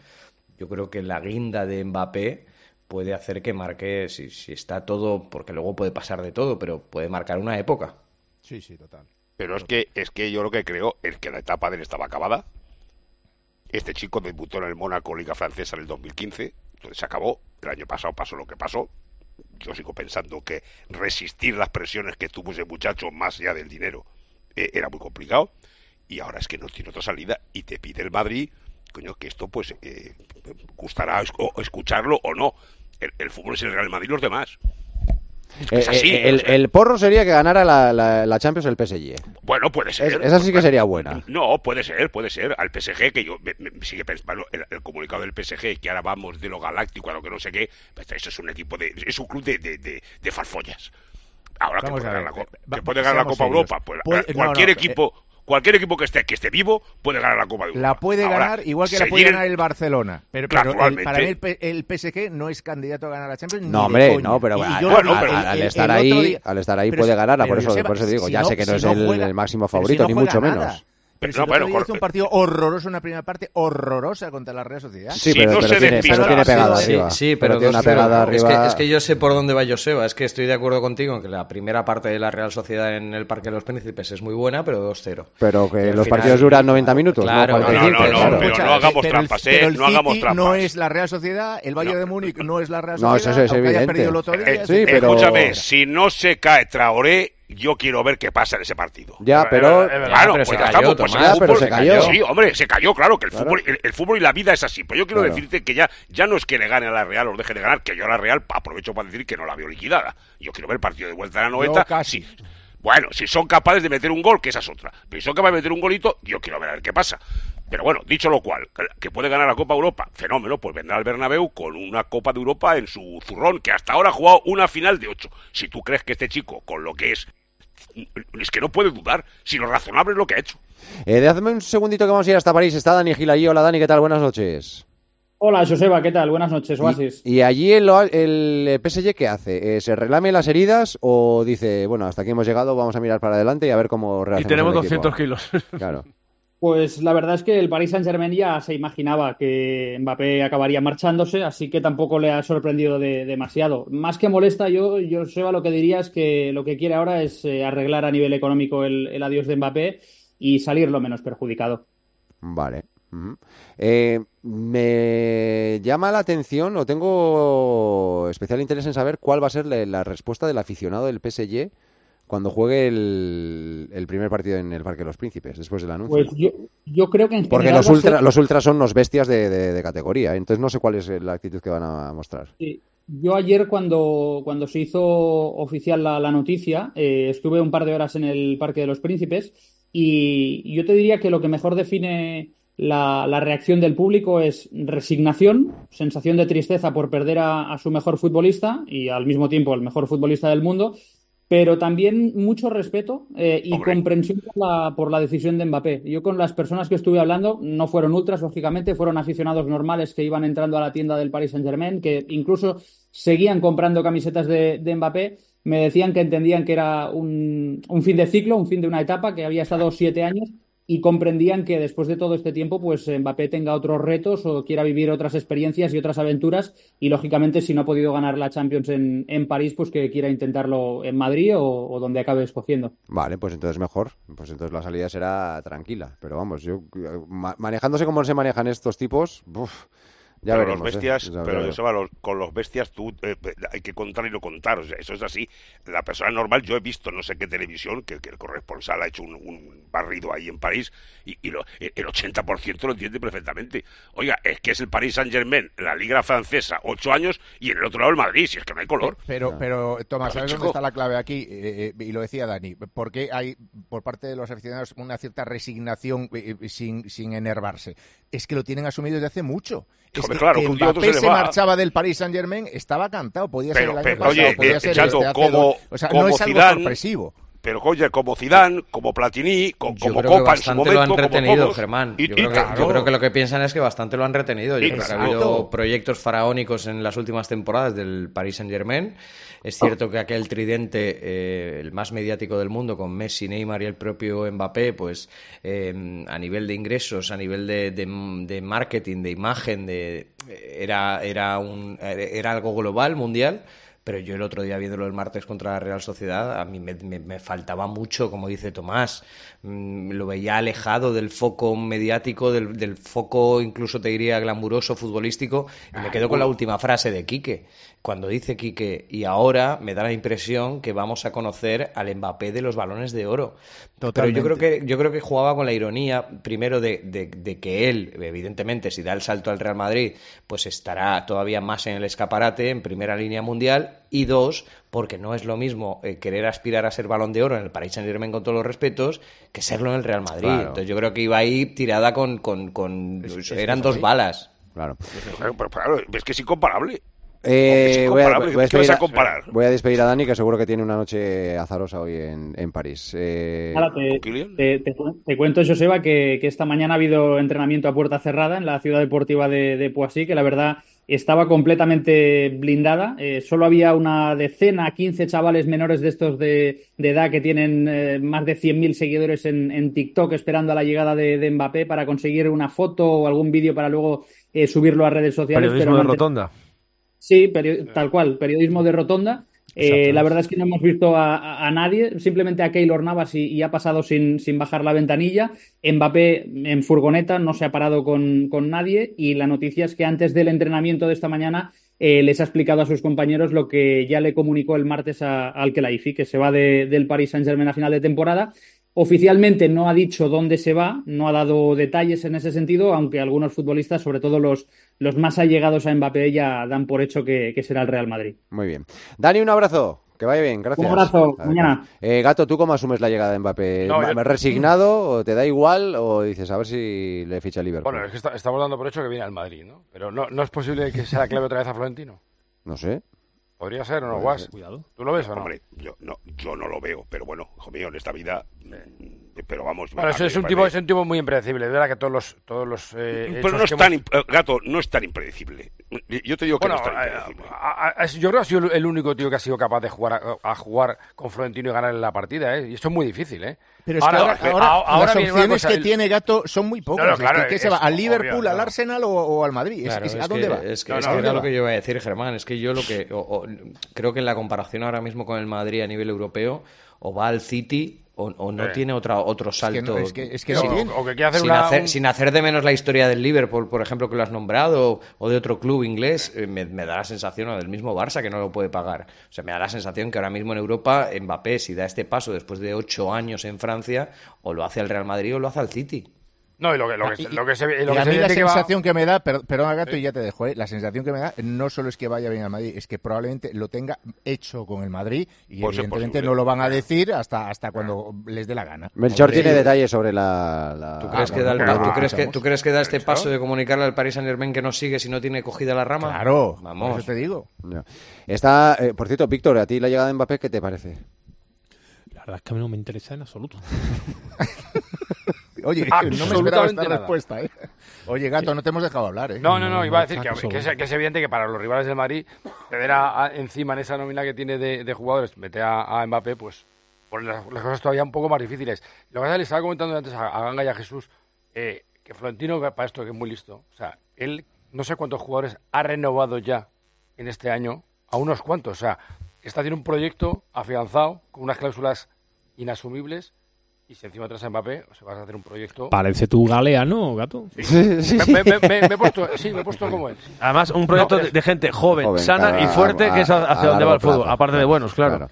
Speaker 11: yo creo que la guinda de Mbappé puede hacer que marque, si, si está todo, porque luego puede pasar de todo, pero puede marcar una época.
Speaker 29: Sí, sí, total.
Speaker 26: Pero es que, es que yo lo que creo es que la etapa de él estaba acabada. Este chico debutó en el Mónaco Liga Francesa en el 2015, entonces se acabó. El año pasado pasó lo que pasó. Yo sigo pensando que resistir las presiones que tuvo ese muchacho más allá del dinero eh, era muy complicado. Y ahora es que no tiene otra salida y te pide el Madrid, coño, que esto pues eh, gustará es- o- escucharlo o no. El, el fútbol es el Real Madrid y los demás.
Speaker 4: Eh,
Speaker 26: es así,
Speaker 4: eh, el,
Speaker 26: o sea.
Speaker 4: el porro sería que ganara la, la- la Champions el PSG.
Speaker 26: Bueno, puede ser.
Speaker 4: Es- esa sí que sería buena.
Speaker 26: No, puede ser, puede ser. Al PSG, que yo me, me sigue pensando, el, el comunicado del PSG, que ahora vamos de lo galáctico a lo que no sé qué, pues eso es un equipo de. Es un club de, de, de- de farfollas. Ahora que
Speaker 29: Vamos
Speaker 26: puede,
Speaker 29: a
Speaker 26: ganar la,
Speaker 29: ver, eh,
Speaker 26: co-
Speaker 29: va-
Speaker 26: que puede ganar la
Speaker 29: seamos
Speaker 26: Copa
Speaker 29: serios.
Speaker 26: Europa, pues,
Speaker 29: Puede-
Speaker 26: eh,
Speaker 29: no,
Speaker 26: cualquier
Speaker 29: no,
Speaker 26: equipo. Cualquier equipo que esté, que esté vivo puede ganar la Copa de Europa.
Speaker 29: La puede
Speaker 26: Ahora,
Speaker 29: ganar igual que la puede
Speaker 26: seguir-
Speaker 29: ganar el Barcelona. Pero, pero el-
Speaker 26: Naturalmente.
Speaker 29: para mí el, P- el PSG no es candidato a ganar la Champions. ni
Speaker 4: No,
Speaker 29: de
Speaker 4: hombre,
Speaker 29: coña.
Speaker 4: no, pero
Speaker 29: Y
Speaker 4: bueno,
Speaker 29: yo
Speaker 4: bueno,
Speaker 29: lo vi
Speaker 4: pero
Speaker 29: el-
Speaker 4: al
Speaker 29: el-
Speaker 4: estar
Speaker 29: el otro
Speaker 4: ahí-
Speaker 29: día-
Speaker 4: al estar ahí
Speaker 29: pero
Speaker 4: puede
Speaker 29: si-
Speaker 4: ganarla, por
Speaker 29: pero
Speaker 4: eso-
Speaker 29: Joseba,
Speaker 4: por eso digo,
Speaker 29: si
Speaker 4: ya
Speaker 29: no-
Speaker 4: sé que no
Speaker 29: si
Speaker 4: es el-
Speaker 29: juega-
Speaker 4: el máximo
Speaker 29: pero si
Speaker 4: favorito,
Speaker 29: no
Speaker 4: ni
Speaker 29: juega
Speaker 4: mucho
Speaker 29: nada.
Speaker 4: menos.
Speaker 29: Pero
Speaker 26: Pero
Speaker 29: si
Speaker 26: no,
Speaker 29: el otro
Speaker 26: bueno,
Speaker 29: día
Speaker 26: por-
Speaker 29: hizo un partido horroroso en la primera parte, horrorosa contra la Real Sociedad.
Speaker 4: Sí, pero- pero tiene- pero tiene pegada
Speaker 11: Ah, Sí,
Speaker 4: arriba.
Speaker 11: Sí, pero,
Speaker 4: tiene una
Speaker 11: dos- es,
Speaker 4: pegada arriba.
Speaker 11: que, es que yo sé por dónde va Joseba. Es que estoy de acuerdo contigo en que la primera parte de la Real Sociedad en el Parque de los Príncipes es muy buena, pero 2-0.
Speaker 4: Pero
Speaker 11: Y
Speaker 4: que
Speaker 11: al
Speaker 4: los
Speaker 11: final-
Speaker 4: partidos duran 90 minutos,
Speaker 11: Claro,
Speaker 4: no
Speaker 11: no,
Speaker 4: 45,
Speaker 11: no, no,
Speaker 4: claro.
Speaker 11: pero
Speaker 29: Escucha,
Speaker 11: no hagamos
Speaker 29: pero el-
Speaker 11: trampas,
Speaker 26: ¿eh?
Speaker 29: pero el
Speaker 26: No hagamos
Speaker 29: City
Speaker 26: trampas.
Speaker 29: No es la Real Sociedad, el Bayern de Múnich no es la Real Sociedad.
Speaker 4: No, eso es
Speaker 29: aunque haya
Speaker 4: evidente.
Speaker 29: perdido el otro día,
Speaker 26: Eh,
Speaker 29: es
Speaker 4: sí, pero-
Speaker 26: Escúchame, si no se cae Traoré, yo quiero ver qué pasa en ese partido.
Speaker 4: Ya, pero.
Speaker 26: Claro, pues ya estamos, pues el
Speaker 4: Ya, pero
Speaker 26: fútbol-
Speaker 4: se cayó.
Speaker 26: Sí, hombre, se cayó, claro, que el,
Speaker 4: Claro.
Speaker 26: Fútbol, el, el fútbol y la vida es así. Pues yo quiero
Speaker 4: Claro.
Speaker 26: decirte que ya, ya no es que le gane a la Real o deje de ganar, que yo a la Real aprovecho para decir que no la veo liquidada. Yo quiero ver el partido de vuelta a la 90. sí. Bueno, si son capaces de meter un gol, que esa es otra. Pero si son capaces de meter un golito, yo quiero ver a ver qué pasa. Pero bueno, dicho lo cual, que- que puede ganar la Copa Europa, fenómeno, pues vendrá al Bernabéu con una Copa de Europa en su zurrón, que hasta ahora ha jugado una final de ocho. Si tú crees que este chico, con lo que es, es que no puede dudar, si lo razonable es lo que ha hecho.
Speaker 4: Eh, dejadme un segundito que vamos a ir hasta París. Está Dani Gil allí. Hola, Dani, ¿qué tal? Buenas noches.
Speaker 12: Hola, Joseba, ¿qué tal? Buenas noches, Oasis.
Speaker 4: ¿Y allí el, Oa- el PSG qué hace? Eh, ¿Se relame las heridas o dice, bueno, hasta aquí hemos llegado, vamos a mirar para adelante y a ver cómo
Speaker 2: Y
Speaker 4: reacciona?
Speaker 2: tenemos 200 kilos.
Speaker 4: Claro.
Speaker 12: Pues la verdad es que el Paris Saint-Germain ya se imaginaba que Mbappé acabaría marchándose, así que tampoco le ha sorprendido de- demasiado. Más que molesta, yo, yo Seba, lo que diría es que lo que quiere ahora es eh, arreglar a nivel económico el, el adiós de Mbappé y salir lo menos perjudicado.
Speaker 4: Vale. Ujú. Eh, me llama la atención, o tengo especial interés en saber cuál va a ser la, la respuesta del aficionado del PSG cuando juegue el, el primer partido en el Parque de los Príncipes, después del anuncio.
Speaker 12: Pues yo, yo creo que en
Speaker 4: Porque
Speaker 12: general
Speaker 4: los
Speaker 12: va a ser-
Speaker 4: ultra, los ultras son los bestias de, de- de categoría, entonces no sé cuál es la actitud que van a mostrar.
Speaker 12: Sí. Eh, Yo ayer cuando, cuando se hizo oficial la, la noticia, eh, estuve un par de horas en el Parque de los Príncipes y yo te diría que lo que mejor define la, la reacción del público es resignación, sensación de tristeza por perder a, a su mejor futbolista y al mismo tiempo el mejor futbolista del mundo, pero también mucho respeto eh, y comprensión por la, por la decisión de Mbappé. Yo con las personas que estuve hablando no fueron ultras, lógicamente, fueron aficionados normales que iban entrando a la tienda del Paris Saint-Germain, que incluso seguían comprando camisetas de, de Mbappé. Me decían que entendían que era un, un fin de ciclo, un fin de una etapa, que había estado siete años y comprendían que después de todo este tiempo, pues Mbappé tenga otros retos o quiera vivir otras experiencias y otras aventuras. Y lógicamente, si no ha podido ganar la Champions en, en París, pues que quiera intentarlo en Madrid o, o donde acabe escogiendo.
Speaker 4: Vale, pues entonces mejor. Pues entonces la salida será tranquila. Pero vamos, yo ma- manejándose como se manejan estos tipos, uf, ya
Speaker 26: pero
Speaker 4: veremos.
Speaker 26: los
Speaker 4: ¿eh?
Speaker 26: bestias,
Speaker 4: Ya
Speaker 26: pero
Speaker 4: veremos.
Speaker 26: Joseba, los- con los bestias tú eh, pe- hay que contar y no contar. o sea, eso es así. La persona normal, yo he visto no sé qué televisión, que, que el corresponsal ha hecho un, un barrido ahí en París y, y lo- e, el el 80% lo entiende perfectamente. Oiga, es que es el Paris Saint-Germain, la Liga Francesa, ocho años y en el otro lado el Madrid, si es que no hay color.
Speaker 29: Pero, pero Tomás,
Speaker 26: Claro,
Speaker 29: ¿sabes
Speaker 26: chico.
Speaker 29: dónde está la clave aquí? Eh, eh, y lo decía Dani, porque hay por parte de los aficionados una cierta resignación eh, eh, sin, sin enervarse. Es que lo tienen asumido desde hace mucho. Es
Speaker 26: Hombre,
Speaker 29: que,
Speaker 26: claro,
Speaker 29: que
Speaker 26: que un día o otro
Speaker 29: Mbappé
Speaker 26: se
Speaker 29: se,
Speaker 26: le va.
Speaker 29: marchaba del Paris Saint Germain, estaba cantado, podía ser
Speaker 26: Pero-
Speaker 29: el año
Speaker 26: pero,
Speaker 29: pasado,
Speaker 26: oye,
Speaker 29: podía
Speaker 26: eh,
Speaker 29: ser
Speaker 26: Chato,
Speaker 29: este, hace
Speaker 26: como-
Speaker 29: dos- O sea,
Speaker 26: como
Speaker 29: no es algo
Speaker 26: Zidane-
Speaker 29: sorpresivo.
Speaker 26: Pero oye, como Zidane, como Platini, co-
Speaker 11: Yo
Speaker 26: como
Speaker 11: creo que
Speaker 26: Copa en su
Speaker 11: bastante
Speaker 26: momento,
Speaker 11: lo han
Speaker 26: como
Speaker 11: retenido,
Speaker 26: todos.
Speaker 11: Germán.
Speaker 26: Y-
Speaker 11: Yo,
Speaker 26: y
Speaker 11: creo que, yo
Speaker 26: claro.
Speaker 11: creo que lo que piensan es que bastante lo han retenido. Yo
Speaker 26: Y
Speaker 11: creo que ha
Speaker 26: claro.
Speaker 11: habido proyectos faraónicos en las últimas temporadas del Paris Saint-Germain. Es
Speaker 26: Ah.
Speaker 11: cierto que aquel tridente, eh, el más mediático del mundo, con Messi, Neymar y el propio Mbappé, pues eh, a nivel de ingresos, a nivel de, de- de marketing, de imagen, de, era, era, un, era algo global, mundial. Pero yo el otro día viéndolo el martes contra la Real Sociedad, a mí me, me- me faltaba mucho, como dice Tomás. Mm, Lo veía alejado del foco mediático, del, del foco incluso te diría glamuroso futbolístico. Y me quedo con la última frase de Quique. Cuando dice Quique, y ahora me da la impresión que vamos a conocer al Mbappé de los balones de oro.
Speaker 4: Totalmente.
Speaker 11: Pero yo creo que yo creo que jugaba con la ironía primero de, de- de que él, evidentemente, si da el salto al Real Madrid, pues estará todavía más en el escaparate, en primera línea mundial, y dos, porque no es lo mismo eh, querer aspirar a ser balón de oro en el Paris Saint Germain con todos los respetos que serlo en el Real Madrid.
Speaker 4: Claro.
Speaker 11: Entonces yo creo que iba ahí tirada con, con, con-
Speaker 26: es
Speaker 11: eran
Speaker 26: que
Speaker 11: dos
Speaker 26: sí.
Speaker 11: balas.
Speaker 4: Claro.
Speaker 26: Pero, pero, claro, es que es incomparable.
Speaker 4: Eh,
Speaker 26: Es
Speaker 4: voy, a,
Speaker 26: incomparable,
Speaker 4: voy a
Speaker 26: ¿qué vas
Speaker 4: despedir
Speaker 26: a
Speaker 4: a-
Speaker 26: comparar?
Speaker 4: voy a despedir a Dani, que seguro que tiene una noche azarosa hoy en, en París. Eh,
Speaker 12: Ahora te, te- te cu- te cuento, Joseba, que, que esta mañana ha habido entrenamiento a puerta cerrada en la ciudad deportiva de, de Poissy, que la verdad estaba completamente blindada. Eh, solo había una decena, 15 chavales menores de estos de, de edad que tienen eh, más de 100.000 seguidores en, en TikTok esperando a la llegada de, de Mbappé para conseguir una foto o algún vídeo para luego eh, subirlo a redes sociales.
Speaker 2: Periodismo
Speaker 12: pero
Speaker 2: de
Speaker 12: manten-
Speaker 2: rotonda.
Speaker 12: Sí, peri- tal cual, periodismo de rotonda. Eh,
Speaker 2: Exacto.
Speaker 12: la verdad es que no hemos visto a, a- a nadie, simplemente a Keylor Navas y, y ha pasado sin, sin bajar la ventanilla. Mbappé en furgoneta no se ha parado con, con nadie y la noticia es que antes del entrenamiento de esta mañana eh, les ha explicado a sus compañeros lo que ya le comunicó el martes a- al Kelaifi, que se va de- del Paris Saint-Germain a final de temporada. Oficialmente no ha dicho dónde se va, no ha dado detalles en ese sentido, aunque algunos futbolistas, sobre todo los, los más allegados a Mbappé, ya dan por hecho que, que será el Real Madrid.
Speaker 4: Muy bien. Dani, un abrazo. Que vaya bien, gracias.
Speaker 12: Un abrazo,
Speaker 4: Adiós.
Speaker 12: mañana.
Speaker 4: Eh, Gato, ¿tú cómo asumes la llegada de Mbappé?
Speaker 5: No,
Speaker 4: Ma-
Speaker 5: yo-
Speaker 4: ¿Resignado? ¿O te da igual? ¿O dices a ver si le ficha Liverpool?
Speaker 5: Bueno, es que está- estamos dando por hecho que viene al Madrid, ¿no? Pero no, no es posible que sea la clave otra vez a Florentino.
Speaker 4: No sé.
Speaker 5: Podría ser, ¿o no,
Speaker 26: Podría
Speaker 5: Guas?
Speaker 26: ser.
Speaker 5: ¿Tú lo ves o no?
Speaker 26: Hombre, yo no, yo no lo veo, pero bueno, hijo mío, en esta vida mm, pero vamos.
Speaker 31: Bueno,
Speaker 26: a
Speaker 31: eso
Speaker 26: mí
Speaker 31: es
Speaker 26: me
Speaker 31: un, tipo, es
Speaker 26: parece-
Speaker 31: un tipo muy impredecible. Es verdad que todos los. Todos los eh, hechos
Speaker 26: Pero no es
Speaker 31: que
Speaker 26: tan.
Speaker 31: hemos-
Speaker 26: imp- eh, Gato, no es tan impredecible. Yo te digo que
Speaker 31: Bueno,
Speaker 26: no es tan
Speaker 31: eh,
Speaker 26: impredecible.
Speaker 31: a- a- es- yo creo que ha sido el- el único tío que ha sido capaz de jugar a, a jugar con Florentino y ganar en la partida, ¿eh? Y esto es muy difícil, ¿eh?
Speaker 29: Pero es que ahora, ahora
Speaker 31: ahora- ahora
Speaker 29: las
Speaker 31: viene una
Speaker 29: opciones
Speaker 31: cosa,
Speaker 29: que
Speaker 31: el-
Speaker 29: tiene Gato son muy pocas.
Speaker 31: No, no,
Speaker 29: Es que-
Speaker 31: claro,
Speaker 29: ¿Qué se va?
Speaker 31: es
Speaker 29: ¿Al
Speaker 31: obvio,
Speaker 29: Liverpool, al
Speaker 31: claro.
Speaker 29: Arsenal o, o al Madrid? Es-
Speaker 11: Claro,
Speaker 29: es-
Speaker 11: es
Speaker 29: ¿A dónde
Speaker 11: que-
Speaker 29: va?
Speaker 11: Es que,
Speaker 29: No,
Speaker 11: es
Speaker 29: no,
Speaker 11: que
Speaker 29: ¿a
Speaker 11: era
Speaker 29: dónde
Speaker 11: lo
Speaker 29: va?
Speaker 11: que yo iba a decir, Germán. Es que yo lo que. o- o- creo que en la comparación ahora mismo con el Madrid a nivel europeo, o va al City. O, o no
Speaker 31: Sí.
Speaker 11: tiene otra, otro salto.
Speaker 29: es que- es que
Speaker 11: sin-
Speaker 29: si bien-
Speaker 31: o que quiere hacer
Speaker 11: sin,
Speaker 31: una-
Speaker 11: hacer,
Speaker 31: un-
Speaker 11: sin hacer de menos la historia del Liverpool, por ejemplo, que lo has nombrado, o, o de otro club inglés, eh, me, me da la sensación, o del mismo Barça, que no lo puede pagar. O sea, me da la sensación que ahora mismo en Europa, Mbappé, si da este paso después de ocho años en Francia, o lo hace al Real Madrid o lo hace al City.
Speaker 31: No, y lo que,
Speaker 26: Ah,
Speaker 31: lo que,
Speaker 29: Y-
Speaker 31: lo que se ve. Lo
Speaker 29: y
Speaker 31: que
Speaker 29: a
Speaker 31: se
Speaker 29: mí la
Speaker 31: dice que va-
Speaker 29: sensación que me da, per- perdona Gato y ya te dejo, ¿eh? la sensación que me da no solo es que vaya bien al Madrid, es que probablemente lo tenga hecho con el Madrid y
Speaker 26: Pues es
Speaker 29: evidentemente
Speaker 26: posible.
Speaker 29: no lo van a decir hasta,
Speaker 31: Ah.
Speaker 29: hasta cuando les dé la gana.
Speaker 4: Melchor
Speaker 29: Hombre,
Speaker 4: tiene detalles sobre la. la-
Speaker 11: ¿Tú crees,
Speaker 29: Ah,
Speaker 11: que da el
Speaker 29: bueno,
Speaker 11: pa-
Speaker 29: pero
Speaker 11: tú
Speaker 29: lo
Speaker 11: crees que,
Speaker 29: escuchamos.
Speaker 11: ¿Tú crees que da este paso de comunicarle al Paris Saint Germain que no sigue si no tiene cogida la rama?
Speaker 29: Claro,
Speaker 11: Vamos.
Speaker 29: por eso te digo.
Speaker 4: No. Está, eh, por cierto, Víctor, a ti la llegada de Mbappé, ¿qué te parece?
Speaker 28: La verdad es que a mí no me interesa en absoluto.
Speaker 29: Oye, no me esperaba
Speaker 31: Absolutamente
Speaker 29: esta
Speaker 31: nada.
Speaker 29: respuesta. ¿eh? Oye, Gato, no te hemos dejado hablar. ¿eh?
Speaker 31: No, no, no, iba a
Speaker 11: Ah,
Speaker 31: decir que,
Speaker 28: Exacto.
Speaker 31: que es, que es evidente que para los rivales del Madrid, tener a- a- encima en esa nómina que tiene de, de jugadores, meter a, a Mbappé, pues por las, las cosas todavía un poco más difíciles. Lo que pasa es que le estaba comentando antes a, a Ganga y a Jesús, eh, que Florentino, para esto que es muy listo, o sea, él no sé cuántos jugadores ha renovado ya en este año, a unos cuantos, o sea, está tiene un proyecto afianzado con unas cláusulas inasumibles. Y si encima traes a Mbappé, o sea, vas a hacer un proyecto...
Speaker 28: Parece tu galeano, gato.
Speaker 31: Me, me- me- me he puesto, sí, me he puesto como él. sí.
Speaker 5: Además, un proyecto
Speaker 31: No,
Speaker 5: de,
Speaker 31: es-
Speaker 5: de gente joven,
Speaker 4: Joven,
Speaker 5: sana
Speaker 4: claro,
Speaker 5: y
Speaker 4: a-
Speaker 5: fuerte,
Speaker 4: a-
Speaker 5: que es
Speaker 4: a
Speaker 5: hacia donde va
Speaker 4: largo
Speaker 5: el fútbol,
Speaker 4: plazo,
Speaker 5: aparte de
Speaker 4: claro,
Speaker 5: buenos, claro.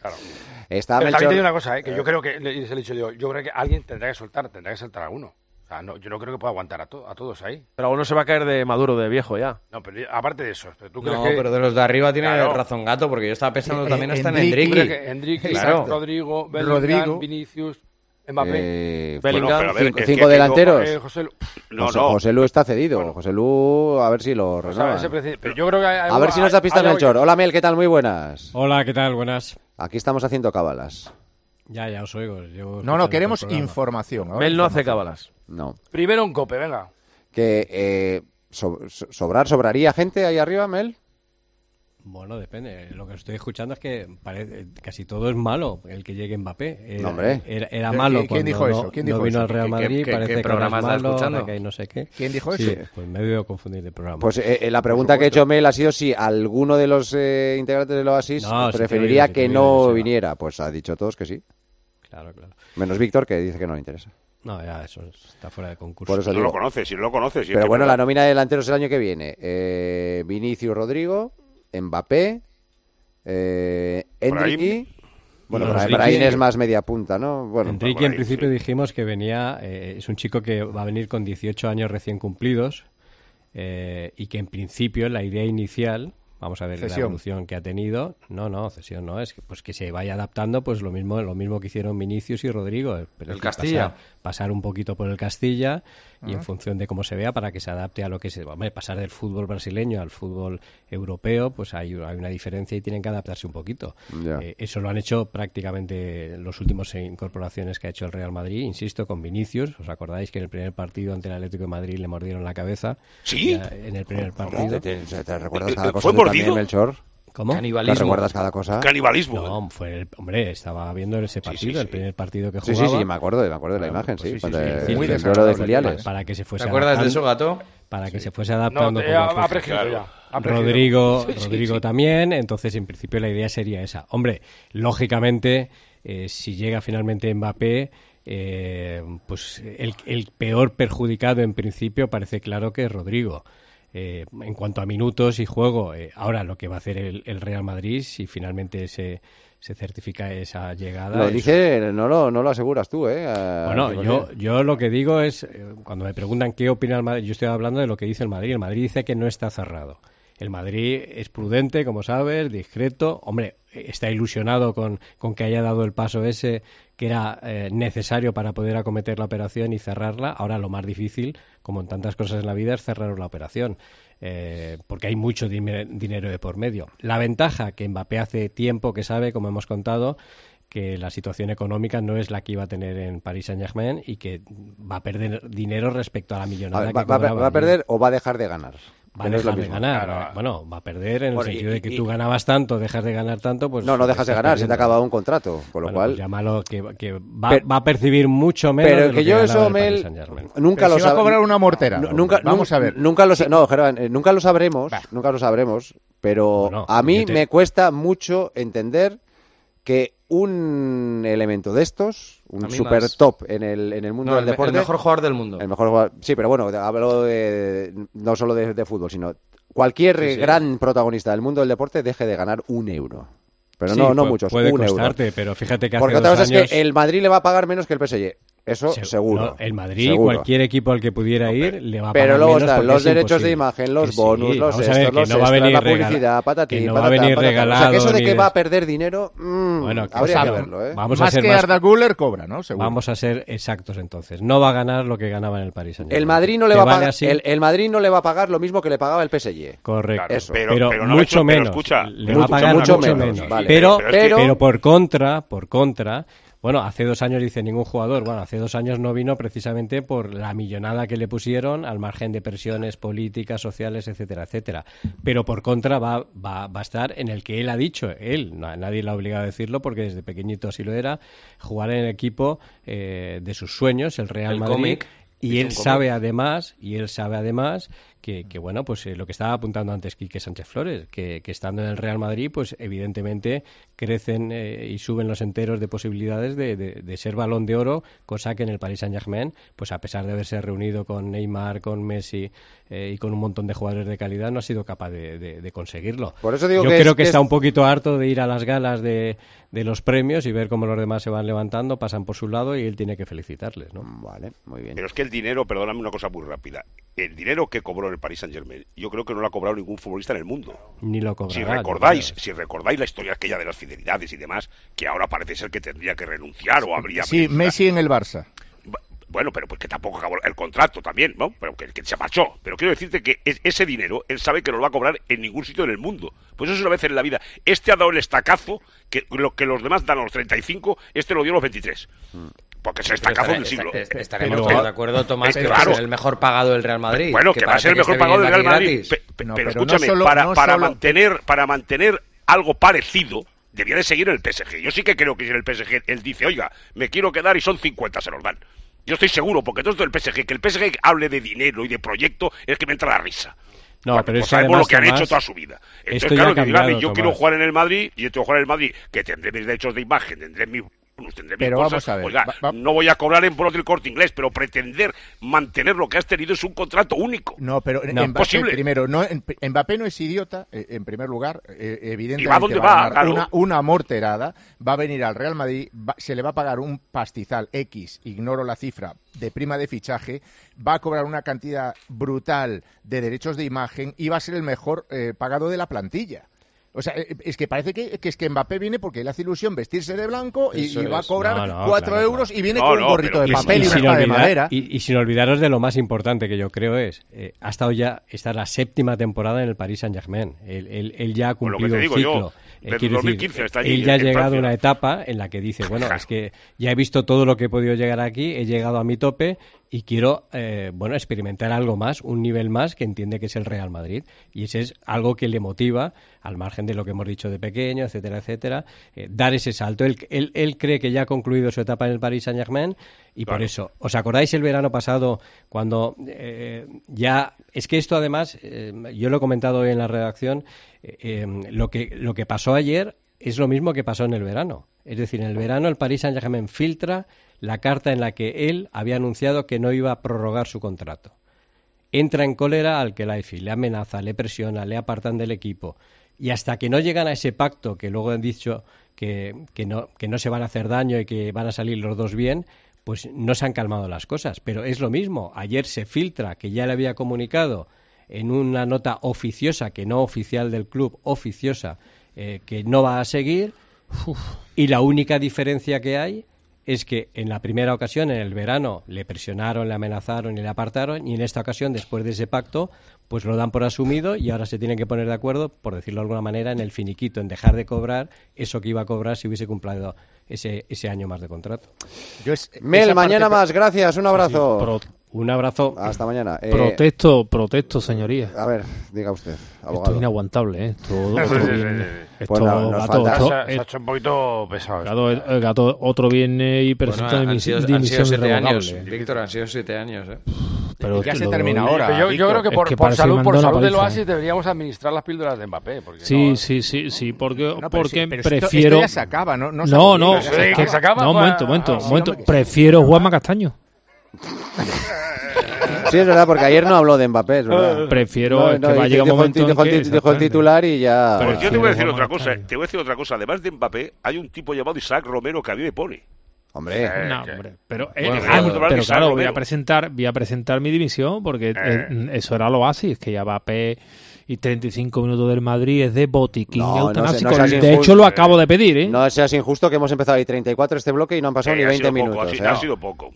Speaker 4: Está
Speaker 31: Pero también
Speaker 4: Melchor.
Speaker 31: te digo una cosa, ¿eh? que yo creo que, le- y se lo he dicho yo, yo creo que alguien tendrá que soltar, tendrá que saltar a uno. O sea, no, yo no creo que pueda aguantar a, to- a todos ahí.
Speaker 5: Pero uno se va a caer de maduro, de viejo ya.
Speaker 31: No, pero yo- aparte de eso, pero tú crees
Speaker 11: No,
Speaker 31: que...
Speaker 11: pero de los de arriba tiene
Speaker 31: Claro.
Speaker 11: razón Gato, porque yo estaba pensando
Speaker 29: Eh,
Speaker 11: también
Speaker 29: eh,
Speaker 11: hasta en
Speaker 29: Enrique.
Speaker 31: ¿tú
Speaker 11: Enrique.
Speaker 31: crees que Enrique,
Speaker 11: Claro.
Speaker 31: Isaac, Rodrigo, Bellingham,
Speaker 29: Rodrigo.
Speaker 31: Vinicius, Mbappé,
Speaker 4: eh,
Speaker 5: Bellingham,
Speaker 4: bueno,
Speaker 26: pero a ver,
Speaker 4: cinco,
Speaker 26: es
Speaker 4: cinco
Speaker 26: que digo,
Speaker 4: delanteros.
Speaker 31: eh, José... Lu-
Speaker 26: No,
Speaker 4: José,
Speaker 26: no.
Speaker 4: José Lu está cedido. José Lu, a ver Ah, si lo
Speaker 31: o sea,
Speaker 4: renuevan.
Speaker 31: ese preci- pero yo creo que... hay-
Speaker 4: A ver si nos da
Speaker 31: hay-
Speaker 4: pistas,
Speaker 31: hay algo
Speaker 4: Melchor.
Speaker 31: que-
Speaker 4: Hola, Mel, ¿qué tal? Muy buenas.
Speaker 30: Hola, ¿qué tal? Buenas.
Speaker 4: Aquí estamos haciendo cábalas.
Speaker 30: Ya, ya os oigo. llevo
Speaker 29: No, no,
Speaker 30: escuchando
Speaker 29: queremos
Speaker 30: todo el programa.
Speaker 29: información. ahora
Speaker 5: Mel no hace
Speaker 29: información.
Speaker 5: cábalas.
Speaker 4: No.
Speaker 31: Primero un cope, venga.
Speaker 4: Que eh, so- so- sobrar, sobraría gente ahí arriba, Mel.
Speaker 30: Bueno, depende. Lo que estoy escuchando es que parece- casi todo es malo el que llegue Mbappé. Era,
Speaker 4: No, hombre.
Speaker 30: era, era
Speaker 29: ¿Pero
Speaker 30: malo
Speaker 29: quién- quién
Speaker 30: cuando
Speaker 29: dijo
Speaker 30: no-
Speaker 29: eso? ¿Quién
Speaker 30: no
Speaker 29: dijo
Speaker 30: vino
Speaker 29: eso?
Speaker 30: al Real
Speaker 11: ¿Qué-
Speaker 30: Madrid.
Speaker 11: qué- qué
Speaker 30: parece que ahora
Speaker 11: programa
Speaker 30: es
Speaker 11: estás
Speaker 30: malo,
Speaker 11: escuchando?
Speaker 30: ahora que hay no sé qué.
Speaker 29: ¿Quién dijo
Speaker 30: Sí,
Speaker 29: eso?
Speaker 30: pues me veo confundir el programa.
Speaker 4: Pues eh, eh, la pregunta que he hecho Mel ha sido si alguno de los eh, integrantes del Oasis
Speaker 30: No, sí, te
Speaker 4: preferiría
Speaker 30: oigo, sí,
Speaker 4: que
Speaker 30: te
Speaker 4: no
Speaker 30: oigo, Joseba.
Speaker 4: viniera. Pues ha dicho todos que sí.
Speaker 30: Claro, claro.
Speaker 4: Menos Víctor, que dice que no le interesa.
Speaker 30: No, ya, eso está fuera de concurso.
Speaker 4: Por eso
Speaker 26: No
Speaker 4: digo.
Speaker 26: lo conoces, si no lo conoces. si es
Speaker 4: Pero
Speaker 26: que
Speaker 4: bueno,
Speaker 26: es
Speaker 4: la
Speaker 26: verdad.
Speaker 4: nómina de delanteros el año que viene. Eh, Vinicius Rodrigo, Mbappé, eh, Enrique. Bueno,
Speaker 30: No,
Speaker 4: para
Speaker 30: Enrique-
Speaker 4: Brahim es más media punta, ¿no? Bueno,
Speaker 30: Enrique,
Speaker 26: por
Speaker 30: en
Speaker 26: ahí,
Speaker 30: principio
Speaker 26: sí.
Speaker 30: dijimos que venía, eh, es un chico que va a venir con 18 años recién cumplidos eh, y que en principio la idea inicial, vamos a ver la
Speaker 29: Cesión.
Speaker 30: evolución que ha tenido, no, no, cesión no, es que, pues que se vaya adaptando, pues lo mismo, lo mismo que hicieron Vinicius y Rodrigo. eh, pero
Speaker 11: El
Speaker 30: que
Speaker 11: Castilla.
Speaker 30: Pasar, pasar un poquito por el Castilla y en función de cómo se vea para que se adapte a lo que se va a pasar del fútbol brasileño al fútbol europeo, pues hay, hay una diferencia y tienen que adaptarse un poquito.
Speaker 4: Ya.
Speaker 30: Eh, eso lo han hecho prácticamente los últimos incorporaciones que ha hecho el Real Madrid, insisto, con Vinicius. ¿Os acordáis que en el primer partido ante el Atlético de Madrid le mordieron la cabeza?
Speaker 26: ¿Sí?
Speaker 30: Ya en el primer partido.
Speaker 4: ¿Te, te- te- te recuerdas
Speaker 26: Eh,
Speaker 4: cada
Speaker 26: eh,
Speaker 4: cosa
Speaker 26: ¿fue
Speaker 4: tú
Speaker 26: mordido?
Speaker 4: también, Melchor?
Speaker 30: ¿Cómo?
Speaker 4: ¿Te
Speaker 11: Canibalismo.
Speaker 4: recuerdas cada cosa?
Speaker 26: Canibalismo.
Speaker 30: No, fue el- hombre, estaba viendo ese partido,
Speaker 26: sí,
Speaker 30: el
Speaker 26: sí.
Speaker 30: primer partido que
Speaker 4: Sí,
Speaker 30: jugaba. pues
Speaker 4: sí, sí, me acuerdo, me acuerdo de la imagen, sí.
Speaker 29: sí, sí,
Speaker 4: cuando
Speaker 29: sí.
Speaker 4: el-
Speaker 29: Muy
Speaker 4: el duelo de
Speaker 29: desagradable.
Speaker 4: filiales.
Speaker 30: Para que se
Speaker 11: ¿Te
Speaker 30: fuese
Speaker 11: acuerdas de
Speaker 30: adaptando-
Speaker 11: eso, Gato?
Speaker 30: Para que se fuese adaptando.
Speaker 31: No, te-
Speaker 30: poco a
Speaker 31: ha,
Speaker 30: poco.
Speaker 31: ha prescrito
Speaker 26: Claro.
Speaker 31: ya. ha prescrito.
Speaker 30: Rodrigo,
Speaker 31: Sí, sí,
Speaker 30: Rodrigo
Speaker 31: sí.
Speaker 30: también. Entonces, en principio, la idea sería esa. Hombre, lógicamente, eh, si llega finalmente Mbappé, eh, pues el, el peor perjudicado, en principio, parece claro que es Rodrigo. Eh, en cuanto a minutos y juego, eh, ahora lo que va a hacer el, el Real Madrid, si finalmente se, se certifica esa llegada.
Speaker 4: Lo
Speaker 30: es-
Speaker 4: dice, no lo, no lo aseguras tú, ¿eh? A-
Speaker 30: bueno,
Speaker 4: al
Speaker 30: yo,
Speaker 4: 100%.
Speaker 30: yo lo que digo es, eh, cuando me preguntan qué opina el Madrid, yo estoy hablando de lo que dice el Madrid. El Madrid dice que no está cerrado. El Madrid es prudente, como sabes, discreto. Hombre, eh, está ilusionado con, con que haya dado el paso ese que era eh, necesario para poder acometer la operación y cerrarla. Ahora lo más difícil, como en tantas cosas en la vida, es cerrar la operación. eh, porque hay mucho dime- dinero de por medio. La ventaja que Mbappé hace tiempo que sabe, como hemos contado, que la situación económica no es la que iba a tener en Paris Saint-Germain y que va a perder dinero respecto a la millonada
Speaker 4: A ver,
Speaker 30: que
Speaker 4: va, va-
Speaker 30: cobraba,
Speaker 4: va a
Speaker 30: ¿no?
Speaker 4: perder o va a dejar de ganar?
Speaker 30: Va
Speaker 4: Que
Speaker 30: a
Speaker 4: no es lo
Speaker 30: dejar de
Speaker 4: mismo.
Speaker 30: ganar. Bueno, va a perder en el
Speaker 4: Bueno, y-
Speaker 30: sentido de que
Speaker 4: y-
Speaker 30: tú ganabas tanto, dejas de ganar tanto, pues...
Speaker 4: no, no dejas de
Speaker 30: estás
Speaker 4: ganar, se te ha
Speaker 30: perdiendo.
Speaker 4: acabado un contrato, con lo
Speaker 30: Bueno,
Speaker 4: cual...
Speaker 30: pues llámalo que, que va,
Speaker 4: Pero-
Speaker 30: va a percibir mucho menos.
Speaker 4: Pero
Speaker 30: de lo
Speaker 4: que, yo
Speaker 30: ganaba
Speaker 4: eso,
Speaker 30: el Paris
Speaker 4: Mel,
Speaker 30: Saint-Germain.
Speaker 4: nunca lo
Speaker 29: va a
Speaker 4: sab-
Speaker 29: cobrar una mortera.
Speaker 4: Nu- Nunca,
Speaker 29: Vamos
Speaker 4: nun-
Speaker 29: a ver.
Speaker 4: Nunca lo, sa- no, Germán, eh, nunca lo sabremos, nunca lo sabremos, pero a mí
Speaker 30: yo te-
Speaker 4: me cuesta mucho entender que un elemento de estos,
Speaker 11: A
Speaker 4: un
Speaker 11: mí
Speaker 4: super
Speaker 11: más.
Speaker 4: top en el, en el mundo
Speaker 11: No,
Speaker 4: del
Speaker 11: el me-
Speaker 4: deporte...
Speaker 11: el mejor jugador del mundo.
Speaker 4: El mejor jugador- sí, pero bueno, hablo de- no solo de, de fútbol, sino cualquier
Speaker 30: Sí, sí.
Speaker 4: gran protagonista del mundo del deporte deje de ganar un euro. Pero
Speaker 30: Sí,
Speaker 4: no, no
Speaker 30: pu-
Speaker 4: muchos,
Speaker 30: Puede
Speaker 4: un euro.
Speaker 30: costarte, pero fíjate que hace
Speaker 4: Porque otra
Speaker 30: dos
Speaker 4: cosa
Speaker 30: años-
Speaker 4: es que el Madrid le va a pagar menos que el PSG. Eso
Speaker 30: Se-
Speaker 4: seguro.
Speaker 30: no, el Madrid,
Speaker 4: seguro.
Speaker 30: cualquier equipo al que pudiera ir, le va a
Speaker 4: Pero
Speaker 30: pagar
Speaker 4: luego
Speaker 30: menos
Speaker 4: están
Speaker 30: porque
Speaker 4: los
Speaker 30: es
Speaker 4: derechos de
Speaker 30: imposible.
Speaker 4: imagen, los
Speaker 30: Que sí,
Speaker 4: bonos, los
Speaker 30: vamos a ver,
Speaker 4: estos,
Speaker 30: que
Speaker 4: los
Speaker 30: no va a
Speaker 4: extras,
Speaker 30: venir
Speaker 4: la
Speaker 30: regala-
Speaker 4: publicidad, patatín,
Speaker 30: que no va a
Speaker 4: patatán,
Speaker 30: venir
Speaker 4: patatán. O sea, que
Speaker 30: regalado
Speaker 4: eso de
Speaker 30: ni
Speaker 4: que
Speaker 30: de
Speaker 4: va a
Speaker 30: eso.
Speaker 4: perder dinero, mm,
Speaker 30: Bueno, que
Speaker 4: habría que
Speaker 30: vamos a-
Speaker 4: verlo, ¿eh?
Speaker 30: vamos a ser más-
Speaker 29: Guller cobra, ¿no? Seguro.
Speaker 30: Vamos a ser exactos entonces. No va a ganar lo que ganaba en el Paris Saint-Germain.
Speaker 4: El Madrid, no le
Speaker 30: Te
Speaker 4: va a
Speaker 30: vale
Speaker 4: pagar,
Speaker 30: así.
Speaker 4: el, el Madrid no le va a pagar lo mismo que le pagaba el PSG.
Speaker 30: Correcto.
Speaker 4: Eso.
Speaker 30: Pero, mucho menos. le va a pagar
Speaker 4: mucho,
Speaker 30: mucho
Speaker 4: menos.
Speaker 30: menos.
Speaker 4: vale.
Speaker 30: Pero,
Speaker 4: pero,
Speaker 30: pero, por contra, por contra, bueno, hace dos años dice ningún jugador. Bueno, hace dos años no vino precisamente por la millonada que le pusieron al margen de presiones políticas, sociales, etcétera, etcétera. Pero por contra va, va, va a estar en el que él ha dicho. Él, na- nadie le ha obligado a decirlo porque desde pequeñito así lo era. Jugar en el equipo eh, de sus sueños, el Real
Speaker 11: El
Speaker 30: Madrid.
Speaker 11: cómic.
Speaker 30: Y
Speaker 11: Hizo
Speaker 30: él
Speaker 11: un cómic.
Speaker 30: sabe además, y él sabe además que, que, bueno, pues eh, lo que estaba apuntando antes Quique Sánchez Flores, que, que estando en el Real Madrid, pues evidentemente crecen eh, y suben los enteros de posibilidades de, de- de ser balón de oro, cosa que en el Paris Saint-Germain, pues a pesar de haberse reunido con Neymar, con Messi eh, y con un montón de jugadores de calidad, no ha sido capaz de, de- de conseguirlo.
Speaker 4: Por eso digo
Speaker 30: Yo
Speaker 4: que es-
Speaker 30: creo que
Speaker 4: que es-
Speaker 30: está un poquito harto de ir a las galas de, de los premios y ver cómo los demás se van levantando, pasan por su lado y él tiene que felicitarles, ¿no?
Speaker 4: Mm, Vale, muy bien.
Speaker 26: Pero es que el dinero, perdóname una cosa muy rápida, el dinero que cobró el Paris Saint Germain, yo creo que no lo ha cobrado ningún futbolista en el mundo.
Speaker 30: Ni lo cobrará.
Speaker 26: Si
Speaker 30: yo
Speaker 26: recordáis, si recordáis la historia aquella de las fidelidades y demás, que ahora parece ser que tendría que renunciar o habría
Speaker 29: Sí, Messi en el Barça.
Speaker 26: bueno, pero pues que tampoco acabó el contrato también, ¿no? Pero que, que se marchó. Pero quiero decirte que es- ese dinero él sabe que no lo va a cobrar en ningún sitio en el mundo. Pues eso es una vez en la vida. Este ha dado el estacazo que lo que los demás dan a los 35, este lo dio a los 23. Porque es
Speaker 11: Mm. Pero
Speaker 26: el estacazo
Speaker 11: estará-
Speaker 26: del siglo.
Speaker 11: esta- esta- Estaremos
Speaker 26: Pero-
Speaker 11: todos de acuerdo, Tomás,
Speaker 26: Eh,
Speaker 11: que va a
Speaker 26: claro.
Speaker 11: ser el mejor pagado del Real Madrid.
Speaker 26: Bueno, que, va a
Speaker 11: parece
Speaker 26: ser el mejor
Speaker 11: está
Speaker 26: pagado del Real
Speaker 11: viniendo aquí
Speaker 26: Madrid.
Speaker 11: gratis.
Speaker 26: Pe- pe-
Speaker 11: No,
Speaker 26: pero
Speaker 11: pero no
Speaker 26: escúchame,
Speaker 11: solo-
Speaker 26: para,
Speaker 11: no
Speaker 26: para
Speaker 11: solo-
Speaker 26: mantener, para mantener algo parecido, debía de seguir el PSG. Yo sí que creo que si en el PSG él dice, oiga, me quiero quedar y son 50, se los dan. Yo estoy seguro, porque todo esto del PSG, que el PSG hable de dinero y de proyecto, es que me entra la risa.
Speaker 30: No, pero
Speaker 26: Porque, pues,
Speaker 30: es que
Speaker 26: sabemos
Speaker 30: además,
Speaker 26: lo que han
Speaker 30: Tomás,
Speaker 26: hecho toda su vida. Entonces,
Speaker 30: esto ya
Speaker 26: claro,
Speaker 30: ha
Speaker 26: que digan,
Speaker 30: cambiado,
Speaker 26: yo quiero
Speaker 30: Tomás.
Speaker 26: jugar en el Madrid, y yo tengo que jugar en el Madrid, que tendré mis derechos de imagen, tendré mis bonus, tendré mis
Speaker 29: Pero
Speaker 26: cosas.
Speaker 29: vamos a ver,
Speaker 26: Oiga, no voy a cobrar en por del corte inglés, pero pretender mantener lo que has tenido es un contrato único.
Speaker 29: No, pero en-
Speaker 26: No.
Speaker 29: Mbappé,
Speaker 26: Imposible.
Speaker 29: primero, no, en- Mbappé no es idiota, eh, en primer lugar, eh, evidentemente
Speaker 26: ¿Y va dónde
Speaker 29: a
Speaker 26: va?
Speaker 29: ganar
Speaker 26: Claro.
Speaker 29: una, una morterada, va a venir al Real Madrid, va- se le va a pagar un pastizal X, ignoro la cifra, de prima de fichaje, va a cobrar una cantidad brutal de derechos de imagen y va a ser el mejor eh, pagado de la plantilla. O sea, eh, es que parece que, que es que Mbappé viene porque le hace ilusión vestirse de blanco y,
Speaker 30: Eso
Speaker 29: y va a
Speaker 30: es.
Speaker 29: cobrar
Speaker 30: No,
Speaker 29: cuatro
Speaker 30: no, claro,
Speaker 29: euros
Speaker 30: claro.
Speaker 29: y viene con un gorrito de papel y una espada de
Speaker 30: olvidar-
Speaker 29: madera.
Speaker 30: y- y sin olvidaros de lo más importante que yo creo es, eh, ha estado ya, está la séptima temporada en el Paris Saint-Germain. Él, él- él ya ha
Speaker 26: Pues lo que
Speaker 30: cumplido
Speaker 26: te
Speaker 30: un
Speaker 26: digo yo,
Speaker 30: ciclo. Eh,
Speaker 26: desde
Speaker 30: quiero
Speaker 26: 2015 está allí
Speaker 30: él ya ha
Speaker 26: en
Speaker 30: llegado
Speaker 26: Francia.
Speaker 30: a una etapa en la que dice, bueno, es que ya he visto todo lo que he podido llegar aquí, he llegado a mi tope y quiero, eh, bueno, experimentar algo más, un nivel más que entiende que es el Real Madrid. Y ese es algo que le motiva, al margen de lo que hemos dicho de pequeño, etcétera, etcétera, eh, dar ese salto. Él, él- él cree que ya ha concluido su etapa en el Paris Saint-Germain y por eso, ¿os acordáis el verano pasado cuando eh, ya... Es que esto además, eh, yo lo he comentado hoy en la redacción, eh, eh, lo, que, lo que pasó ayer es lo mismo que pasó en el verano. Es decir, en el verano el Paris Saint-Germain filtra la carta en la que él había anunciado que no iba a prorrogar su contrato. Entra en cólera al Khelaifi, le amenaza, le presiona, le apartan del equipo. Y hasta que no llegan a ese pacto que luego han dicho que, que no, que no se van a hacer daño y que van a salir los dos bien, pues no se han calmado las cosas. Pero es lo mismo. Ayer se filtra que ya le había comunicado en una nota oficiosa, que no oficial del club, oficiosa, eh, que no va a seguir. Y la única diferencia que hay es que en la primera ocasión, en el verano, le presionaron, le amenazaron y le apartaron, y en esta ocasión, después de ese pacto, pues lo dan por asumido y ahora se tienen que poner de acuerdo, por decirlo de alguna manera, en el finiquito, en dejar de cobrar eso que iba a cobrar si hubiese cumplido ese, ese año más de contrato.
Speaker 4: Mel, mañana más, gracias, un abrazo.
Speaker 30: un abrazo.
Speaker 4: Hasta mañana. Eh,
Speaker 28: Protesto, protesto, señoría.
Speaker 4: A ver, diga usted,
Speaker 28: Esto es
Speaker 4: abogado.
Speaker 28: inaguantable, ¿eh? Esto,
Speaker 4: Sí,
Speaker 28: otro
Speaker 4: sí, sí,
Speaker 28: viernes.
Speaker 4: sí, sí.
Speaker 11: Pues
Speaker 31: Pues
Speaker 28: Esto,
Speaker 4: Bueno, nos
Speaker 28: gato,
Speaker 4: falta-
Speaker 28: esto-
Speaker 31: Se ha- se ha hecho un poquito pesado. esto.
Speaker 28: gato, eh, gato, otro viene y
Speaker 11: Bueno,
Speaker 28: presenta
Speaker 11: han,
Speaker 28: dimisión,
Speaker 11: sido, han sido
Speaker 28: dimisión
Speaker 11: siete años,
Speaker 28: irrevocable.
Speaker 11: Víctor, han sido siete años. ¿eh?
Speaker 28: Pero
Speaker 29: Ya se
Speaker 28: lo-
Speaker 29: termina
Speaker 28: lo-
Speaker 29: ahora,
Speaker 31: Pero yo, yo creo que
Speaker 28: Es
Speaker 31: por,
Speaker 28: que
Speaker 31: por
Speaker 28: parece que
Speaker 31: salud, por
Speaker 28: mandó la
Speaker 31: salud del
Speaker 28: paliza,
Speaker 31: Oasis deberíamos administrar las píldoras de Mbappé. Porque
Speaker 28: Sí, sí, sí, sí, porque,
Speaker 31: No, pero
Speaker 28: porque
Speaker 31: sí, pero esto-
Speaker 28: prefiero...
Speaker 31: esto ya se acaba, ¿no? No se
Speaker 28: no,
Speaker 31: acaba.
Speaker 28: no,
Speaker 31: Sí, que se acaba,
Speaker 28: no, un
Speaker 31: pues,
Speaker 28: momento, un momento,
Speaker 31: sí,
Speaker 28: un momento.
Speaker 31: hombre, que
Speaker 28: Prefiero Juanma Castaño.
Speaker 4: Sí, es verdad, porque ayer no habló de Mbappé, es verdad.
Speaker 28: Prefiero, es que va
Speaker 4: dice-
Speaker 28: a llegar un
Speaker 4: dijo el
Speaker 28: momento en
Speaker 4: ti- dijo el
Speaker 28: que-
Speaker 4: ti- dijo el titular y ya...
Speaker 28: Pero
Speaker 4: bueno.
Speaker 26: Yo te voy a decir otra cosa, te voy a decir otra cosa. Además de Mbappé, hay un tipo llamado Isaac Romero que a mí me pone.
Speaker 4: Hombre.
Speaker 28: No, hombre, pero, eh,
Speaker 26: Bueno, claro,
Speaker 28: ah, pero
Speaker 26: claro, que
Speaker 28: claro,
Speaker 26: salgo,
Speaker 28: voy a
Speaker 26: pero-
Speaker 28: presentar, voy a presentar mi dimisión porque eh, eso era lo así, es que ya va P y 35 minutos del Madrid es de botiquín
Speaker 4: No, no sé- no
Speaker 28: eutanásico.
Speaker 4: seas
Speaker 28: de
Speaker 4: injusto,
Speaker 28: hecho lo acabo de pedir, ¿eh?
Speaker 4: No seas injusto que hemos empezado ahí 34 este bloque y no han pasado
Speaker 26: Eh,
Speaker 4: ni
Speaker 26: ha
Speaker 4: 20
Speaker 26: sido
Speaker 4: minutos.
Speaker 26: poco, ha sido-
Speaker 4: ¿eh?
Speaker 26: ha sido poco.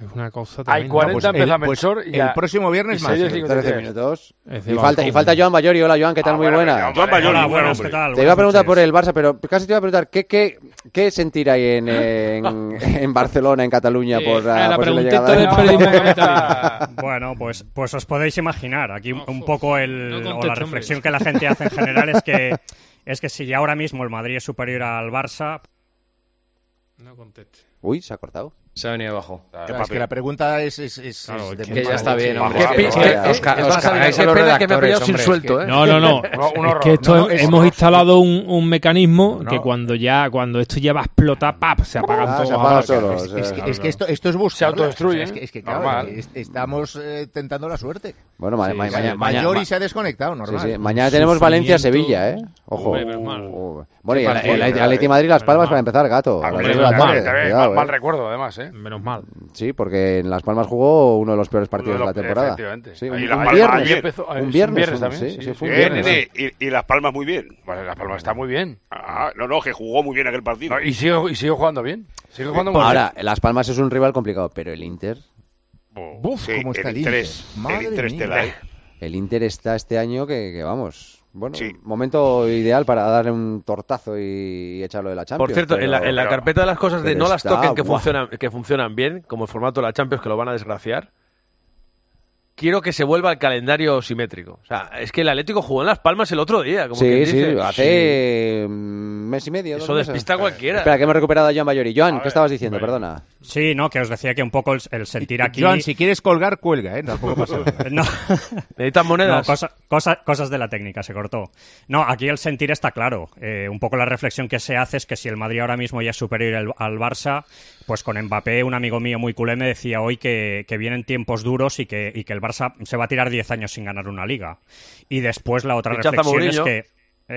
Speaker 28: Es una cosa
Speaker 31: Hay
Speaker 28: tremenda.
Speaker 31: 40
Speaker 29: pues el-
Speaker 31: empezó a
Speaker 29: pues
Speaker 31: Melchor y
Speaker 29: el
Speaker 31: ya-
Speaker 29: próximo viernes
Speaker 31: y
Speaker 29: más.
Speaker 31: seis de
Speaker 29: sí.
Speaker 4: 13
Speaker 31: 53.
Speaker 4: ¿eh? minutos.
Speaker 28: Es de
Speaker 4: Y falta, y
Speaker 28: balcón.
Speaker 4: falta Joan Bayori. Hola, Joan, ¿qué tal? Muy buena.
Speaker 26: Joan Bayón,
Speaker 9: Hola,
Speaker 26: un buen
Speaker 9: buenas,
Speaker 26: hombre.
Speaker 9: ¿qué tal?
Speaker 4: Te iba a
Speaker 9: Buenas
Speaker 4: preguntar
Speaker 9: noches.
Speaker 4: por el Barça, pero casi te iba a preguntar qué, qué, qué sentir ahí en, eh, en, en Barcelona, en Cataluña,
Speaker 28: Eh,
Speaker 4: por
Speaker 28: a
Speaker 4: la
Speaker 28: la
Speaker 4: posible
Speaker 28: preguntita
Speaker 4: llegada de
Speaker 28: del periodismo capitalino.
Speaker 9: Bueno, pues, pues os podéis imaginar. Aquí un, un poco el,
Speaker 28: No
Speaker 9: o
Speaker 28: contesto,
Speaker 9: la
Speaker 28: hombre.
Speaker 9: reflexión que la gente hace en general es que, es que si ahora mismo el Madrid es superior al Barça,
Speaker 28: No conteste.
Speaker 4: Uy, se ha cortado.
Speaker 11: Se ha venido abajo.
Speaker 29: Claro, es que la pregunta es, es, es- es de
Speaker 11: Que
Speaker 29: mucha
Speaker 11: ya está
Speaker 29: leche.
Speaker 11: bien,
Speaker 29: Vamos,
Speaker 11: hombre.
Speaker 29: vamos,
Speaker 11: Que-
Speaker 29: vamos.
Speaker 11: que- os ca- os cargáis a los
Speaker 5: que me he
Speaker 11: redactores,
Speaker 5: pillado sin
Speaker 11: hombre,
Speaker 5: suelto, ¿eh?
Speaker 28: No, no, no.
Speaker 31: Un horror.
Speaker 28: Es que esto
Speaker 29: No, no, es
Speaker 28: hemos
Speaker 29: horror.
Speaker 28: instalado un, un mecanismo que
Speaker 29: No.
Speaker 28: cuando ya cuando esto ya va a explotar, ¡pap! se apagan
Speaker 4: Ah,
Speaker 28: todos.
Speaker 4: se apaga
Speaker 28: Ah,
Speaker 4: solo.
Speaker 28: es-
Speaker 4: o sea,
Speaker 28: es-
Speaker 29: Es que,
Speaker 28: Claro,
Speaker 29: es que
Speaker 28: claro.
Speaker 29: esto, esto es buscar.
Speaker 31: autodestruye,
Speaker 29: Es que, es que, claro,
Speaker 31: normal.
Speaker 29: es- estamos eh, tentando la suerte.
Speaker 4: Bueno, ma- ma- mañana, mañana,
Speaker 29: Mayori
Speaker 4: ma-
Speaker 29: se ha desconectado,
Speaker 4: sí,
Speaker 29: normal.
Speaker 4: sí, mañana tenemos
Speaker 28: Sufrimiento.
Speaker 4: Valencia-Sevilla, ¿eh? Ojo.
Speaker 28: Hombre, pero mal.
Speaker 4: Uh, Bueno, y el,
Speaker 11: partido,
Speaker 4: el- el
Speaker 11: ¿verdad?
Speaker 4: Atleti Madrid-Las Palmas
Speaker 28: Pero mal.
Speaker 4: para empezar, gato. A las
Speaker 28: Hombre,
Speaker 4: dos de la
Speaker 28: pero mal,
Speaker 4: tarde,
Speaker 28: también,
Speaker 4: cuidado,
Speaker 31: mal, mal
Speaker 4: ¿eh?
Speaker 31: recuerdo, además, ¿eh?
Speaker 28: Menos mal.
Speaker 4: Sí, porque en Las Palmas jugó uno de los peores partidos de
Speaker 31: Uno
Speaker 4: la
Speaker 31: de los-
Speaker 4: temporada.
Speaker 31: efectivamente.
Speaker 4: Sí,
Speaker 31: Y
Speaker 4: un,
Speaker 31: Las
Speaker 4: un
Speaker 26: Palmas
Speaker 4: viernes.
Speaker 26: ayer
Speaker 31: empezó- eh,
Speaker 4: un
Speaker 31: un
Speaker 4: viernes,
Speaker 31: viernes
Speaker 4: un-
Speaker 31: también,
Speaker 4: sí,
Speaker 31: sí,
Speaker 4: sí, fue
Speaker 31: sí.
Speaker 4: un
Speaker 26: Eh,
Speaker 4: viernes.
Speaker 26: nene, y, y Las Palmas muy bien.
Speaker 31: Bueno, Las Palmas está muy bien.
Speaker 26: Ah, no, no, que jugó muy bien aquel partido.
Speaker 31: No, y, sigue, y sigue jugando bien. Sigue jugando muy
Speaker 4: Ahora, Las Palmas es un rival complicado, pero el Inter...
Speaker 29: Buf, cómo está el Inter.
Speaker 26: tres,
Speaker 29: Madre
Speaker 26: el Inter
Speaker 29: mía.
Speaker 26: Estela, ¿eh?
Speaker 4: El Inter está este año que, que vamos. Bueno,
Speaker 26: Sí.
Speaker 4: momento ideal para darle un tortazo y, echarlo de la Champions.
Speaker 5: Por cierto, en la,
Speaker 4: pero-
Speaker 5: en la carpeta de las cosas de
Speaker 4: pero
Speaker 5: no las
Speaker 4: está
Speaker 5: toquen que
Speaker 4: guau.
Speaker 5: funcionan, que funcionan bien, como el formato de la Champions que lo van a desgraciar, quiero que se vuelva al calendario simétrico. O sea, es que el Atlético jugó en Las Palmas el otro día. Como
Speaker 4: Sí,
Speaker 5: quien
Speaker 4: sí,
Speaker 5: dice.
Speaker 4: hace un mes y medio.
Speaker 5: Eso
Speaker 4: dos meses.
Speaker 5: despista a cualquiera.
Speaker 4: Espera, que hemos recuperado a Joan Bayori. Joan, ¿qué estabas diciendo? Perdona.
Speaker 9: sí, no, que os decía que un poco el, el sentir aquí.
Speaker 29: Joan, si quieres colgar, cuelga, ¿eh? Tampoco pasa nada.
Speaker 9: No.
Speaker 5: Necesitan
Speaker 9: No,
Speaker 5: monedas.
Speaker 9: cosa- cosa- cosas de la técnica, se cortó. No, aquí el sentir está claro. Eh, un poco la reflexión que se hace es que si el Madrid ahora mismo ya es superior al, al Barça, pues con Mbappé, un amigo mío muy culé me decía hoy que, que vienen tiempos duros y que, y que el Barça se va a tirar 10 años sin ganar una liga. Y después la otra
Speaker 5: Fichaza
Speaker 9: reflexión es
Speaker 5: Mourinho.
Speaker 9: que...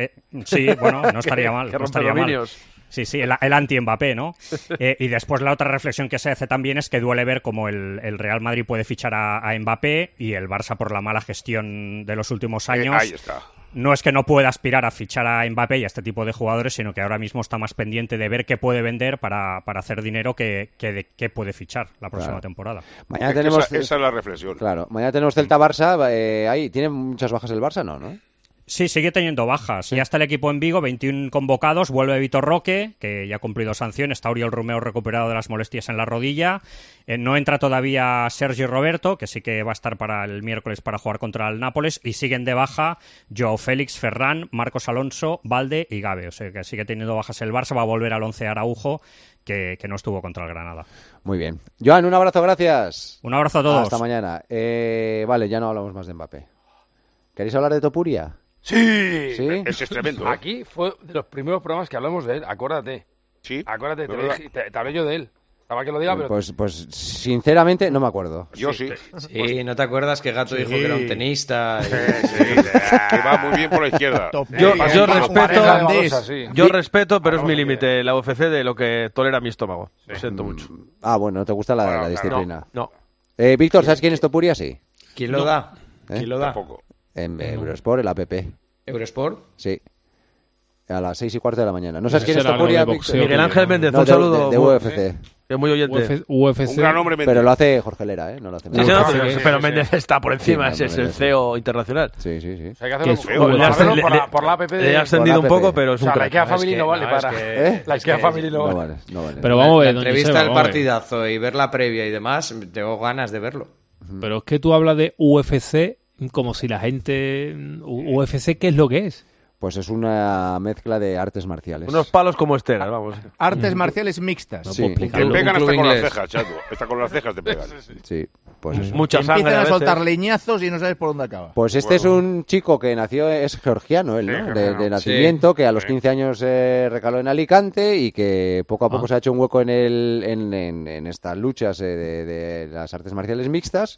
Speaker 9: eh, sí, bueno, no estaría mal.
Speaker 5: que
Speaker 9: no
Speaker 5: rompe
Speaker 9: estaría mal.
Speaker 5: dominios.
Speaker 9: Pues, Sí, sí, el, anti-Mbappé, ¿no? Eh, y después la otra reflexión que se hace también es que duele ver cómo el, el Real Madrid puede fichar a, a Mbappé y el Barça por la mala gestión de los últimos
Speaker 26: Eh,
Speaker 9: años.
Speaker 26: ahí está.
Speaker 9: No es que no pueda aspirar a fichar a Mbappé y a este tipo de jugadores, sino que ahora mismo está más pendiente de ver qué puede vender para, para hacer dinero que, que de qué puede fichar la próxima
Speaker 4: Claro.
Speaker 9: temporada.
Speaker 4: Mañana
Speaker 26: Es que
Speaker 4: tenemos. eh,
Speaker 26: esa, esa es la reflexión.
Speaker 4: Claro, mañana tenemos Celta-Barça. eh, ahí, ¿tiene muchas bajas el Barça? No, ¿no?
Speaker 9: Sí, sigue teniendo bajas. Ya está el equipo en Vigo, 21 convocados. Vuelve Vitor Roque, que ya ha cumplido sanción. Está Oriol Romeo recuperado de las molestias en la rodilla. Eh, no entra todavía Sergio Roberto, que sí que va a estar para el miércoles para jugar contra el Nápoles. Y siguen de baja Joao Félix, Ferran, Marcos Alonso, Valde y Gabe. O sea que sigue teniendo bajas el Barça. Va a volver al 11 Araujo, que, que no estuvo contra el Granada.
Speaker 4: Muy bien. Joan, un abrazo, gracias.
Speaker 9: Un abrazo a todos.
Speaker 4: Hasta mañana. Eh, vale, ya no hablamos más de Mbappé. ¿Queréis hablar de Topuria?
Speaker 31: Sí.
Speaker 4: Sí.
Speaker 26: Ese es tremendo. ¿eh?
Speaker 31: Aquí fue de los primeros programas que hablamos de él. Acuérdate.
Speaker 26: Sí.
Speaker 31: Acuérdate, te,
Speaker 26: de
Speaker 31: lo
Speaker 26: verdad.
Speaker 31: dije- te- te hablé yo de él. Estaba que lo diga, pero.
Speaker 4: Pues, pues sinceramente no me acuerdo.
Speaker 26: Yo sí.
Speaker 11: Sí, ¿no te acuerdas que Gato dijo
Speaker 31: Sí.
Speaker 11: que era un tenista? y-
Speaker 26: que va muy bien por la izquierda.
Speaker 5: Yo,
Speaker 31: Sí,
Speaker 5: yo
Speaker 31: es como
Speaker 5: respeto,
Speaker 31: pareja de baloncesto, sí.
Speaker 5: yo respeto, pero es
Speaker 31: Hablamos
Speaker 5: mi
Speaker 31: de-
Speaker 5: límite la UFC de lo que tolera mi estómago. Lo siento mucho.
Speaker 4: Ah, bueno, no te gusta la, la
Speaker 26: Bueno, claro.
Speaker 4: disciplina.
Speaker 5: No.
Speaker 4: Eh, Víctor, ¿sabes quién es Topuria? Sí.
Speaker 11: ¿Quién lo da?
Speaker 4: ¿Eh?
Speaker 11: ¿Quién lo da?
Speaker 26: Tampoco.
Speaker 4: En Eurosport, el APP.
Speaker 11: ¿Eurosport?
Speaker 4: Sí. A las seis y cuarto de la mañana. ¿No sabes quién es
Speaker 28: será algo
Speaker 4: Topuria?
Speaker 28: de boxeo.
Speaker 4: Víctor?
Speaker 5: Miguel Ángel Méndez,
Speaker 4: No,
Speaker 5: un
Speaker 4: de-
Speaker 5: saludo.
Speaker 4: De, de UFC.
Speaker 5: Que que es muy oyente.
Speaker 28: Uf- UFC.
Speaker 5: Un gran hombre Méndez.
Speaker 4: Pero lo hace Jorge Lera, ¿eh? No lo hace
Speaker 5: Ah, Sí, sí, no, pero, pero Méndez está por encima,
Speaker 4: Sí,
Speaker 5: ese es el
Speaker 4: Méndez.
Speaker 5: CEO internacional.
Speaker 4: Sí, sí, sí.
Speaker 31: hay que hacerlo
Speaker 5: es-
Speaker 31: por- por-
Speaker 5: le ha-
Speaker 31: hacerlo por
Speaker 5: le-
Speaker 31: la- por la app de-
Speaker 5: le ha ascendido
Speaker 31: por
Speaker 5: un
Speaker 31: la
Speaker 5: poco,
Speaker 31: app.
Speaker 5: pero es un
Speaker 31: O sea, la
Speaker 5: crack.
Speaker 31: IKEA
Speaker 5: No, es
Speaker 31: Family
Speaker 5: que-
Speaker 31: no vale
Speaker 5: no, es
Speaker 31: para.
Speaker 5: que-
Speaker 31: ¿Eh? La
Speaker 5: es
Speaker 31: IKEA
Speaker 5: que-
Speaker 31: Family no
Speaker 5: no
Speaker 31: vale.
Speaker 4: No vale.
Speaker 28: Pero vamos a
Speaker 11: la,
Speaker 28: ver,
Speaker 11: la
Speaker 28: don
Speaker 11: entrevista
Speaker 28: Joseba,
Speaker 11: al
Speaker 28: vamos a ver.
Speaker 11: partidazo y ver la previa y demás, tengo ganas de verlo.
Speaker 28: Pero es que tú hablas de UFC como si la gente. U- UFC, ¿qué es lo que es?
Speaker 4: Pues es una mezcla de artes marciales.
Speaker 5: Unos palos como Estela, vamos.
Speaker 29: Artes marciales mixtas.
Speaker 4: Sí.
Speaker 26: Te pegan
Speaker 5: club
Speaker 26: hasta con las
Speaker 5: inglés.
Speaker 26: cejas, chato. Hasta con las cejas te pegan.
Speaker 4: Sí, pues eso.
Speaker 5: Mucha
Speaker 29: Te empiezan
Speaker 5: sangre.
Speaker 29: a
Speaker 5: veces.
Speaker 29: soltar leñazos y no sabes por dónde acaba.
Speaker 4: Pues este es un chico que nació, es georgiano él, ¿no? De- de, nacimiento, que a los 15 años eh, recaló en Alicante y que poco a poco se ha hecho un hueco en, el, en, en- en estas luchas eh, de, de las artes marciales mixtas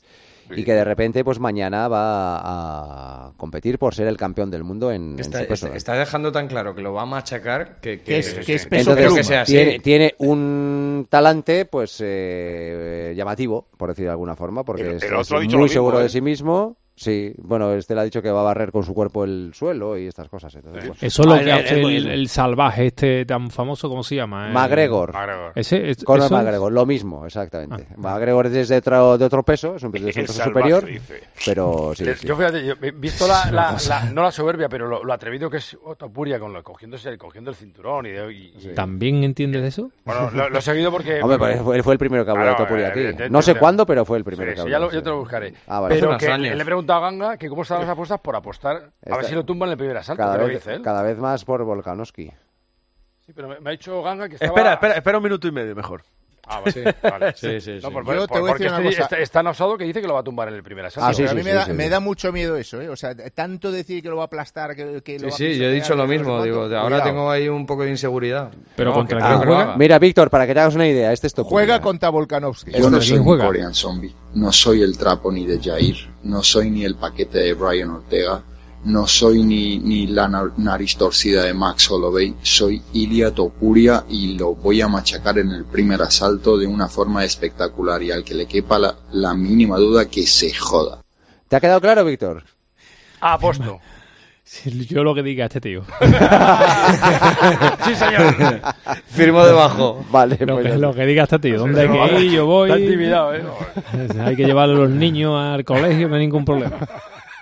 Speaker 4: y que de repente, pues mañana va a competir por ser el campeón del mundo en, en
Speaker 11: Está,
Speaker 4: su eh. peso.
Speaker 11: está- está dejando tan claro que lo va a machacar que, que,
Speaker 29: es- que es peso
Speaker 11: creo
Speaker 4: Entonces,
Speaker 11: que sea así.
Speaker 4: tiene, tiene un talante, pues, eh, llamativo, por decir de alguna forma, porque
Speaker 26: El- el
Speaker 4: es,
Speaker 26: otro
Speaker 4: es
Speaker 26: ha
Speaker 4: muy
Speaker 26: dicho lo mismo,
Speaker 4: seguro de
Speaker 26: ¿eh?
Speaker 4: sí mismo. Sí, bueno, este le ha dicho que va a barrer con su cuerpo el suelo y estas cosas. entonces, bueno.
Speaker 28: Eso es lo
Speaker 4: Ah,
Speaker 28: que
Speaker 4: el-
Speaker 28: hace
Speaker 4: el-
Speaker 28: el, el salvaje este tan famoso, ¿cómo se llama? El-
Speaker 4: McGregor.
Speaker 28: Ese, es-
Speaker 4: Conor
Speaker 28: eso es- Ah.
Speaker 4: McGregor, lo mismo, exactamente. McGregor es de otro, de otro peso, es un, es un
Speaker 26: El
Speaker 4: peso
Speaker 26: salvaje,
Speaker 4: superior,
Speaker 26: dice.
Speaker 4: pero sí,
Speaker 31: Le-
Speaker 4: sí.
Speaker 31: Yo fíjate, yo he visto la,
Speaker 4: Es una
Speaker 31: la-
Speaker 4: cosa.
Speaker 31: la- no la soberbia, pero lo, lo atrevido que es Otopuria con lo, cogiéndose, cogiendo el cinturón y, de- y- y-
Speaker 28: ¿También entiendes eso?
Speaker 31: bueno, lo, lo he seguido porque
Speaker 4: Hombre, pero él fue- él fue el primero que habló de
Speaker 31: Claro,
Speaker 4: Topuria aquí.
Speaker 31: evidente-
Speaker 4: No sé
Speaker 31: evidente.
Speaker 4: cuándo, pero fue el primero que
Speaker 31: Sí, sí,
Speaker 4: habló.
Speaker 31: ya lo-
Speaker 4: sí.
Speaker 31: yo te lo buscaré.
Speaker 4: Ah, vale.
Speaker 31: Pero
Speaker 4: Hace
Speaker 31: que
Speaker 4: unos
Speaker 11: años.
Speaker 31: le he preguntado a Ganga que cómo están las apuestas por apostar.
Speaker 4: Está-
Speaker 31: A ver si lo tumban en el primer asalto.
Speaker 4: Este Cada
Speaker 31: creo que
Speaker 4: vez,
Speaker 31: dice él.
Speaker 4: cada vez más por Volkanovski.
Speaker 31: Sí, pero me, me ha dicho Ganga que estaba...
Speaker 5: Espera, espera, espera un minuto y medio mejor.
Speaker 31: Ah, vale.
Speaker 11: Sí.
Speaker 31: vale.
Speaker 11: Sí, sí,
Speaker 31: No,
Speaker 11: sí.
Speaker 31: por-
Speaker 29: Yo
Speaker 31: por-
Speaker 29: te voy a
Speaker 31: porque
Speaker 29: decir una
Speaker 31: este-
Speaker 29: cosa.
Speaker 31: está- es tan osado que dice que lo va a tumbar en el primer asalto.
Speaker 4: Ah, sí,
Speaker 29: Pero a
Speaker 4: sí,
Speaker 29: mí me,
Speaker 4: sí,
Speaker 29: da,
Speaker 4: sí,
Speaker 29: me
Speaker 4: sí.
Speaker 29: da mucho miedo eso, ¿eh? O sea, tanto decir que lo va a aplastar, que, que lo
Speaker 11: Sí,
Speaker 29: va a
Speaker 11: sí, yo he
Speaker 29: pisotear,
Speaker 11: dicho lo
Speaker 29: que no sé
Speaker 11: mismo.
Speaker 29: cuánto.
Speaker 11: Digo, ahora
Speaker 29: Cuidado.
Speaker 11: tengo ahí un poco de inseguridad.
Speaker 28: Pero
Speaker 11: No,
Speaker 28: contra
Speaker 11: que-
Speaker 28: quién
Speaker 11: que lo
Speaker 28: juega.
Speaker 11: haga.
Speaker 4: Mira, Víctor, para que te hagas una idea, este es tu
Speaker 29: Juega contra Volkanovski.
Speaker 39: Yo no soy
Speaker 28: quién
Speaker 39: un
Speaker 28: juega?
Speaker 39: Korean Zombie, no soy el trapo ni de Jair, no soy ni el paquete de Brian Ortega, no soy ni, ni la na- nariz torcida de Max Holloway, soy Ilia Topuria y lo voy a machacar en el primer asalto de una forma espectacular y al que le quepa la- la mínima duda que se joda.
Speaker 4: ¿Te ha quedado claro, Víctor?
Speaker 31: Aposto.
Speaker 28: Si Yo lo que diga este tío.
Speaker 31: sí, señor.
Speaker 11: Firmo debajo.
Speaker 4: Vale,
Speaker 28: Lo
Speaker 4: pues.
Speaker 28: que, lo que diga este tío. ¿Dónde hay que ir? Yo
Speaker 31: Está
Speaker 28: voy.
Speaker 31: intimidado, ¿eh?
Speaker 28: Hay que llevar a los niños al colegio, no hay ningún problema.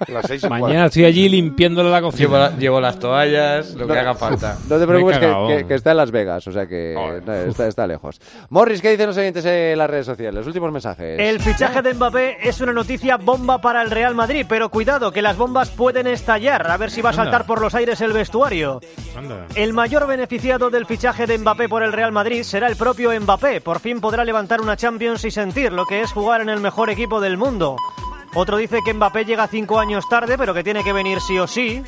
Speaker 26: Las seis y
Speaker 28: Mañana estoy allí limpiándole la
Speaker 11: Llevo,
Speaker 28: cocina.
Speaker 11: la- llevo las toallas, lo que haga falta.
Speaker 4: No te preocupes,
Speaker 28: Me he cagado.
Speaker 4: que, que- que está en Las Vegas, o sea que no, está, está lejos. Morris, ¿qué dicen los oyentes en las redes sociales? Los últimos mensajes.
Speaker 10: El fichaje de Mbappé es una noticia bomba para el Real Madrid, pero cuidado que las bombas pueden estallar, a ver si va a saltar por los aires el vestuario.
Speaker 28: Anda.
Speaker 10: El mayor beneficiado del fichaje de Mbappé por el Real Madrid será el propio Mbappé, por fin podrá levantar una Champions y sentir lo que es jugar en el mejor equipo del mundo. Otro dice que Mbappé llega cinco años tarde, pero que tiene que venir sí o sí.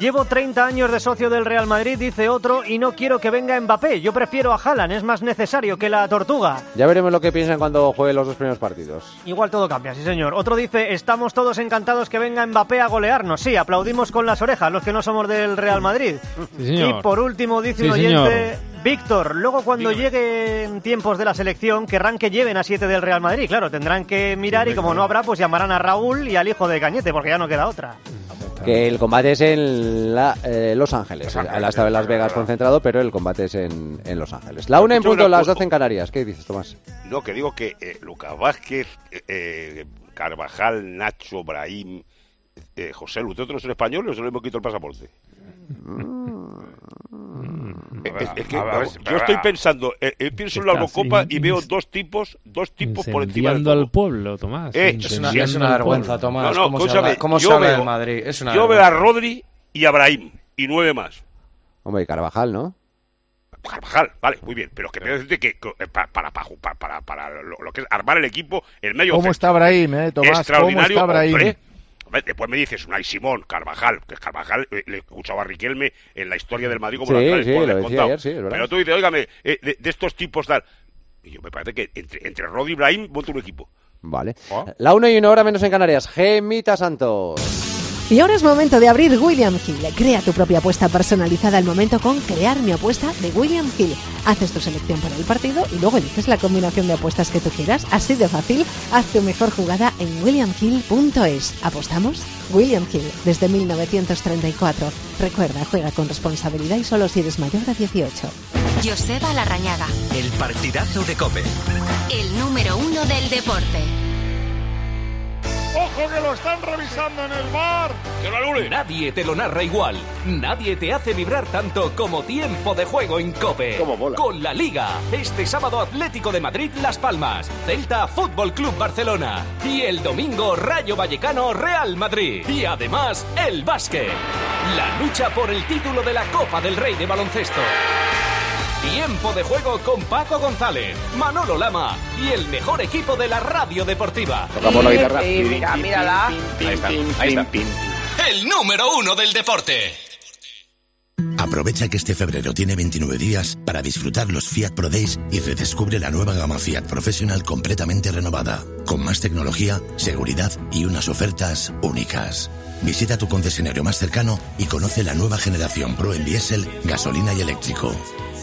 Speaker 10: Llevo 30 años de socio del Real Madrid, dice otro, y no quiero que venga Mbappé. Yo prefiero a Haaland, es más necesario que la tortuga.
Speaker 4: Ya veremos lo que piensan cuando jueguen los dos primeros partidos.
Speaker 10: Igual todo cambia, sí señor. Otro dice, estamos todos encantados que venga Mbappé a golearnos. Sí, aplaudimos con las orejas los que no somos del Real Madrid.
Speaker 28: Sí, señor.
Speaker 10: Y por último dice
Speaker 28: Sí,
Speaker 10: un
Speaker 28: señor.
Speaker 10: oyente, Víctor, luego cuando lleguen tiempos de la selección querrán que lleven a siete del Real Madrid. Claro, tendrán que mirar y como no habrá, pues llamarán a Raúl y al hijo de Cañete, porque ya no queda otra.
Speaker 4: Que el combate es en la- eh, Los Ángeles. Ahora estaba en Las Vegas concentrado, pero el combate es en, en Los Ángeles. La una en
Speaker 26: Escucha
Speaker 4: punto,
Speaker 26: una
Speaker 4: las
Speaker 26: cosa.
Speaker 4: 12 en Canarias. ¿Qué dices, Tomás?
Speaker 26: No, que digo que eh, Lucas Vázquez, eh, eh, Carvajal, Nacho, Brahim, eh, José Lu, ¿todos son españoles o le hemos quitado el pasaporte?
Speaker 4: Mm.
Speaker 26: Eh, eh, es que,
Speaker 31: A ver, a ver,
Speaker 26: vamos,
Speaker 31: si-
Speaker 26: yo estoy pensando, eh, eh,
Speaker 4: Este
Speaker 26: pienso en la
Speaker 28: Estás
Speaker 26: Eurocopa
Speaker 28: in-
Speaker 26: y veo
Speaker 28: in-
Speaker 26: dos tipos, dos tipos por encima de
Speaker 28: Incendiando al pueblo, Tomás.
Speaker 26: Eh,
Speaker 11: una-
Speaker 26: es
Speaker 11: es
Speaker 28: Incendiando
Speaker 11: una
Speaker 28: al
Speaker 11: vergüenza,
Speaker 28: pueblo.
Speaker 11: Tomás. ¿Cómo se habla- cómo se
Speaker 26: yo
Speaker 11: habla del
Speaker 26: veo-
Speaker 11: Madrid? Es una
Speaker 26: yo veo a
Speaker 11: vergüenza.
Speaker 26: Rodri y a Brahim y nueve más.
Speaker 4: Hombre, y Carvajal, ¿no?
Speaker 26: Carvajal, vale, muy bien, pero que quiero decirte que co- eh, pa- para, pa- para, para, lo, lo que es armar el equipo, el medio
Speaker 29: ¿Cómo
Speaker 26: centro,
Speaker 29: está Brahim, eh, Tomás? ¿Cómo
Speaker 26: extraordinario,
Speaker 29: está Brahim?
Speaker 26: hombre. Hombre, Después me dices Unai Simón, Carvajal, que Carvajal eh, le escuchaba a Riquelme en la historia del Madrid como
Speaker 4: Sí,
Speaker 26: lateral
Speaker 4: sí,
Speaker 26: izquierdo,
Speaker 4: lo
Speaker 26: he
Speaker 4: decía
Speaker 26: contado.
Speaker 4: ayer, sí, es verdad.
Speaker 26: Pero tú dices, óigame, eh, de, de estos tipos tal. Y yo me parece que entre, entre Rodri y Brahim monta un equipo.
Speaker 4: Vale. La una y una hora menos en Canarias. Gemita Santos.
Speaker 22: Y ahora es momento de abrir William Hill. Crea tu propia apuesta personalizada al momento con Crear mi apuesta de William Hill. Haces tu selección para el partido y luego eliges la combinación de apuestas que tú quieras. Así de fácil, haz tu mejor jugada en williamhill.es. ¿Apostamos? William Hill, desde 1934. Recuerda, juega con responsabilidad y solo si eres mayor de 18.
Speaker 1: Joseba Larrañaga,
Speaker 2: El partidazo de Cope.
Speaker 1: el número uno del deporte.
Speaker 29: ¡Ojo que lo están revisando en el bar!
Speaker 21: Nadie te lo narra igual. Nadie te hace vibrar tanto como tiempo de juego en Cope. Con la Liga. Este sábado Atlético de Madrid Las Palmas. Celta Fútbol Club Barcelona. Y el domingo Rayo Vallecano Real Madrid. Y además el básquet. La lucha por el título de la Copa del Rey de Baloncesto. Tiempo de juego con Paco González, Manolo Lama y el mejor equipo de la radio deportiva.
Speaker 29: Tocamos la guitarra.
Speaker 21: Mira, mírala.
Speaker 29: Ahí está, ahí está.
Speaker 21: El número uno del deporte.
Speaker 40: Aprovecha que este febrero tiene 29 días para disfrutar los Fiat Pro Days y redescubre la nueva gama Fiat Professional completamente renovada, con más tecnología, seguridad y unas ofertas únicas. Visita tu concesionario más cercano y conoce la nueva generación Pro en diésel, gasolina y eléctrico.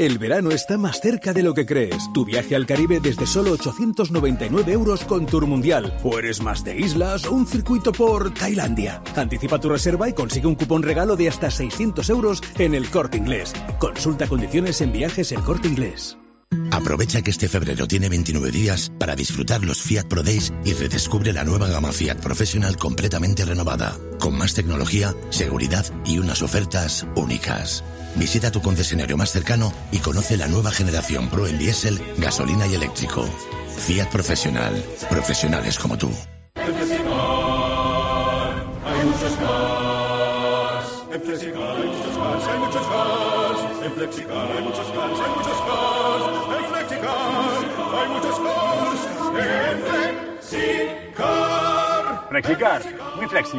Speaker 8: El verano está más cerca de lo que crees. Tu viaje al Caribe desde solo 899 euros con Tour Mundial. O eres más de islas o un circuito por Tailandia. Anticipa tu reserva y consigue un cupón regalo de hasta 600 euros en el corte inglés. Consulta condiciones en viajes el corte inglés.
Speaker 40: Aprovecha que este febrero tiene 29 días para disfrutar los Fiat Pro Days y redescubre la nueva gama Fiat Professional completamente renovada, con más tecnología, seguridad y unas ofertas únicas. Visita tu concesionario más cercano y conoce la nueva generación Pro en diésel, gasolina y eléctrico. Fiat Professional, profesionales como tú.
Speaker 3: Hay muchos más. En Flexicar hay muchos más, hay muchos más. En Flexicar hay muchos más, hay muchos más. En Flexicar hay muchos más. En Flexicar.
Speaker 41: Flexicar, muy flexi,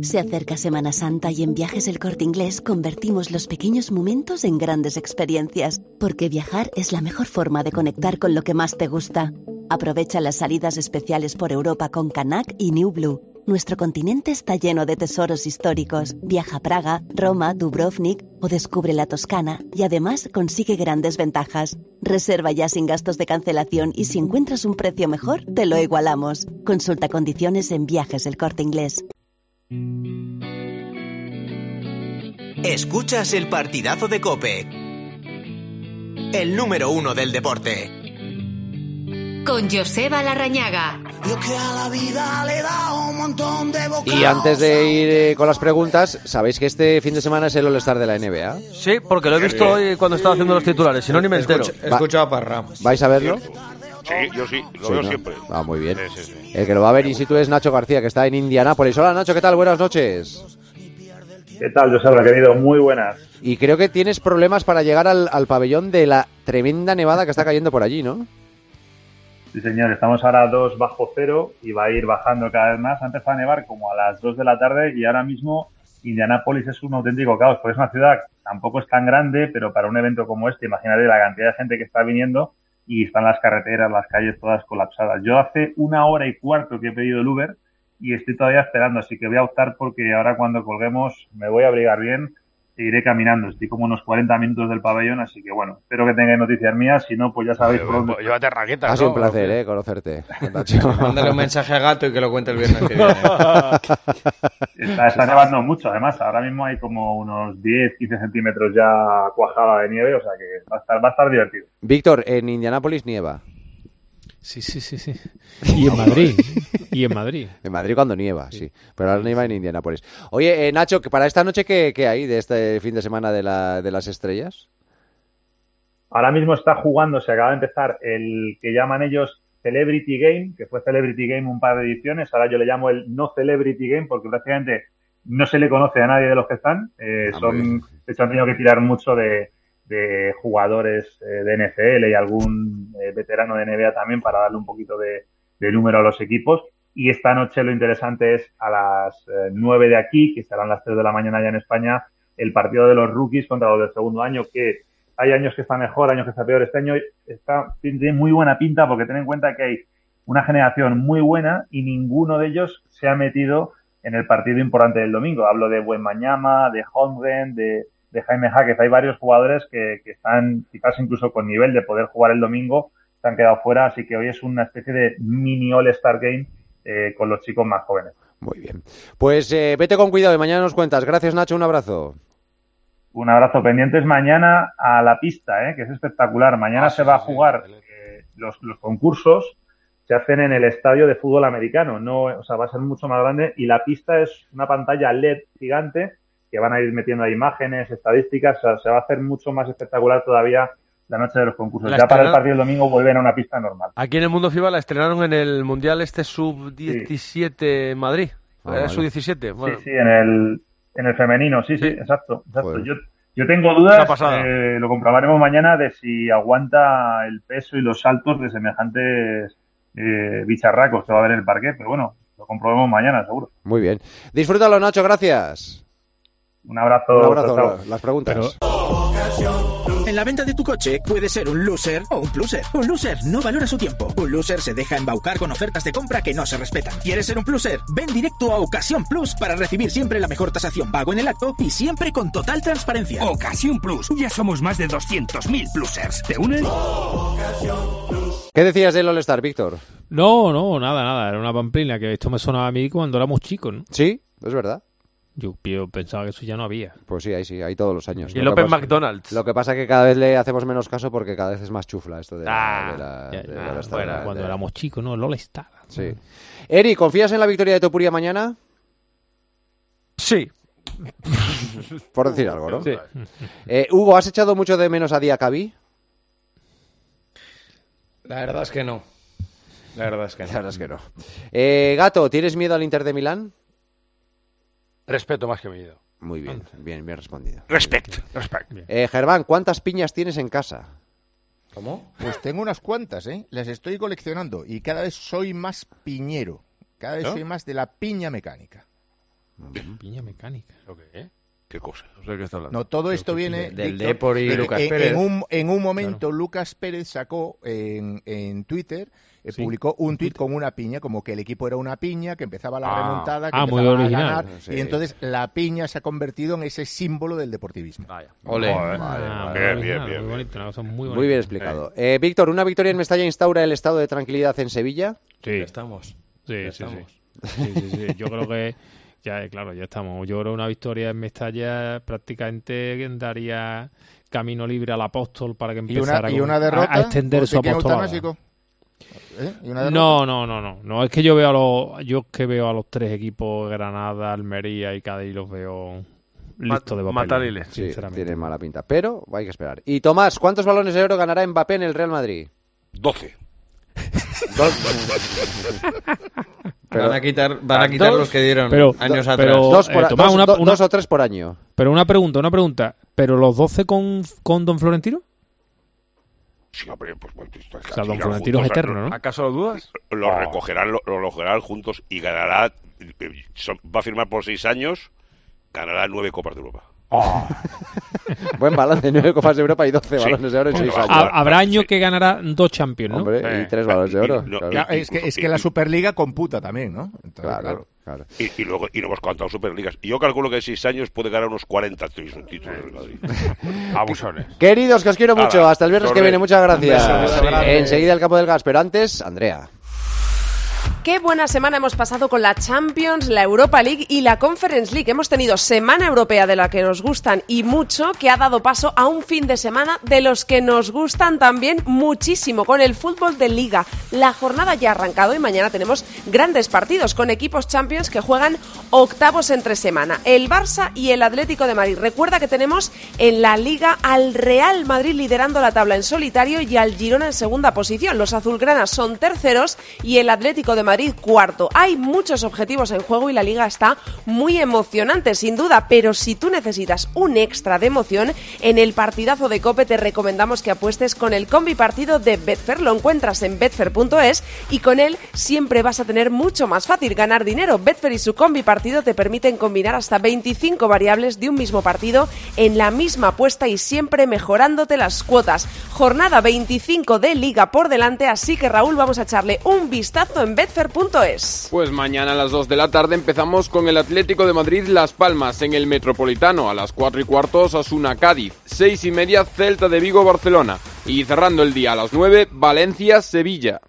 Speaker 42: Se acerca Semana Santa y en Viajes El Corte Inglés convertimos los pequeños momentos en grandes experiencias, porque viajar es la mejor forma de conectar con lo que más te gusta. Aprovecha las salidas especiales por Europa con Canac y New Blue. Nuestro continente está lleno de tesoros históricos. Viaja a Praga, Roma, Dubrovnik o descubre la Toscana y además consigue grandes ventajas. Reserva ya sin gastos de cancelación y si encuentras un precio mejor, te lo igualamos. Consulta condiciones en Viajes El Corte Inglés.
Speaker 2: Escuchas el partidazo de Cope. El número uno del deporte.
Speaker 1: Con Joseba Larrañaga.
Speaker 4: Y antes de ir eh, con las preguntas, ¿sabéis que este fin de semana es el All-Star de la NBA?
Speaker 5: Sí, porque lo he visto hoy cuando estaba haciendo los titulares, si no ni me entero.
Speaker 4: Escucha- he escuchado
Speaker 5: a Parra.
Speaker 4: ¿Vais a verlo?
Speaker 11: Sí, yo sí, lo
Speaker 4: Sí,
Speaker 11: veo
Speaker 4: ¿no?
Speaker 11: siempre.
Speaker 4: Ah, muy bien.
Speaker 11: Sí, sí, sí.
Speaker 4: El que lo va a ver in situ es Nacho García, que está en Indianápolis. Hola, Nacho, ¿qué tal? Buenas noches.
Speaker 43: ¿Qué tal, Joseba, Pues querido? Muy buenas.
Speaker 4: Y creo que tienes problemas para llegar al, al pabellón de la tremenda nevada que está cayendo por allí, ¿no?
Speaker 43: Sí, señor, estamos ahora a 2 bajo cero y va a ir bajando cada vez más. Ha empezado a nevar como a las 2 de la tarde y ahora mismo Indianápolis es un auténtico caos, porque es una ciudad, tampoco es tan grande, pero para un evento como este, imagínate la cantidad de gente que está viniendo y están las carreteras, las calles todas colapsadas. Yo hace una hora y cuarto que he pedido el Uber y estoy todavía esperando, así que voy a optar porque ahora cuando colguemos me voy a abrigar bien e iré caminando. Estoy como unos 40 minutos del pabellón, así que bueno, espero que tengáis noticias mías, si no, pues ya sabéis por dónde.
Speaker 11: Llévate raquetas.
Speaker 4: Ha sido
Speaker 11: ¿no?
Speaker 4: un placer, eh, conocerte. Nacho.
Speaker 11: Mándale un mensaje a Gato y que lo cuente el viernes que viene.
Speaker 43: Está, está nevando mucho, ¿eh? además. Ahora mismo hay como unos 10, 15 centímetros ya cuajada de nieve, o sea que va a estar, va a estar divertido.
Speaker 4: Víctor, en Indianápolis nieva.
Speaker 28: Sí, sí, sí, sí. Y en Madrid. Y en Madrid.
Speaker 4: En Madrid cuando nieva, sí. Pero ahora nieva en Indianápolis. Oye, eh, Nacho, que para esta noche, ¿qué, qué hay de este fin de semana de, la- de las estrellas?
Speaker 43: Ahora mismo está jugando, se acaba de empezar el que llaman ellos Celebrity Game, que fue Celebrity Game un par de ediciones. Ahora yo le llamo el no Celebrity Game porque prácticamente no se le conoce a nadie de los que están. Eh,
Speaker 44: Ah, muy
Speaker 43: son, de hecho, han tenido que tirar mucho de, de jugadores eh, de NFL y algún eh, veterano de NBA también para darle un poquito de, de número a los equipos. Y esta noche lo interesante es a las eh, 9 de aquí, que serán las 3 de la mañana ya en España, el partido de los rookies contra los del segundo año, que hay años que está mejor, años que está peor. Este año está, tiene muy buena pinta porque ten en cuenta que hay una generación muy buena y ninguno de ellos se ha metido en el partido importante del domingo. Hablo de Buen Mañana, de Holmgren, de, de Jaime Jaquez. Hay varios jugadores que, que están quizás incluso con nivel de poder jugar el domingo, se han quedado fuera, así que hoy es una especie de mini All-Star Game eh, con los chicos más jóvenes.
Speaker 4: Muy bien. Pues eh, vete con cuidado y mañana nos cuentas. Gracias, Nacho. Un abrazo.
Speaker 43: Un abrazo. Pendientes mañana a la pista, ¿eh? que es espectacular. Mañana se va a jugar eh, los, los concursos. Se hacen en el estadio de fútbol americano. No, o sea, va a ser mucho más grande. Y la pista es una pantalla LED gigante que van a ir metiendo ahí imágenes, estadísticas. O sea, se va a hacer mucho más espectacular todavía la noche de los concursos.
Speaker 5: La
Speaker 43: ya para el
Speaker 5: escala-
Speaker 43: partido del domingo vuelven a una pista normal.
Speaker 5: Aquí en el mundo FIBA la estrenaron en el Mundial este sub-17 en Madrid.
Speaker 43: Ah,
Speaker 5: Era
Speaker 43: vale.
Speaker 5: sub-17. Bueno.
Speaker 43: Sí, sí, en el, en el femenino, sí, sí, exacto. exacto.
Speaker 5: Joder.
Speaker 43: Yo, yo tengo
Speaker 5: Una
Speaker 43: dudas,
Speaker 5: pasada.
Speaker 43: eh, lo comprobaremos mañana, de si aguanta el peso y los saltos de semejantes eh, bicharracos que va a haber en el parque, pero bueno, lo comprobemos mañana, seguro.
Speaker 4: Muy bien. Disfrútalo, Nacho. Gracias.
Speaker 43: Un abrazo.
Speaker 4: Un abrazo.
Speaker 43: chao, chao.
Speaker 4: Las preguntas.
Speaker 17: En la venta de tu coche puede ser un loser o un pluser. Un loser no valora su tiempo. Un loser se deja embaucar con ofertas de compra que no se respetan. ¿Quieres ser un pluser? Ven directo a Ocasión Plus para recibir siempre la mejor tasación pago en el acto y siempre con total transparencia. Ocasión Plus. Ya somos más de 200.000 plusers. ¿Te unes?
Speaker 4: ¿Qué decías del All-Star, Víctor?
Speaker 28: No, no, nada, nada. Era una pamplina que esto me sonaba a mí cuando éramos chicos, ¿no?
Speaker 4: Sí, es verdad.
Speaker 28: Yo, yo pensaba que eso ya no había.
Speaker 4: Pues sí, ahí sí, ahí todos los años.
Speaker 28: Y el Open
Speaker 4: McDonald's. Lo que pasa es que cada vez le hacemos menos caso porque cada vez es más chufla esto de,
Speaker 28: Ah,
Speaker 4: de la-
Speaker 28: ya,
Speaker 4: del
Speaker 28: ya,
Speaker 4: All-Star,
Speaker 28: bueno,
Speaker 4: de-
Speaker 28: cuando
Speaker 4: de-
Speaker 28: éramos chicos, ¿no? LOL está.
Speaker 4: Sí. Eri, ¿confías en la victoria de Topuria mañana?
Speaker 5: Sí.
Speaker 4: Por decir algo, ¿no?
Speaker 5: Sí.
Speaker 4: Eh, Hugo, ¿has echado mucho de menos a Diacabí?
Speaker 11: La verdad es que no. La verdad es que no.
Speaker 4: La verdad es que no. Eh, Gato, ¿tienes miedo al Inter de Milán?
Speaker 11: Respeto más que miedo.
Speaker 4: Muy bien, bien, bien respondido.
Speaker 11: Respect. Respect.
Speaker 4: Eh, Germán, ¿cuántas piñas tienes en casa?
Speaker 29: ¿Cómo? Pues tengo unas cuantas, ¿eh? Las estoy coleccionando y cada vez soy más piñero. Cada vez
Speaker 11: ¿No?
Speaker 29: soy más de la piña mecánica.
Speaker 28: Piña mecánica.
Speaker 26: ¿Qué cosa?
Speaker 5: No sé de qué está hablando.
Speaker 29: No, todo esto viene
Speaker 11: del
Speaker 29: Víctor,
Speaker 11: Depor y
Speaker 29: de que
Speaker 11: Lucas
Speaker 29: en,
Speaker 11: Pérez.
Speaker 29: En un, en un momento Lucas Pérez sacó en, en Twitter, eh,
Speaker 11: Sí.
Speaker 29: publicó un tuit con una piña, como que el equipo era una piña, que empezaba la
Speaker 11: Ah.
Speaker 29: remontada, que
Speaker 11: Ah, muy
Speaker 29: empezaba a
Speaker 11: original.
Speaker 29: ganar,
Speaker 11: Sí.
Speaker 29: y entonces la piña se ha convertido en ese símbolo del deportivismo.
Speaker 11: Ole.
Speaker 29: Joder,
Speaker 28: Ah,
Speaker 29: vale,
Speaker 28: muy
Speaker 29: vale.
Speaker 28: original, Muy bonito, una cosa muy bonita.
Speaker 4: Muy bien explicado. Eh, Víctor, ¿una victoria en Mestalla instaura el estado de tranquilidad en Sevilla?
Speaker 28: Sí.
Speaker 11: estamos.
Speaker 28: Sí,
Speaker 11: Ya
Speaker 28: sí,
Speaker 11: estamos.
Speaker 28: sí. Sí, sí, sí. Yo creo que ya, eh, claro, ya estamos. Yo creo que una victoria en Mestalla prácticamente daría camino libre al apóstol para que
Speaker 29: Y
Speaker 28: empezara
Speaker 29: una, y
Speaker 28: con-
Speaker 29: una
Speaker 28: a-
Speaker 29: derrota.
Speaker 28: a extender
Speaker 29: ¿Por
Speaker 28: su
Speaker 29: qué queda
Speaker 28: apostolado.
Speaker 29: eutanásico? ¿Eh? ¿Y una derrota?
Speaker 28: No, no, no, no, no. Es que yo veo a los, yo es que veo a los tres equipos, Granada, Almería y Cádiz, los veo listos de papel.
Speaker 4: Sí,
Speaker 28: sinceramente.
Speaker 4: tiene mala pinta, pero hay que esperar. Y Tomás, ¿cuántos balones de oro ganará Mbappé en el Real Madrid?
Speaker 26: 12.
Speaker 4: Pero-
Speaker 11: van a quitar, van a quitar los que dieron
Speaker 28: Pero-
Speaker 11: años
Speaker 28: do-
Speaker 11: atrás.
Speaker 28: pero,
Speaker 4: Dos por
Speaker 28: Ah, eh,
Speaker 4: a-
Speaker 28: Tomás,
Speaker 4: dos-
Speaker 28: una-
Speaker 4: do-
Speaker 28: una-
Speaker 4: dos o tres por año.
Speaker 28: Pero una pregunta, una pregunta. ¿Pero los 12 con, con Don Florentino?
Speaker 26: Sí, hombre, pues bueno, esto es-
Speaker 28: O sea, don
Speaker 26: irán
Speaker 28: Florentino es
Speaker 26: juntos,
Speaker 28: eterno,
Speaker 26: o sea,
Speaker 28: ¿no?
Speaker 5: ¿Acaso lo dudas?
Speaker 26: Lo
Speaker 4: Ah.
Speaker 26: recogerán, lo, lo recogerán juntos y ganará. eh, son- Va a firmar por seis años ganará nueve Copas de Europa.
Speaker 28: Oh.
Speaker 4: Buen balance, 9 Copas de Europa y 12
Speaker 26: Sí.
Speaker 4: balones de oro en 6 años.
Speaker 28: Ha- Habrá año que ganará dos Champions, ¿no?
Speaker 4: Hombre, y 3 balones de oro. claro.
Speaker 29: Ya, es, que, es que la Superliga computa también, ¿no? Entonces,
Speaker 4: Claro, claro.
Speaker 26: Y, y luego y no hemos contado Superligas. Y yo calculo que en seis años puede ganar unos 40 títulos títulos del Madrid. Abusones.
Speaker 4: Queridos, que os quiero mucho.
Speaker 26: Nada,
Speaker 4: Hasta el viernes que
Speaker 26: Torre.
Speaker 4: viene. Muchas gracias.
Speaker 26: Un beso, un beso grande.
Speaker 4: Enseguida el campo del gas. Pero antes, Andrea.
Speaker 23: Qué buena semana hemos pasado con la Champions, la Europa League y la Conference League. Hemos tenido semana europea de la que nos gustan y mucho, que ha dado paso a un fin de semana de los que nos gustan también muchísimo con el fútbol de liga. La jornada ya ha arrancado y mañana tenemos grandes partidos con equipos Champions que juegan octavos entre semana. El Barça y el Atlético de Madrid. Recuerda que tenemos en la liga al Real Madrid liderando la tabla en solitario y al Girona en segunda posición. Los azulgranas son terceros y el Atlético de Madrid cuarto. Hay muchos objetivos en juego y la liga está muy emocionante, sin duda, pero si tú necesitas un extra de emoción, en el partidazo de Cope te recomendamos que apuestes con el combi partido de Betfair. Lo encuentras en betfair.es y con él siempre vas a tener mucho más fácil ganar dinero. Betfair y su combi partido te permiten combinar hasta 25 variables de un mismo partido en la misma apuesta y siempre mejorándote las cuotas. Jornada 25 de Liga por delante, así que Raúl, vamos a echarle un vistazo en betfair.es.
Speaker 45: Pues mañana a las 2 de la tarde empezamos con el Atlético de Madrid Las Palmas en el Metropolitano. A las 4 y cuarto Osasuna Cádiz. 6 y media Celta de Vigo Barcelona. Y cerrando el día a las 9 Valencia Sevilla.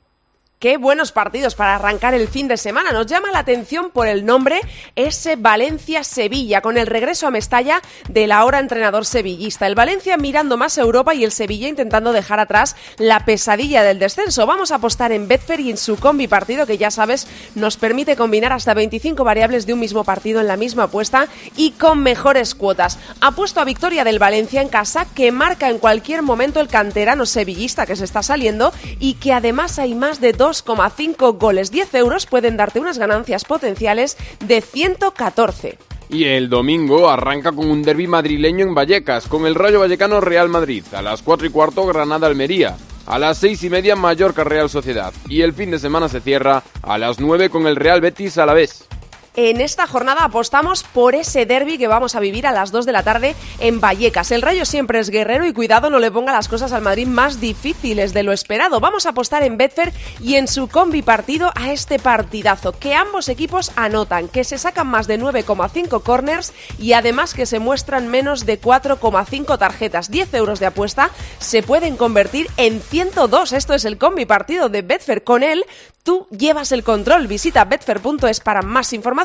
Speaker 23: Qué buenos partidos para arrancar el fin de semana. Nos llama la atención por el nombre ese Valencia-Sevilla, con el regreso a Mestalla del ahora entrenador sevillista. El Valencia mirando más Europa y el Sevilla intentando dejar atrás la pesadilla del descenso. Vamos a apostar en Betfair y en su combi partido, que ya sabes, nos permite combinar hasta 25 variables de un mismo partido en la misma apuesta y con mejores cuotas. Apuesto a victoria del Valencia en casa, que marca en cualquier momento el canterano sevillista que se está saliendo y que además hay más de 2,5 goles. 10 euros pueden darte unas ganancias potenciales de 114.
Speaker 45: Y el domingo arranca con un derby madrileño en Vallecas, con el Rayo Vallecano Real Madrid. A las 4 y cuarto Granada Almería. A las 6 y media Mallorca Real Sociedad. Y el fin de semana se cierra a las 9 con el Real Betis a la vez.
Speaker 23: En esta jornada apostamos por ese derby que vamos a vivir a las 2 de la tarde en Vallecas. El Rayo siempre es guerrero y cuidado no le ponga las cosas al Madrid más difíciles de lo esperado. Vamos a apostar en Betfair y en su combi partido a este partidazo, que ambos equipos anotan, que se sacan más de 9,5 corners y además que se muestran menos de 4,5 tarjetas. 10 euros de apuesta se pueden convertir en 102. Esto es el combi partido de Betfair. Con él tú llevas el control. Visita betfair.es para más información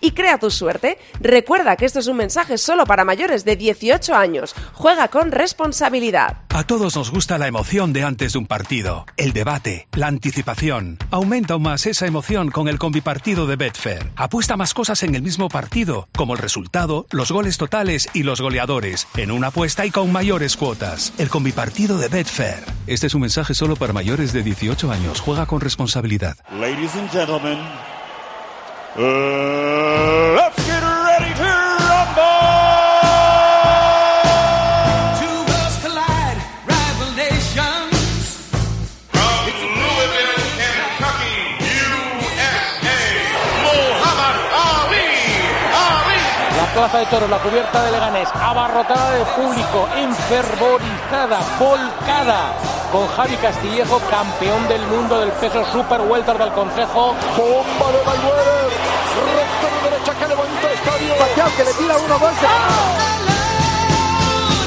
Speaker 23: y crea tu suerte. Recuerda que esto es un mensaje solo para mayores de 18 años. Juega con responsabilidad.
Speaker 8: A todos nos gusta la emoción de antes de un partido, el debate, la anticipación. Aumenta aún más esa emoción con el combipartido de Betfair. Apuesta más cosas en el mismo partido, como el resultado, los goles totales y los goleadores, en una apuesta y con mayores cuotas. El combipartido de Betfair. Este es un mensaje solo para mayores de 18 años. Juega con responsabilidad. Ladies and gentlemen, uh, let's get ready to rumble! Two worlds collide, rival nations. It's Louisville, Kentucky, USA, Muhammad Ali, Ali.
Speaker 3: La plaza de toros, la cubierta de Leganés, abarrotada de público, enfervorizada, volcada, con Javi Castillejo, campeón del mundo del peso super welter del Consejo. Bomba de Mayweather, recto de derecha que levanta estadio. que le tira uno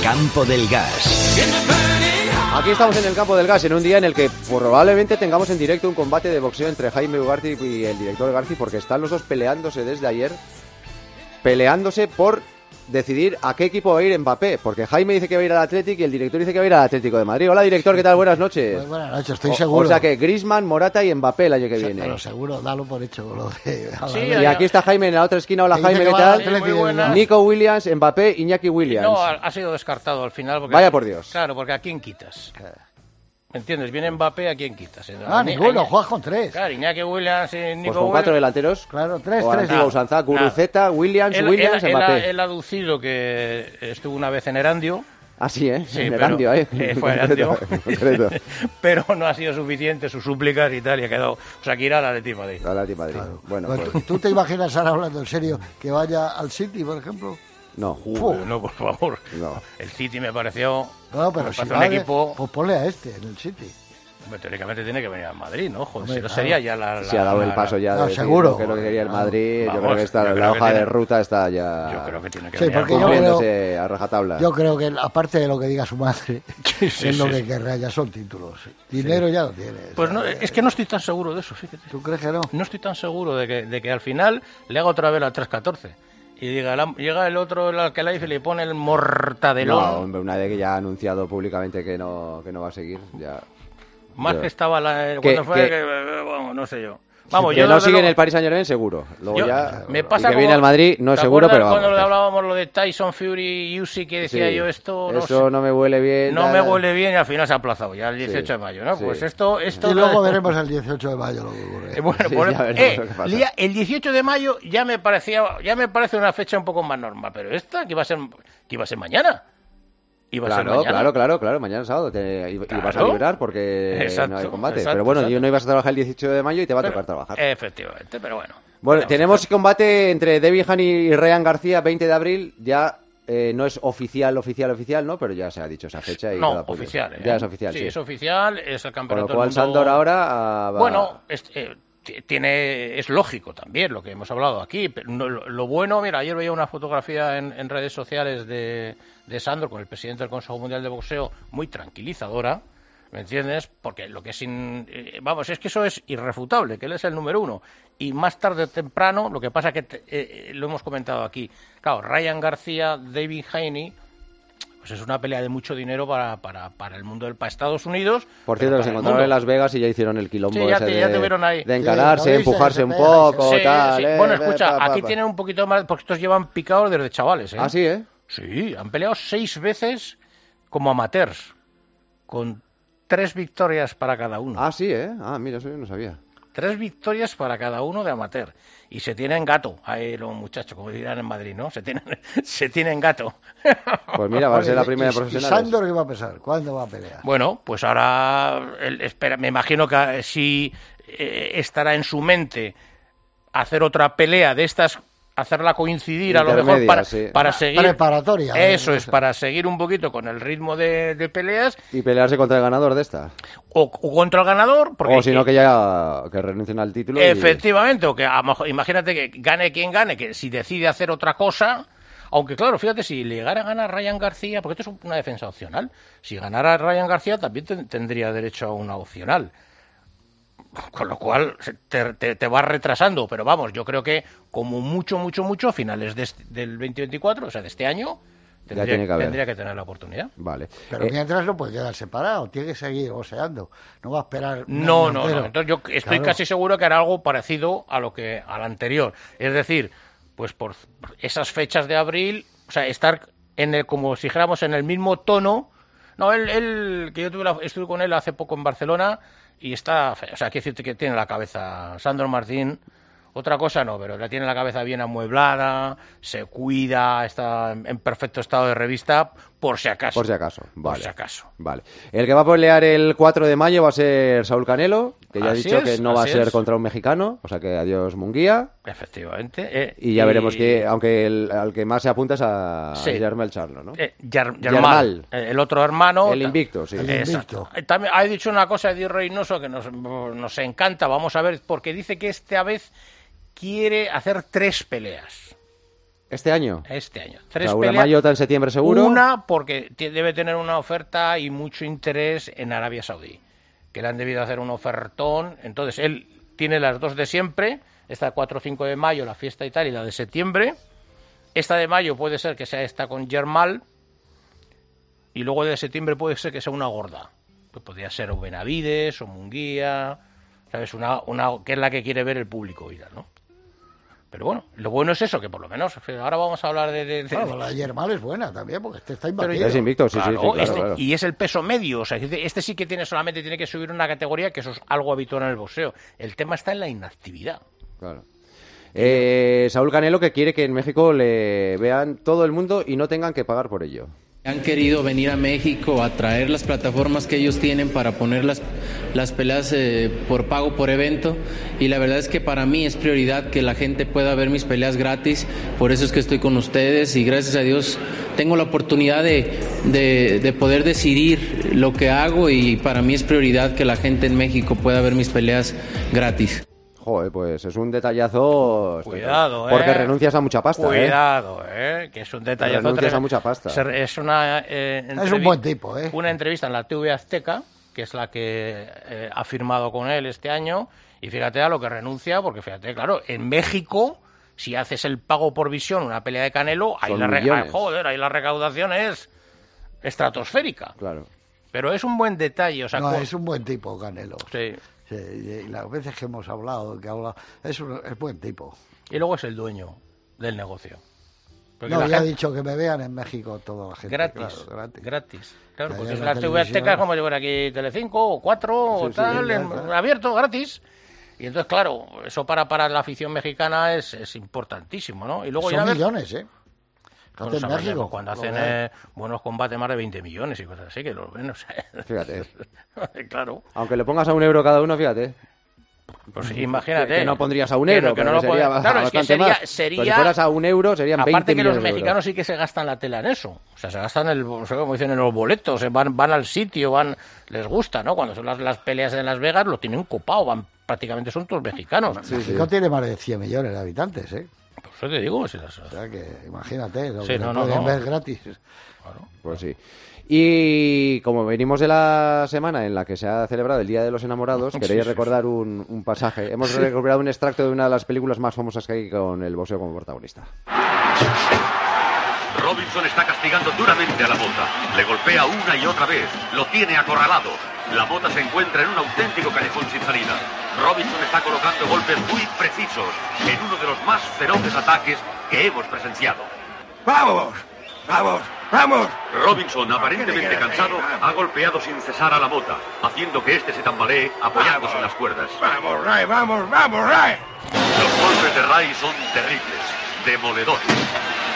Speaker 17: Campo del Gas.
Speaker 4: Aquí estamos en el campo del gas, en un día en el que probablemente tengamos en directo un combate de boxeo entre Jaime Ugarte y el director Garci, porque están los dos peleándose desde ayer, peleándose por decidir a qué equipo va a ir Mbappé, porque Jaime dice que va a ir al Atlético y el director dice que va a ir al Atlético de Madrid. Hola director, ¿qué tal? Buenas noches.
Speaker 13: Muy buenas noches, estoy
Speaker 4: O-
Speaker 13: seguro.
Speaker 4: O sea que Grisman, Morata y Mbappé el año que viene.
Speaker 13: Pero seguro, dalo por hecho. Lo de...
Speaker 4: y aquí está Jaime en la otra esquina. Hola
Speaker 13: Dice
Speaker 4: Jaime,
Speaker 13: que
Speaker 4: ¿qué
Speaker 13: va al
Speaker 4: tal?
Speaker 13: Atlético Sí, muy buenas.
Speaker 4: Nico Williams, Mbappé, Iñaki Williams.
Speaker 14: No, ha, ha sido descartado al final. Porque
Speaker 4: Vaya por Dios. Eh.
Speaker 14: Claro, porque ¿a quién quitas? ¿Me entiendes? Viene Mbappé, ¿a quién quitas?
Speaker 13: Ah,
Speaker 14: Ni-
Speaker 13: ninguno,
Speaker 14: Iñaki-
Speaker 13: juegas con tres.
Speaker 14: Claro, Iñaki Williams y Nico
Speaker 4: Pues con cuatro
Speaker 14: Williams.
Speaker 4: delanteros.
Speaker 13: Claro, tres,
Speaker 4: o a la
Speaker 14: tres.
Speaker 4: antigua
Speaker 14: Nada,
Speaker 4: usanza,
Speaker 14: nada.
Speaker 4: Guruceta, Williams,
Speaker 14: Él-
Speaker 4: Williams,
Speaker 14: él- él ha-
Speaker 4: Mbappé.
Speaker 14: él ha aducido que estuvo una vez en Erandio,
Speaker 4: Así, ¿eh?
Speaker 14: Sí,
Speaker 4: en
Speaker 14: pero-
Speaker 4: Erandio, ¿eh?
Speaker 14: sí,
Speaker 4: En concreto,
Speaker 14: fue Erandio.
Speaker 4: en concreto.
Speaker 14: pero no ha sido suficiente sus súplicas y tal, y ha quedado Shakira a la de Madrid.
Speaker 4: Al Atleti Madrid. Bueno,
Speaker 13: Bueno, ¿tú,
Speaker 4: pues,
Speaker 13: tú te imaginas ahora hablando en serio que vaya al City, por ejemplo?
Speaker 4: no.
Speaker 14: Joder, no, por favor. El City me pareció.
Speaker 13: No,
Speaker 14: me
Speaker 13: pero si
Speaker 14: parece
Speaker 13: va
Speaker 14: un
Speaker 13: de-
Speaker 14: equipo.
Speaker 13: pues ponle a este en el City.
Speaker 14: Hombre, Teóricamente tiene que venir a Madrid, ¿no? Joder,
Speaker 13: Hombre,
Speaker 14: si no
Speaker 13: claro.
Speaker 14: sería ya la. la-
Speaker 4: Se ha dado el
Speaker 14: la-
Speaker 4: paso ya
Speaker 13: No,
Speaker 4: de decir
Speaker 13: seguro.
Speaker 4: lo que es lo que quería el Madrid. yo creo
Speaker 14: Vamos,
Speaker 4: que está,
Speaker 14: yo creo
Speaker 4: la
Speaker 14: que
Speaker 4: hoja de
Speaker 14: tiene-
Speaker 4: ruta está ya... Yo
Speaker 14: creo que tiene que
Speaker 13: Sí, venir porque yo
Speaker 4: cumpliéndose
Speaker 13: creo-
Speaker 4: a rajatabla.
Speaker 13: Yo creo que, aparte de lo que diga su madre,
Speaker 14: sí,
Speaker 13: es lo
Speaker 14: sí.
Speaker 13: que querrá, ya son títulos. Dinero ya lo tienes.
Speaker 14: Pues
Speaker 4: Eh,
Speaker 14: no, es que no estoy tan seguro de eso, fíjate.
Speaker 13: ¿Tú crees que no?
Speaker 14: No estoy tan seguro de que, de que al final le haga otra vez la 3-14. Y diga, la- llega el otro, el Alcalaife, y le pone el mortadelón.
Speaker 4: No, hombre, una vez que ya ha anunciado públicamente que no, que no va a seguir, ya...
Speaker 14: Más
Speaker 4: Yo-
Speaker 14: que estaba la, eh,
Speaker 4: Que-
Speaker 14: cuando fue.
Speaker 4: que-
Speaker 14: que- eh, vamos, no sé yo. Vamos,
Speaker 4: que
Speaker 14: yo
Speaker 4: no
Speaker 14: desde
Speaker 4: sigue en
Speaker 14: luego-
Speaker 4: el Paris Saint Germain seguro. Luego
Speaker 14: yo-
Speaker 4: ya
Speaker 14: me pasa
Speaker 4: y que
Speaker 14: como-
Speaker 4: viene al Madrid no es
Speaker 14: ¿te
Speaker 4: seguro,
Speaker 14: acuerdas
Speaker 4: pero vamos.
Speaker 14: cuando le hablábamos lo de Tyson Fury y Usyk que decía
Speaker 4: Sí.
Speaker 14: yo esto no
Speaker 4: eso
Speaker 14: sé,
Speaker 4: no me huele bien.
Speaker 14: no
Speaker 4: tal,
Speaker 14: me
Speaker 4: tal.
Speaker 14: huele bien y al final se ha aplazado ya el 18 de mayo, ¿no?
Speaker 4: sí.
Speaker 14: Pues esto esto
Speaker 13: Y luego veremos el 18 de mayo lo que ocurre.
Speaker 14: Eh, bueno, por- eh, lía- el 18 de mayo ya me parecía ya me parece una fecha un poco más normal, pero esta que iba a ser que iba a ser mañana. Iba a ser
Speaker 4: Claro,
Speaker 14: mañana.
Speaker 4: claro, claro, claro, mañana es sábado te, y, y vas a
Speaker 14: Claro.
Speaker 4: liberar porque
Speaker 14: Exacto,
Speaker 4: no hay combate.
Speaker 14: exacto,
Speaker 4: pero bueno,
Speaker 14: exacto. Eh,
Speaker 4: yo no ibas a trabajar el 18 de mayo y te va a
Speaker 14: Pero-
Speaker 4: tocar trabajar.
Speaker 14: Efectivamente, pero bueno.
Speaker 4: bueno, tenemos combate entre Debbie Han y Ryan García 20 de abril, ya eh, no es oficial, oficial, oficial, ¿no? Pero ya se ha dicho esa fecha y
Speaker 14: No,
Speaker 4: cada puño.
Speaker 14: oficial. ¿eh?
Speaker 4: Ya es oficial,
Speaker 14: Sí,
Speaker 4: sí.
Speaker 14: es oficial, es
Speaker 4: Con
Speaker 14: el
Speaker 4: lo
Speaker 14: campeonato del
Speaker 4: cual
Speaker 14: mundo.
Speaker 4: Sandor ahora ah, va-
Speaker 14: Bueno, es, eh, ti- tiene, es lógico también lo que hemos hablado aquí. pero no- lo, lo bueno, mira, ayer veía una fotografía en, en redes sociales de, de Sandor con el presidente del Consejo Mundial de Boxeo, muy tranquilizadora. ¿Me entiendes? Porque lo que es. in- eh, vamos, es que eso es irrefutable, que él es el número uno. Y más tarde o temprano, lo que pasa que te- eh, eh, lo hemos comentado aquí. Claro, Ryan García, David Haney, pues es una pelea de mucho dinero para, para, para el mundo del. para Estados Unidos.
Speaker 4: Por
Speaker 14: pero
Speaker 4: cierto,
Speaker 14: para
Speaker 4: los
Speaker 14: el
Speaker 4: encontraron
Speaker 14: mundo.
Speaker 4: en Las Vegas y ya hicieron el quilombo
Speaker 14: Sí, ya
Speaker 4: ese
Speaker 14: te-
Speaker 4: de,
Speaker 14: ya te vieron ahí.
Speaker 4: de
Speaker 14: Sí,
Speaker 4: encararse,
Speaker 14: lo viste,
Speaker 4: empujarse
Speaker 14: se
Speaker 4: un
Speaker 14: pegan,
Speaker 4: poco,
Speaker 14: Sí,
Speaker 4: tal.
Speaker 14: sí.
Speaker 4: eh,
Speaker 14: Bueno,
Speaker 4: eh,
Speaker 14: escucha,
Speaker 4: pa, pa,
Speaker 14: aquí
Speaker 4: pa.
Speaker 14: tienen un poquito más, porque estos llevan picados desde chavales, ¿eh?
Speaker 4: Ah, sí, ¿eh?
Speaker 14: Sí, han peleado seis veces como amateurs, con tres victorias para cada uno.
Speaker 4: Ah, sí, ¿eh? Ah, mira, eso yo no sabía.
Speaker 14: Tres victorias para cada uno de amateur. Y se tienen gato, ahí los muchachos, como dirán en Madrid, ¿no? Se tienen, se tienen gato.
Speaker 4: Pues mira, va a ser la primera
Speaker 13: ¿Y- ¿Y
Speaker 4: profesional.
Speaker 13: Sandor qué va a pesar? ¿Cuándo va a pelear?
Speaker 14: Bueno, pues ahora él espera, me imagino que eh, sí eh, estará en su mente hacer otra pelea de estas, hacerla coincidir a lo mejor
Speaker 4: Intermedia,
Speaker 14: para,
Speaker 4: sí.
Speaker 14: para seguir.
Speaker 13: Preparatoria, ¿no?
Speaker 14: Eso es, para seguir un poquito con el ritmo de, de peleas
Speaker 4: Y pelearse contra el ganador de esta.
Speaker 14: o, o contra el ganador. Porque eh,
Speaker 4: O si no, que ya que renuncien al título. y-
Speaker 14: Efectivamente, o que a lo mejor- imagínate que gane quien gane, que si decide hacer otra cosa, aunque claro, fíjate, si le llegara a ganar Ryan García, porque esto es una defensa opcional, si ganara Ryan García también ten- tendría derecho a una opcional. Con lo cual se- te, te- te vas retrasando, pero vamos, yo creo que como mucho, mucho, mucho, a finales de este- del 2024, o sea, de este año, tendría,
Speaker 4: tiene que haber.
Speaker 14: tendría que tener la oportunidad.
Speaker 4: Vale.
Speaker 13: Pero
Speaker 4: Eh,
Speaker 13: mientras no puede quedar separado, tiene que seguir boxeando. No va a esperar. un
Speaker 14: No,
Speaker 13: año
Speaker 14: no,
Speaker 13: entero.
Speaker 14: no. Entonces yo estoy
Speaker 13: Claro.
Speaker 14: casi seguro que hará algo parecido a lo que al anterior. Es decir, pues por esas fechas de abril, o sea, estar en el como si dijéramos en el mismo tono. No, él, él- que yo tuve la- estuve con él hace poco en Barcelona y está, o sea, quiero decirte que tiene la cabeza Sandro Martín. Otra cosa no, pero la tiene la cabeza bien amueblada, se cuida, está en perfecto estado de revista, por si acaso.
Speaker 4: Por si acaso,
Speaker 14: Por
Speaker 4: vale.
Speaker 14: si acaso.
Speaker 4: Vale. El que va a pelear el 4 de mayo va a ser Saúl Canelo, que ya ha
Speaker 14: Así
Speaker 4: dicho
Speaker 14: es,
Speaker 4: que no va a
Speaker 14: así
Speaker 4: ser
Speaker 14: es.
Speaker 4: contra un mexicano, o sea que adiós Munguía.
Speaker 14: Efectivamente. eh,
Speaker 4: Y ya veremos que, aunque el, al que más se apunta es a
Speaker 14: Sí.
Speaker 4: Guillermo El Charlo, ¿no?
Speaker 14: Eh, Yar-
Speaker 4: Yarmal.
Speaker 14: Yarmal, eh, el otro hermano.
Speaker 4: El invicto, sí. El
Speaker 14: Exacto. Eh, También ha dicho una cosa Eddie Reynoso que nos, nos encanta, vamos a ver, porque dice que esta vez quiere hacer tres peleas
Speaker 4: Este año.
Speaker 14: este año.
Speaker 4: O sea,
Speaker 14: Tres
Speaker 4: una
Speaker 14: peleas.
Speaker 4: mayo, otra en septiembre seguro.
Speaker 14: Una porque te- debe tener una oferta y mucho interés en Arabia Saudí, que le han debido hacer un ofertón. Entonces, él tiene las dos de siempre, esta 4 o 5 de mayo, la fiesta y tal, y la de septiembre. Esta de mayo puede ser que sea esta con Germal, y luego de septiembre puede ser que sea una gorda. Pues podría ser o Benavides o Munguía, ¿sabes? Una, una que es la que quiere ver el público, y tal, ¿no? Pero bueno, lo bueno es eso, que por lo menos, ahora vamos a hablar de... de- de-
Speaker 13: Bueno, la Yermal es buena también, porque este está
Speaker 14: pero
Speaker 13: invadido.
Speaker 4: Es invicto, sí, sí, sí, claro,
Speaker 14: este-
Speaker 4: claro.
Speaker 14: Y es el peso medio. O sea, este este sí que tiene solamente tiene que subir una categoría, que eso es algo habitual en el boxeo. El tema está en la inactividad.
Speaker 4: Claro. Eh, Saúl Canelo que quiere que en México le vean todo el mundo y no tengan que pagar por ello.
Speaker 15: Han querido venir a México a traer las plataformas que ellos tienen para poner las, las peleas eh, por pago por evento y la verdad es que para mí es prioridad que la gente pueda ver mis peleas gratis, por eso es que estoy con ustedes y gracias a Dios tengo la oportunidad de, de, de poder decidir lo que hago y para mí es prioridad que la gente en México pueda ver mis peleas gratis.
Speaker 4: Joder, pues es un detallazo.
Speaker 14: Cuidado, eh.
Speaker 4: Porque renuncias a mucha pasta, ¿eh?
Speaker 14: Cuidado, eh, que es un detalle.
Speaker 4: Renuncias a mucha pasta.
Speaker 14: Es una eh,
Speaker 13: Es un
Speaker 14: entrevi-
Speaker 13: buen tipo, ¿eh?
Speaker 14: Una entrevista en la TV Azteca, que es la que eh, ha firmado con él este año, y fíjate a lo que renuncia, porque fíjate, claro, en México si haces el pago por visión una pelea de Canelo, ahí
Speaker 4: Son
Speaker 14: la, re-
Speaker 4: millones.
Speaker 14: ah, joder, ahí la recaudación es estratosférica.
Speaker 4: Claro.
Speaker 14: Pero es un buen detalle, o sea,
Speaker 13: No,
Speaker 14: cu-
Speaker 13: es un buen tipo, Canelo.
Speaker 14: Sí.
Speaker 13: Sí, y las veces que hemos hablado, que habla, es un es buen tipo.
Speaker 14: y luego es el dueño del negocio. Porque
Speaker 13: no,
Speaker 14: la
Speaker 13: ya ha
Speaker 14: gente-
Speaker 13: dicho que me vean en México toda la gente.
Speaker 14: gratis,
Speaker 13: claro,
Speaker 14: gratis. Claro,
Speaker 13: Ya,
Speaker 14: porque
Speaker 13: ya
Speaker 14: es
Speaker 13: la
Speaker 14: la TV
Speaker 13: televisión.
Speaker 14: Azteca, como llevar aquí Telecinco o Cuatro o
Speaker 13: Sí, sí,
Speaker 14: tal,
Speaker 13: ya,
Speaker 14: en-
Speaker 13: claro.
Speaker 14: abierto, gratis. Y entonces, claro, eso para, para la afición mexicana es, es importantísimo, ¿no? Y luego
Speaker 13: Son
Speaker 14: ya ves-
Speaker 13: millones, ¿eh? Que
Speaker 14: Bueno,
Speaker 13: hacen
Speaker 14: sabrás,
Speaker 13: México.
Speaker 14: Cuando
Speaker 13: Lo
Speaker 14: hacen
Speaker 13: ven.
Speaker 14: eh, buenos combates, más de 20 millones y cosas así, que los ven, o sea,
Speaker 4: Fíjate.
Speaker 14: claro.
Speaker 4: Aunque le pongas a un euro cada uno, fíjate.
Speaker 14: Pues sí, imagínate.
Speaker 4: Que, que no pondrías a un
Speaker 14: Que no-
Speaker 4: euro,
Speaker 14: que
Speaker 4: pero
Speaker 14: no lo
Speaker 4: sería
Speaker 14: pon- claro, es que
Speaker 4: bastante
Speaker 14: sería-
Speaker 4: más.
Speaker 14: sería- Ah.
Speaker 4: Pero si fueras a un euro, serían 20
Speaker 14: Aparte que los
Speaker 4: millones de euros.
Speaker 14: mexicanos sí que se gastan la tela en eso. O sea, se gastan, el, o sea, como dicen, en los boletos, eh, van, van al sitio, van les gusta, ¿no? Cuando son las, las peleas en Las Vegas lo tienen copado, van prácticamente son todos mexicanos.
Speaker 13: México tiene más de 100 millones de habitantes, ¿eh?
Speaker 14: Por eso te digo, si las-
Speaker 13: Imagínate, lo
Speaker 14: Sí,
Speaker 13: que
Speaker 14: no,
Speaker 13: no,
Speaker 14: no,
Speaker 13: pueden
Speaker 14: no.
Speaker 13: ver gratis.
Speaker 4: Pues sí. Y como venimos de la semana en la que se ha celebrado el Día de los Enamorados,
Speaker 16: Sí,
Speaker 4: queréis
Speaker 16: sí,
Speaker 4: recordar un, un pasaje. Hemos
Speaker 16: Sí.
Speaker 4: recuperado un extracto de una de las películas más famosas que hay con el boxeo como protagonista.
Speaker 19: Robinson está castigando duramente a la bota. Le golpea una y otra vez. Lo tiene acorralado. La bota se encuentra en un auténtico callejón sin salida. Robinson está colocando golpes muy precisos en uno de los más feroces ataques que hemos presenciado. ¡Vamos! ¡Vamos! ¡Vamos! Robinson, aparentemente cansado, ha golpeado sin cesar a la bota, haciendo que éste se tambalee apoyándose en las cuerdas. ¡Vamos, Ray! ¡Vamos, vamos, Ray! Los golpes de Ray son terribles, demoledores.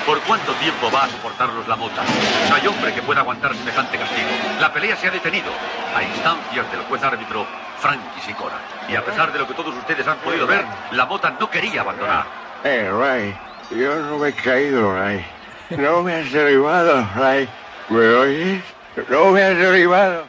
Speaker 19: ¿Por cuánto tiempo va a soportarlos la mota? No hay hombre que pueda aguantar semejante castigo. La pelea se ha detenido a instancias del juez árbitro Frankie Sicora. Y a pesar de lo que todos ustedes han podido ver, la mota no quería abandonar.
Speaker 20: Eh, Ray, yo no me he caído, Ray. No me has derribado, Ray. ¿Me oyes? No me has derribado.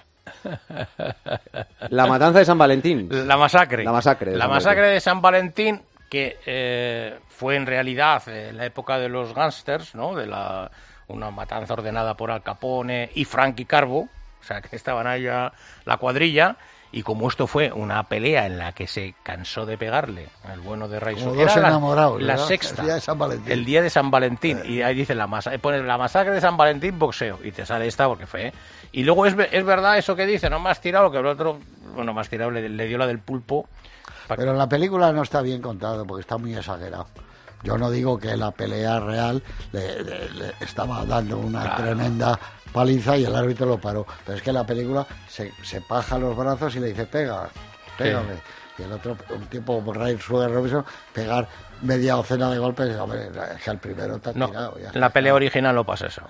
Speaker 4: La matanza de San Valentín.
Speaker 14: La masacre.
Speaker 4: La masacre. de
Speaker 14: La
Speaker 4: San
Speaker 14: masacre de San Valentín, que eh, fue en realidad eh, en la época de los gángsters, ¿no? De la, una matanza ordenada por Al Capone y Frankie Carbo, o sea, que estaban ahí ya la cuadrilla. Y como esto fue una pelea en la que se cansó de pegarle el bueno de Ray
Speaker 13: Como
Speaker 14: Soto-
Speaker 13: dos
Speaker 14: era la-
Speaker 13: enamorados.
Speaker 14: La,
Speaker 13: ¿verdad? eh.
Speaker 14: sexta.
Speaker 13: El día de San Valentín.
Speaker 14: El día de San Valentín. Y ahí dice la masa, pones la masacre de San Valentín boxeo. Y te sale esta porque fue. ¿eh? Y luego es, ve- es verdad eso que dice, no me has tirado, que el otro, bueno, más tirado le, le dio la del pulpo.
Speaker 13: Pero en la película no está bien contado porque está muy exagerado. Yo no digo que la pelea real le, le- le estaba dando una tremenda paliza y el árbitro lo paró. Pero es que en la película se, se paja los brazos y le dice, pega, pégame. Y el otro, un tipo, Ray Sugar Robinson, pegar media docena de golpes, y, hombre, es que al primero te ha
Speaker 14: No,
Speaker 13: tirado. ya
Speaker 14: en la
Speaker 13: está.
Speaker 14: pelea original no pasa eso.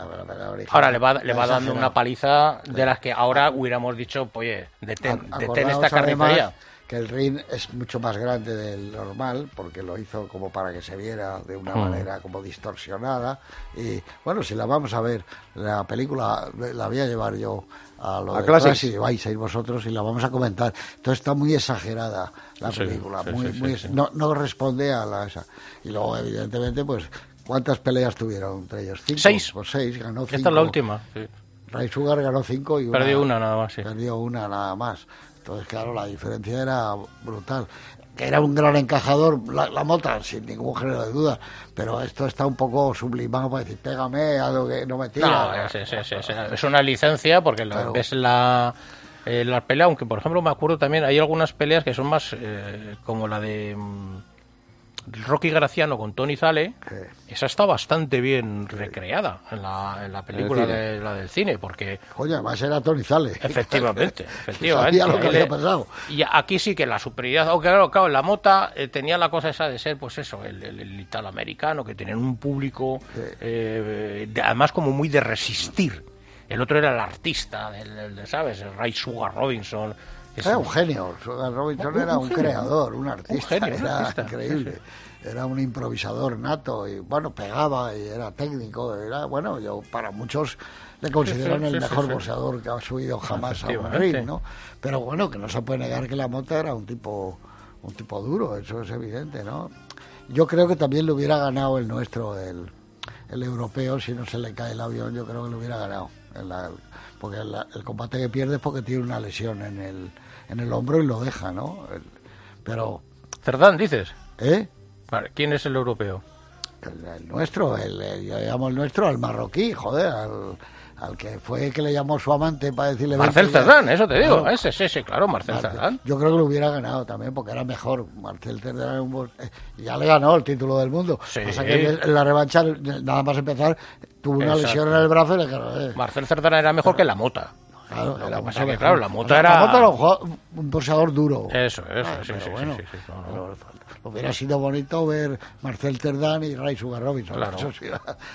Speaker 14: Ahora le va, le va dando una paliza de las que ahora hubiéramos dicho, oye, detén,
Speaker 13: Ac-
Speaker 14: detén
Speaker 13: acordaos,
Speaker 14: esta carnicería.
Speaker 13: además, que el ring es mucho más grande del normal, porque lo hizo como para que se viera de una
Speaker 14: Mm.
Speaker 13: manera como distorsionada. Y bueno, si la vamos a ver, la película la voy a llevar yo a lo
Speaker 4: A
Speaker 13: de
Speaker 4: Classics.
Speaker 13: Classics, vais a ir vosotros y la vamos a comentar. Entonces está muy exagerada la
Speaker 4: Sí,
Speaker 13: película,
Speaker 4: sí,
Speaker 13: muy,
Speaker 4: sí,
Speaker 13: muy-
Speaker 4: sí, sí.
Speaker 13: No, no responde a la esa. Y luego, evidentemente, pues, ¿cuántas peleas tuvieron entre ellos? ¿Cinco?
Speaker 14: Seis.
Speaker 13: Pues seis, ganó cinco.
Speaker 14: Esta es la última. sí.
Speaker 13: Ray Sugar ganó 5 y
Speaker 14: Perdió una nada más,
Speaker 13: Perdió una nada más. Entonces, claro, la diferencia era brutal. Que era un gran encajador, la, la mota, sin ningún género de duda. Pero esto está un poco sublimado para decir, pégame, algo que no me tira.
Speaker 14: No, sí, sí, sí, sí. es una licencia porque la-
Speaker 13: Claro.
Speaker 14: ves la, eh, la pelea, aunque por ejemplo me acuerdo también, hay algunas peleas que son más eh, como la de mm, Rocky Graciano con Tony Zale, esa está bastante bien recreada en la, en la película
Speaker 13: cine.
Speaker 14: de, la del cine, porque
Speaker 13: Coño, además era Tony Zales.
Speaker 14: Efectivamente, efectivamente.
Speaker 13: Sabía lo que
Speaker 14: Él,
Speaker 13: había
Speaker 14: eh,
Speaker 13: pasado.
Speaker 14: Y aquí sí que la superioridad, aunque claro, claro, la mota eh, tenía la cosa esa de ser, pues eso, el, el, el italoamericano, que tenían un público, eh, de- además como muy de resistir. El otro era el artista, del, del- de, ¿sabes? El Ray Sugar Robinson. Es
Speaker 13: Era un genio. Sugar Robinson
Speaker 14: Un- un
Speaker 13: era un
Speaker 14: genio.
Speaker 13: creador, un artista.
Speaker 14: genio, un
Speaker 13: era
Speaker 14: artista,
Speaker 13: increíble. Era un improvisador nato y, bueno, pegaba y era técnico. Era, bueno, yo para muchos le consideran
Speaker 14: sí,
Speaker 13: el
Speaker 14: sí,
Speaker 13: mejor
Speaker 14: sí.
Speaker 13: boxeador que ha subido jamás a un
Speaker 14: Efectivamente.
Speaker 13: ring, ¿no? Pero bueno, que no se puede negar que la mota era un tipo, un tipo duro, eso es evidente, ¿no? Yo creo que también le hubiera ganado el nuestro, el, el europeo, si no se le cae el avión, yo creo que le hubiera ganado. En la- porque la- el combate que pierde es porque tiene una lesión en el, en el hombro y lo deja, ¿no? El- pero
Speaker 14: Cerdán, dices.
Speaker 13: ¿Eh?
Speaker 14: Vale, ¿Quién es el europeo?
Speaker 13: el nuestro, eh, el, el- yo llamo el nuestro al marroquí, joder, al, al que fue que le llamó su amante para decirle... "Vente
Speaker 14: Marcel
Speaker 13: ya".
Speaker 14: Cerdán, eso te digo.
Speaker 13: Claro.
Speaker 14: Ese, ese, ese, claro, Marcel
Speaker 13: Marcel.
Speaker 14: Cerdán.
Speaker 13: Yo creo que lo hubiera ganado también, porque era mejor. Marcel Cerdán era un buen- eh, ya le ganó el título del mundo. Pasa que en la revancha, nada más empezar, tuvo una
Speaker 14: Exacto.
Speaker 13: lesión en el brazo y le ganó. eh.
Speaker 14: Marcel Cerdán era mejor que la mota.
Speaker 13: Claro, era
Speaker 14: Lo que pasa
Speaker 13: mucho
Speaker 14: es que,
Speaker 13: mejor.
Speaker 14: claro, la
Speaker 13: O sea,
Speaker 14: mota era... Eh.
Speaker 13: La Mota era un jugador- un boxeador duro.
Speaker 14: Eso, eso,
Speaker 13: Ah,
Speaker 14: sí,
Speaker 13: pero
Speaker 14: sí, sí,
Speaker 13: bueno,
Speaker 14: sí, sí, sí, no, no.
Speaker 13: Hubiera sido bonito ver Marcel Cerdán y Ray Sugar Robinson.
Speaker 14: Claro.
Speaker 13: Eso sí.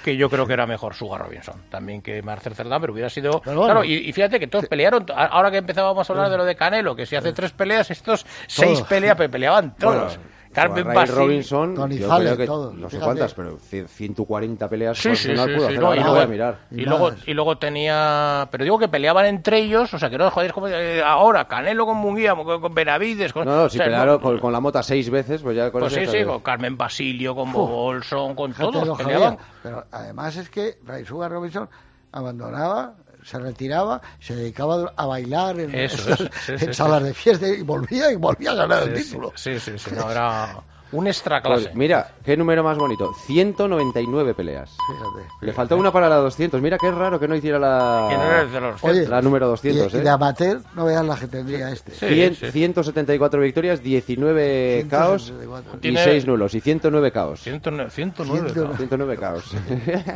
Speaker 14: que yo creo que era mejor Sugar Robinson también que Marcel Cerdán, pero hubiera sido...
Speaker 13: bueno.
Speaker 14: claro, y, y fíjate que todos pelearon, a- ahora que empezábamos a hablar de lo de Canelo, que si hace tres peleas, estos seis peleas pe- peleaban todos.
Speaker 4: Bueno,
Speaker 14: Carmen
Speaker 4: Ray
Speaker 14: Bassi-
Speaker 4: Robinson, yo creo que
Speaker 13: todos,
Speaker 4: no sé
Speaker 14: fíjate.
Speaker 4: cuántas, pero cien- 140 peleas
Speaker 14: Sí, sí, sí,
Speaker 4: profesional pues, pudo
Speaker 14: sí,
Speaker 4: hacer,
Speaker 14: no,
Speaker 4: ahora
Speaker 14: y
Speaker 4: lo
Speaker 14: luego-
Speaker 4: voy a mirar.
Speaker 14: y luego, y luego tenía... Pero digo que peleaban entre ellos, o sea, que no, joder, es como eh, ahora Canelo con Munguía, con, con Benavides... Con,
Speaker 4: No, no,
Speaker 14: o
Speaker 4: si
Speaker 14: sea,
Speaker 4: pelearon con, con la mota seis veces, pues ya con
Speaker 14: Pues
Speaker 4: eso
Speaker 14: sí,
Speaker 4: ya
Speaker 14: sí,
Speaker 4: sabes.
Speaker 14: con Carmen Basilio, con
Speaker 4: Fu.
Speaker 14: Bob Olson, con
Speaker 13: Fíjate lo
Speaker 14: todos
Speaker 13: que
Speaker 14: peleaban.
Speaker 13: había. Pero además es que Ray Sugar Robinson abandonaba, se retiraba, se dedicaba a bailar en,
Speaker 14: Eso, eso, sí,
Speaker 13: en
Speaker 14: sí,
Speaker 13: salas
Speaker 14: sí.
Speaker 13: de fiesta y volvía y volvía a ganar el
Speaker 14: Sí,
Speaker 13: título.
Speaker 14: Sí, sí, sí, no, era un extra clase.
Speaker 4: Pues mira, qué número más bonito. 199 peleas.
Speaker 13: Fíjate.
Speaker 4: Le faltó una para la 200. Mira qué raro que no hiciera
Speaker 14: Que no era
Speaker 4: la,
Speaker 14: de los
Speaker 13: Oye,
Speaker 4: la número 200.
Speaker 13: y, y
Speaker 4: ¿eh?
Speaker 13: de amateur no veas la que tendría este.
Speaker 4: Cien- 174 victorias, 19 caos
Speaker 13: 174.
Speaker 4: y
Speaker 14: Tiene-
Speaker 4: 6 nulos. Y 109 caos.
Speaker 14: 109,
Speaker 4: 109 caos.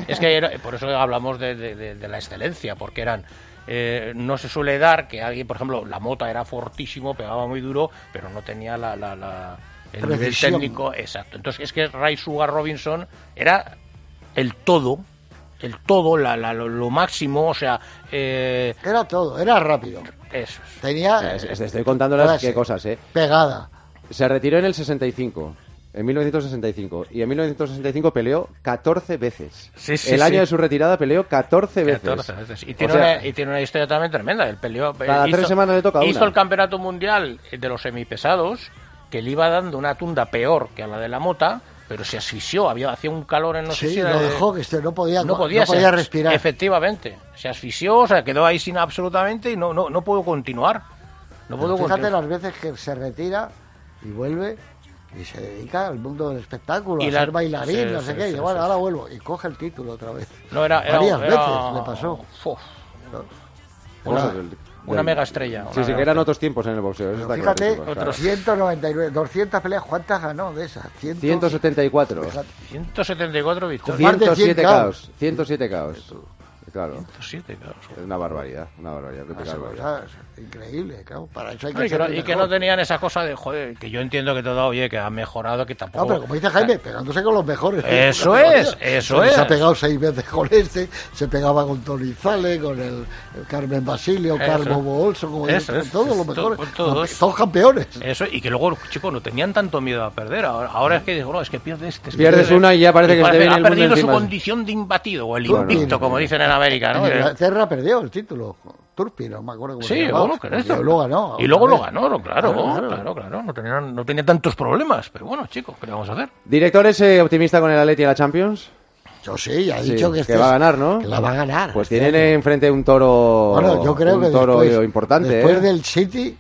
Speaker 14: Es que era- por eso hablamos de, de- de- de la excelencia, porque eran. eh, no se suele dar que alguien, por ejemplo, la mota era fortísimo, pegaba muy duro, pero no tenía la, la- la- el nivel
Speaker 13: Precisión.
Speaker 14: técnico exacto. Entonces es que Ray Sugar Robinson era el todo, el todo, la- la- lo, lo máximo, o sea, eh,
Speaker 13: Era todo, era rápido.
Speaker 14: eso.
Speaker 4: O sea,
Speaker 13: Tenía
Speaker 4: es-
Speaker 13: eh,
Speaker 4: es- estoy contando las
Speaker 13: clase,
Speaker 4: qué cosas, ¿eh?
Speaker 13: Pegada.
Speaker 4: Se retiró en el 65. En 1965. Y en 1965 peleó 14 veces.
Speaker 14: Sí, sí,
Speaker 4: el
Speaker 14: sí.
Speaker 4: año de su retirada peleó 14 veces.
Speaker 14: 14 veces. Y
Speaker 4: O
Speaker 14: tiene,
Speaker 4: sea,
Speaker 14: una, y tiene una historia también tremenda. El peleó,
Speaker 4: Cada tres semanas le toca
Speaker 14: Hizo
Speaker 4: una.
Speaker 14: el campeonato mundial de los semipesados, que le iba dando una tunda peor que a la de la mota, pero se asfixió. Había, hacía un calor en no sé
Speaker 13: Sí,
Speaker 14: si era
Speaker 13: lo
Speaker 14: de-
Speaker 13: dejó que este no podía,
Speaker 14: no podía,
Speaker 13: no
Speaker 14: se-
Speaker 13: podía respirar.
Speaker 14: Efectivamente. Se asfixió, o sea, quedó ahí sin absolutamente y no, no, no pudo continuar. No pudo
Speaker 13: Pero fíjate
Speaker 14: continuar.
Speaker 13: las veces que se retira y vuelve y se dedica al mundo del espectáculo,
Speaker 14: Y
Speaker 13: a
Speaker 14: la-
Speaker 13: ser bailarín,
Speaker 14: sí,
Speaker 13: no
Speaker 14: sí,
Speaker 13: sé qué.
Speaker 14: sí,
Speaker 13: y bueno,
Speaker 14: sí,
Speaker 13: ahora vuelvo y coge el título otra vez.
Speaker 14: No, era, era-
Speaker 13: Varias
Speaker 14: era-
Speaker 13: veces le pasó.
Speaker 14: Uf.
Speaker 4: Bueno,
Speaker 14: Una,
Speaker 4: del-
Speaker 14: una
Speaker 4: del-
Speaker 14: mega estrella.
Speaker 4: Sí, sí, que eran otros tiempos en el boxeo. eso está
Speaker 13: Fíjate,
Speaker 4: clarísimo, claro.
Speaker 13: 199, 200 peleas, ¿cuántas ganó de esas? 100,
Speaker 4: 174.
Speaker 13: Fíjate.
Speaker 14: 174 victorias.
Speaker 4: 107 caos. 107 caos. Claro.
Speaker 14: 107 caos.
Speaker 4: Es una barbaridad. Una barbaridad.
Speaker 13: Una
Speaker 4: auténtica barbaridad.
Speaker 13: barbaridad, increíble, claro. Para eso hay que
Speaker 14: No, y, que
Speaker 13: ser
Speaker 14: no,
Speaker 13: el
Speaker 14: y que
Speaker 13: mejor.
Speaker 14: no tenían esa cosa de, joder, que yo entiendo que todo, oye, que ha mejorado, que tampoco...
Speaker 13: No, pero como dice Jaime, pegándose con los mejores.
Speaker 14: Oh, Eso
Speaker 13: Una barbaridad.
Speaker 14: es, eso
Speaker 13: Porque
Speaker 14: es.
Speaker 13: Se ha pegado seis veces con este, se pegaba con Tony Zale, con el, el Carmen Basilio,
Speaker 14: Eso.
Speaker 13: Carmo Bolso, como
Speaker 14: Eso
Speaker 13: con
Speaker 14: es,
Speaker 13: todos
Speaker 14: es
Speaker 13: los
Speaker 14: to-
Speaker 13: mejores.
Speaker 14: con todos.
Speaker 13: Todos campeones.
Speaker 14: Eso, y que luego, chicos, no tenían tanto miedo a perder. Ahora, ahora es que digo, no, es que pierde este. es que
Speaker 4: Pierdes
Speaker 14: pierde-
Speaker 4: una y ya parece que se te viene
Speaker 14: ha
Speaker 4: el mundo
Speaker 14: perdido su
Speaker 4: encima.
Speaker 14: condición de imbatido, o el
Speaker 4: Bueno.
Speaker 14: invicto, como dicen en América, ¿no?
Speaker 13: En
Speaker 14: Eh,
Speaker 13: Inglaterra perdió el título. Turpi, no me acuerdo cómo se
Speaker 14: Sí,
Speaker 13: llamaba.
Speaker 14: bueno, que esto.
Speaker 13: Y luego ganó.
Speaker 14: Y luego lo
Speaker 13: Otra vez.
Speaker 14: ganó, claro,
Speaker 13: Claro,
Speaker 14: claro, claro. No, tenía, no tenía tantos problemas, pero bueno, chicos, ¿qué le vamos a hacer?
Speaker 4: ¿Director es eh, optimista con el Atleti a la Champions?
Speaker 13: Yo sí, ha
Speaker 4: Sí,
Speaker 13: dicho que,
Speaker 4: que
Speaker 13: este
Speaker 4: va a
Speaker 13: es-
Speaker 4: ganar, ¿no?
Speaker 13: Que la va a ganar.
Speaker 4: Pues tienen enfrente un toro.
Speaker 13: Bueno, yo creo
Speaker 4: un
Speaker 13: que
Speaker 4: toro
Speaker 13: después,
Speaker 4: importante,
Speaker 13: después
Speaker 4: ¿eh?
Speaker 13: del City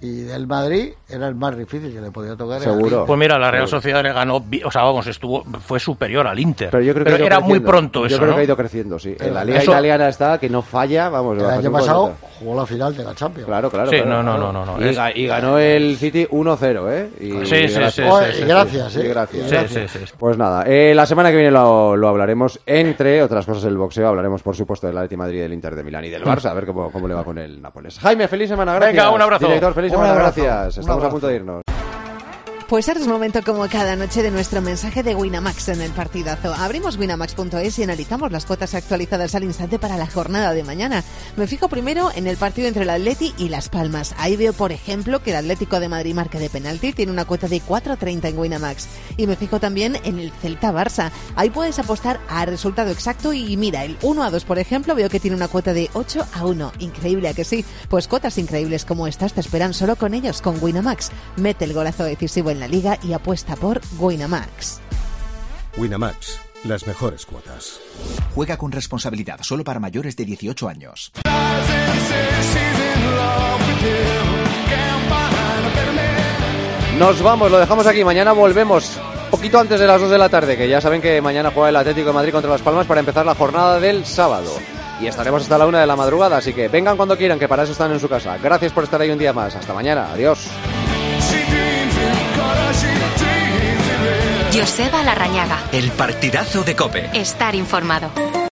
Speaker 13: y del Madrid era el más difícil que le podía tocar. el Atlético.
Speaker 14: Pues mira, la Real Sociedad le ganó, vi- o sea, vamos, estuvo, fue superior al Inter.
Speaker 4: Pero yo creo que ha ido
Speaker 14: era muy
Speaker 4: creciendo.
Speaker 14: pronto
Speaker 4: Yo
Speaker 14: eso,
Speaker 4: creo
Speaker 14: ¿no?
Speaker 4: que ha ido creciendo, sí. En la
Speaker 14: Pero
Speaker 4: liga
Speaker 14: eso-
Speaker 4: italiana está que no falla, vamos.
Speaker 13: El
Speaker 4: bajo
Speaker 13: año
Speaker 4: ningún
Speaker 13: pasado
Speaker 4: concepto.
Speaker 13: jugó la final de la Champions.
Speaker 4: Claro, claro.
Speaker 14: Sí,
Speaker 4: claro,
Speaker 14: no, no,
Speaker 4: claro.
Speaker 14: no, no, no,
Speaker 4: Y,
Speaker 14: es-
Speaker 4: ga- y ganó el City 1-0, ¿eh? Y
Speaker 14: Sí, sí,
Speaker 4: gracias.
Speaker 14: sí, sí, Oh, sí, y sí. gracias,
Speaker 4: Y
Speaker 14: ¿eh?
Speaker 4: gracias.
Speaker 14: Y gracias. Sí, sí, sí.
Speaker 4: Pues nada, eh, la semana que viene lo, lo hablaremos, entre otras cosas del boxeo, hablaremos por supuesto del Atleti Madrid, del Inter de Milán y del Barça, a ver cómo, cómo le va con el Nápoles. Jaime, feliz semana, gracias.
Speaker 14: Venga, un abrazo.
Speaker 4: Director, feliz
Speaker 14: Un
Speaker 4: semana,
Speaker 14: abrazo,
Speaker 4: gracias.
Speaker 14: un
Speaker 4: Estamos a
Speaker 14: abrazo.
Speaker 4: punto de irnos.
Speaker 22: Pues ahora es momento como cada noche de nuestro mensaje de Winamax en el partidazo. Abrimos winamax.es y analizamos las cuotas actualizadas al instante para la jornada de mañana. Me fijo primero en el partido entre el Atleti y Las Palmas. Ahí veo, por ejemplo, que el Atlético de Madrid marca de penalti tiene una cuota de 4.30 en Winamax. Y me fijo también en el Celta Barça. Ahí puedes apostar a resultado exacto y mira, el 1 a 2, por ejemplo, veo que tiene una cuota de 8 a 1. Increíble a que sí. Pues cuotas increíbles como estas te esperan solo con ellos, con Winamax. Mete el golazo decisivo en la liga y apuesta por Winamax.
Speaker 16: Winamax, las mejores cuotas.
Speaker 17: Juega con responsabilidad solo para mayores de 18 años.
Speaker 4: Nos vamos, lo dejamos aquí. Mañana volvemos poquito antes de las 2 de la tarde, que ya saben que mañana juega el Atlético de Madrid contra Las Palmas para empezar la jornada del sábado. Y estaremos hasta la 1 de la madrugada, así que vengan cuando quieran, que para eso están en su casa. Gracias por estar ahí un día más. Hasta mañana. Adiós.
Speaker 1: Joseba Larrañaga.
Speaker 17: El partidazo de Cope.
Speaker 1: Estar informado.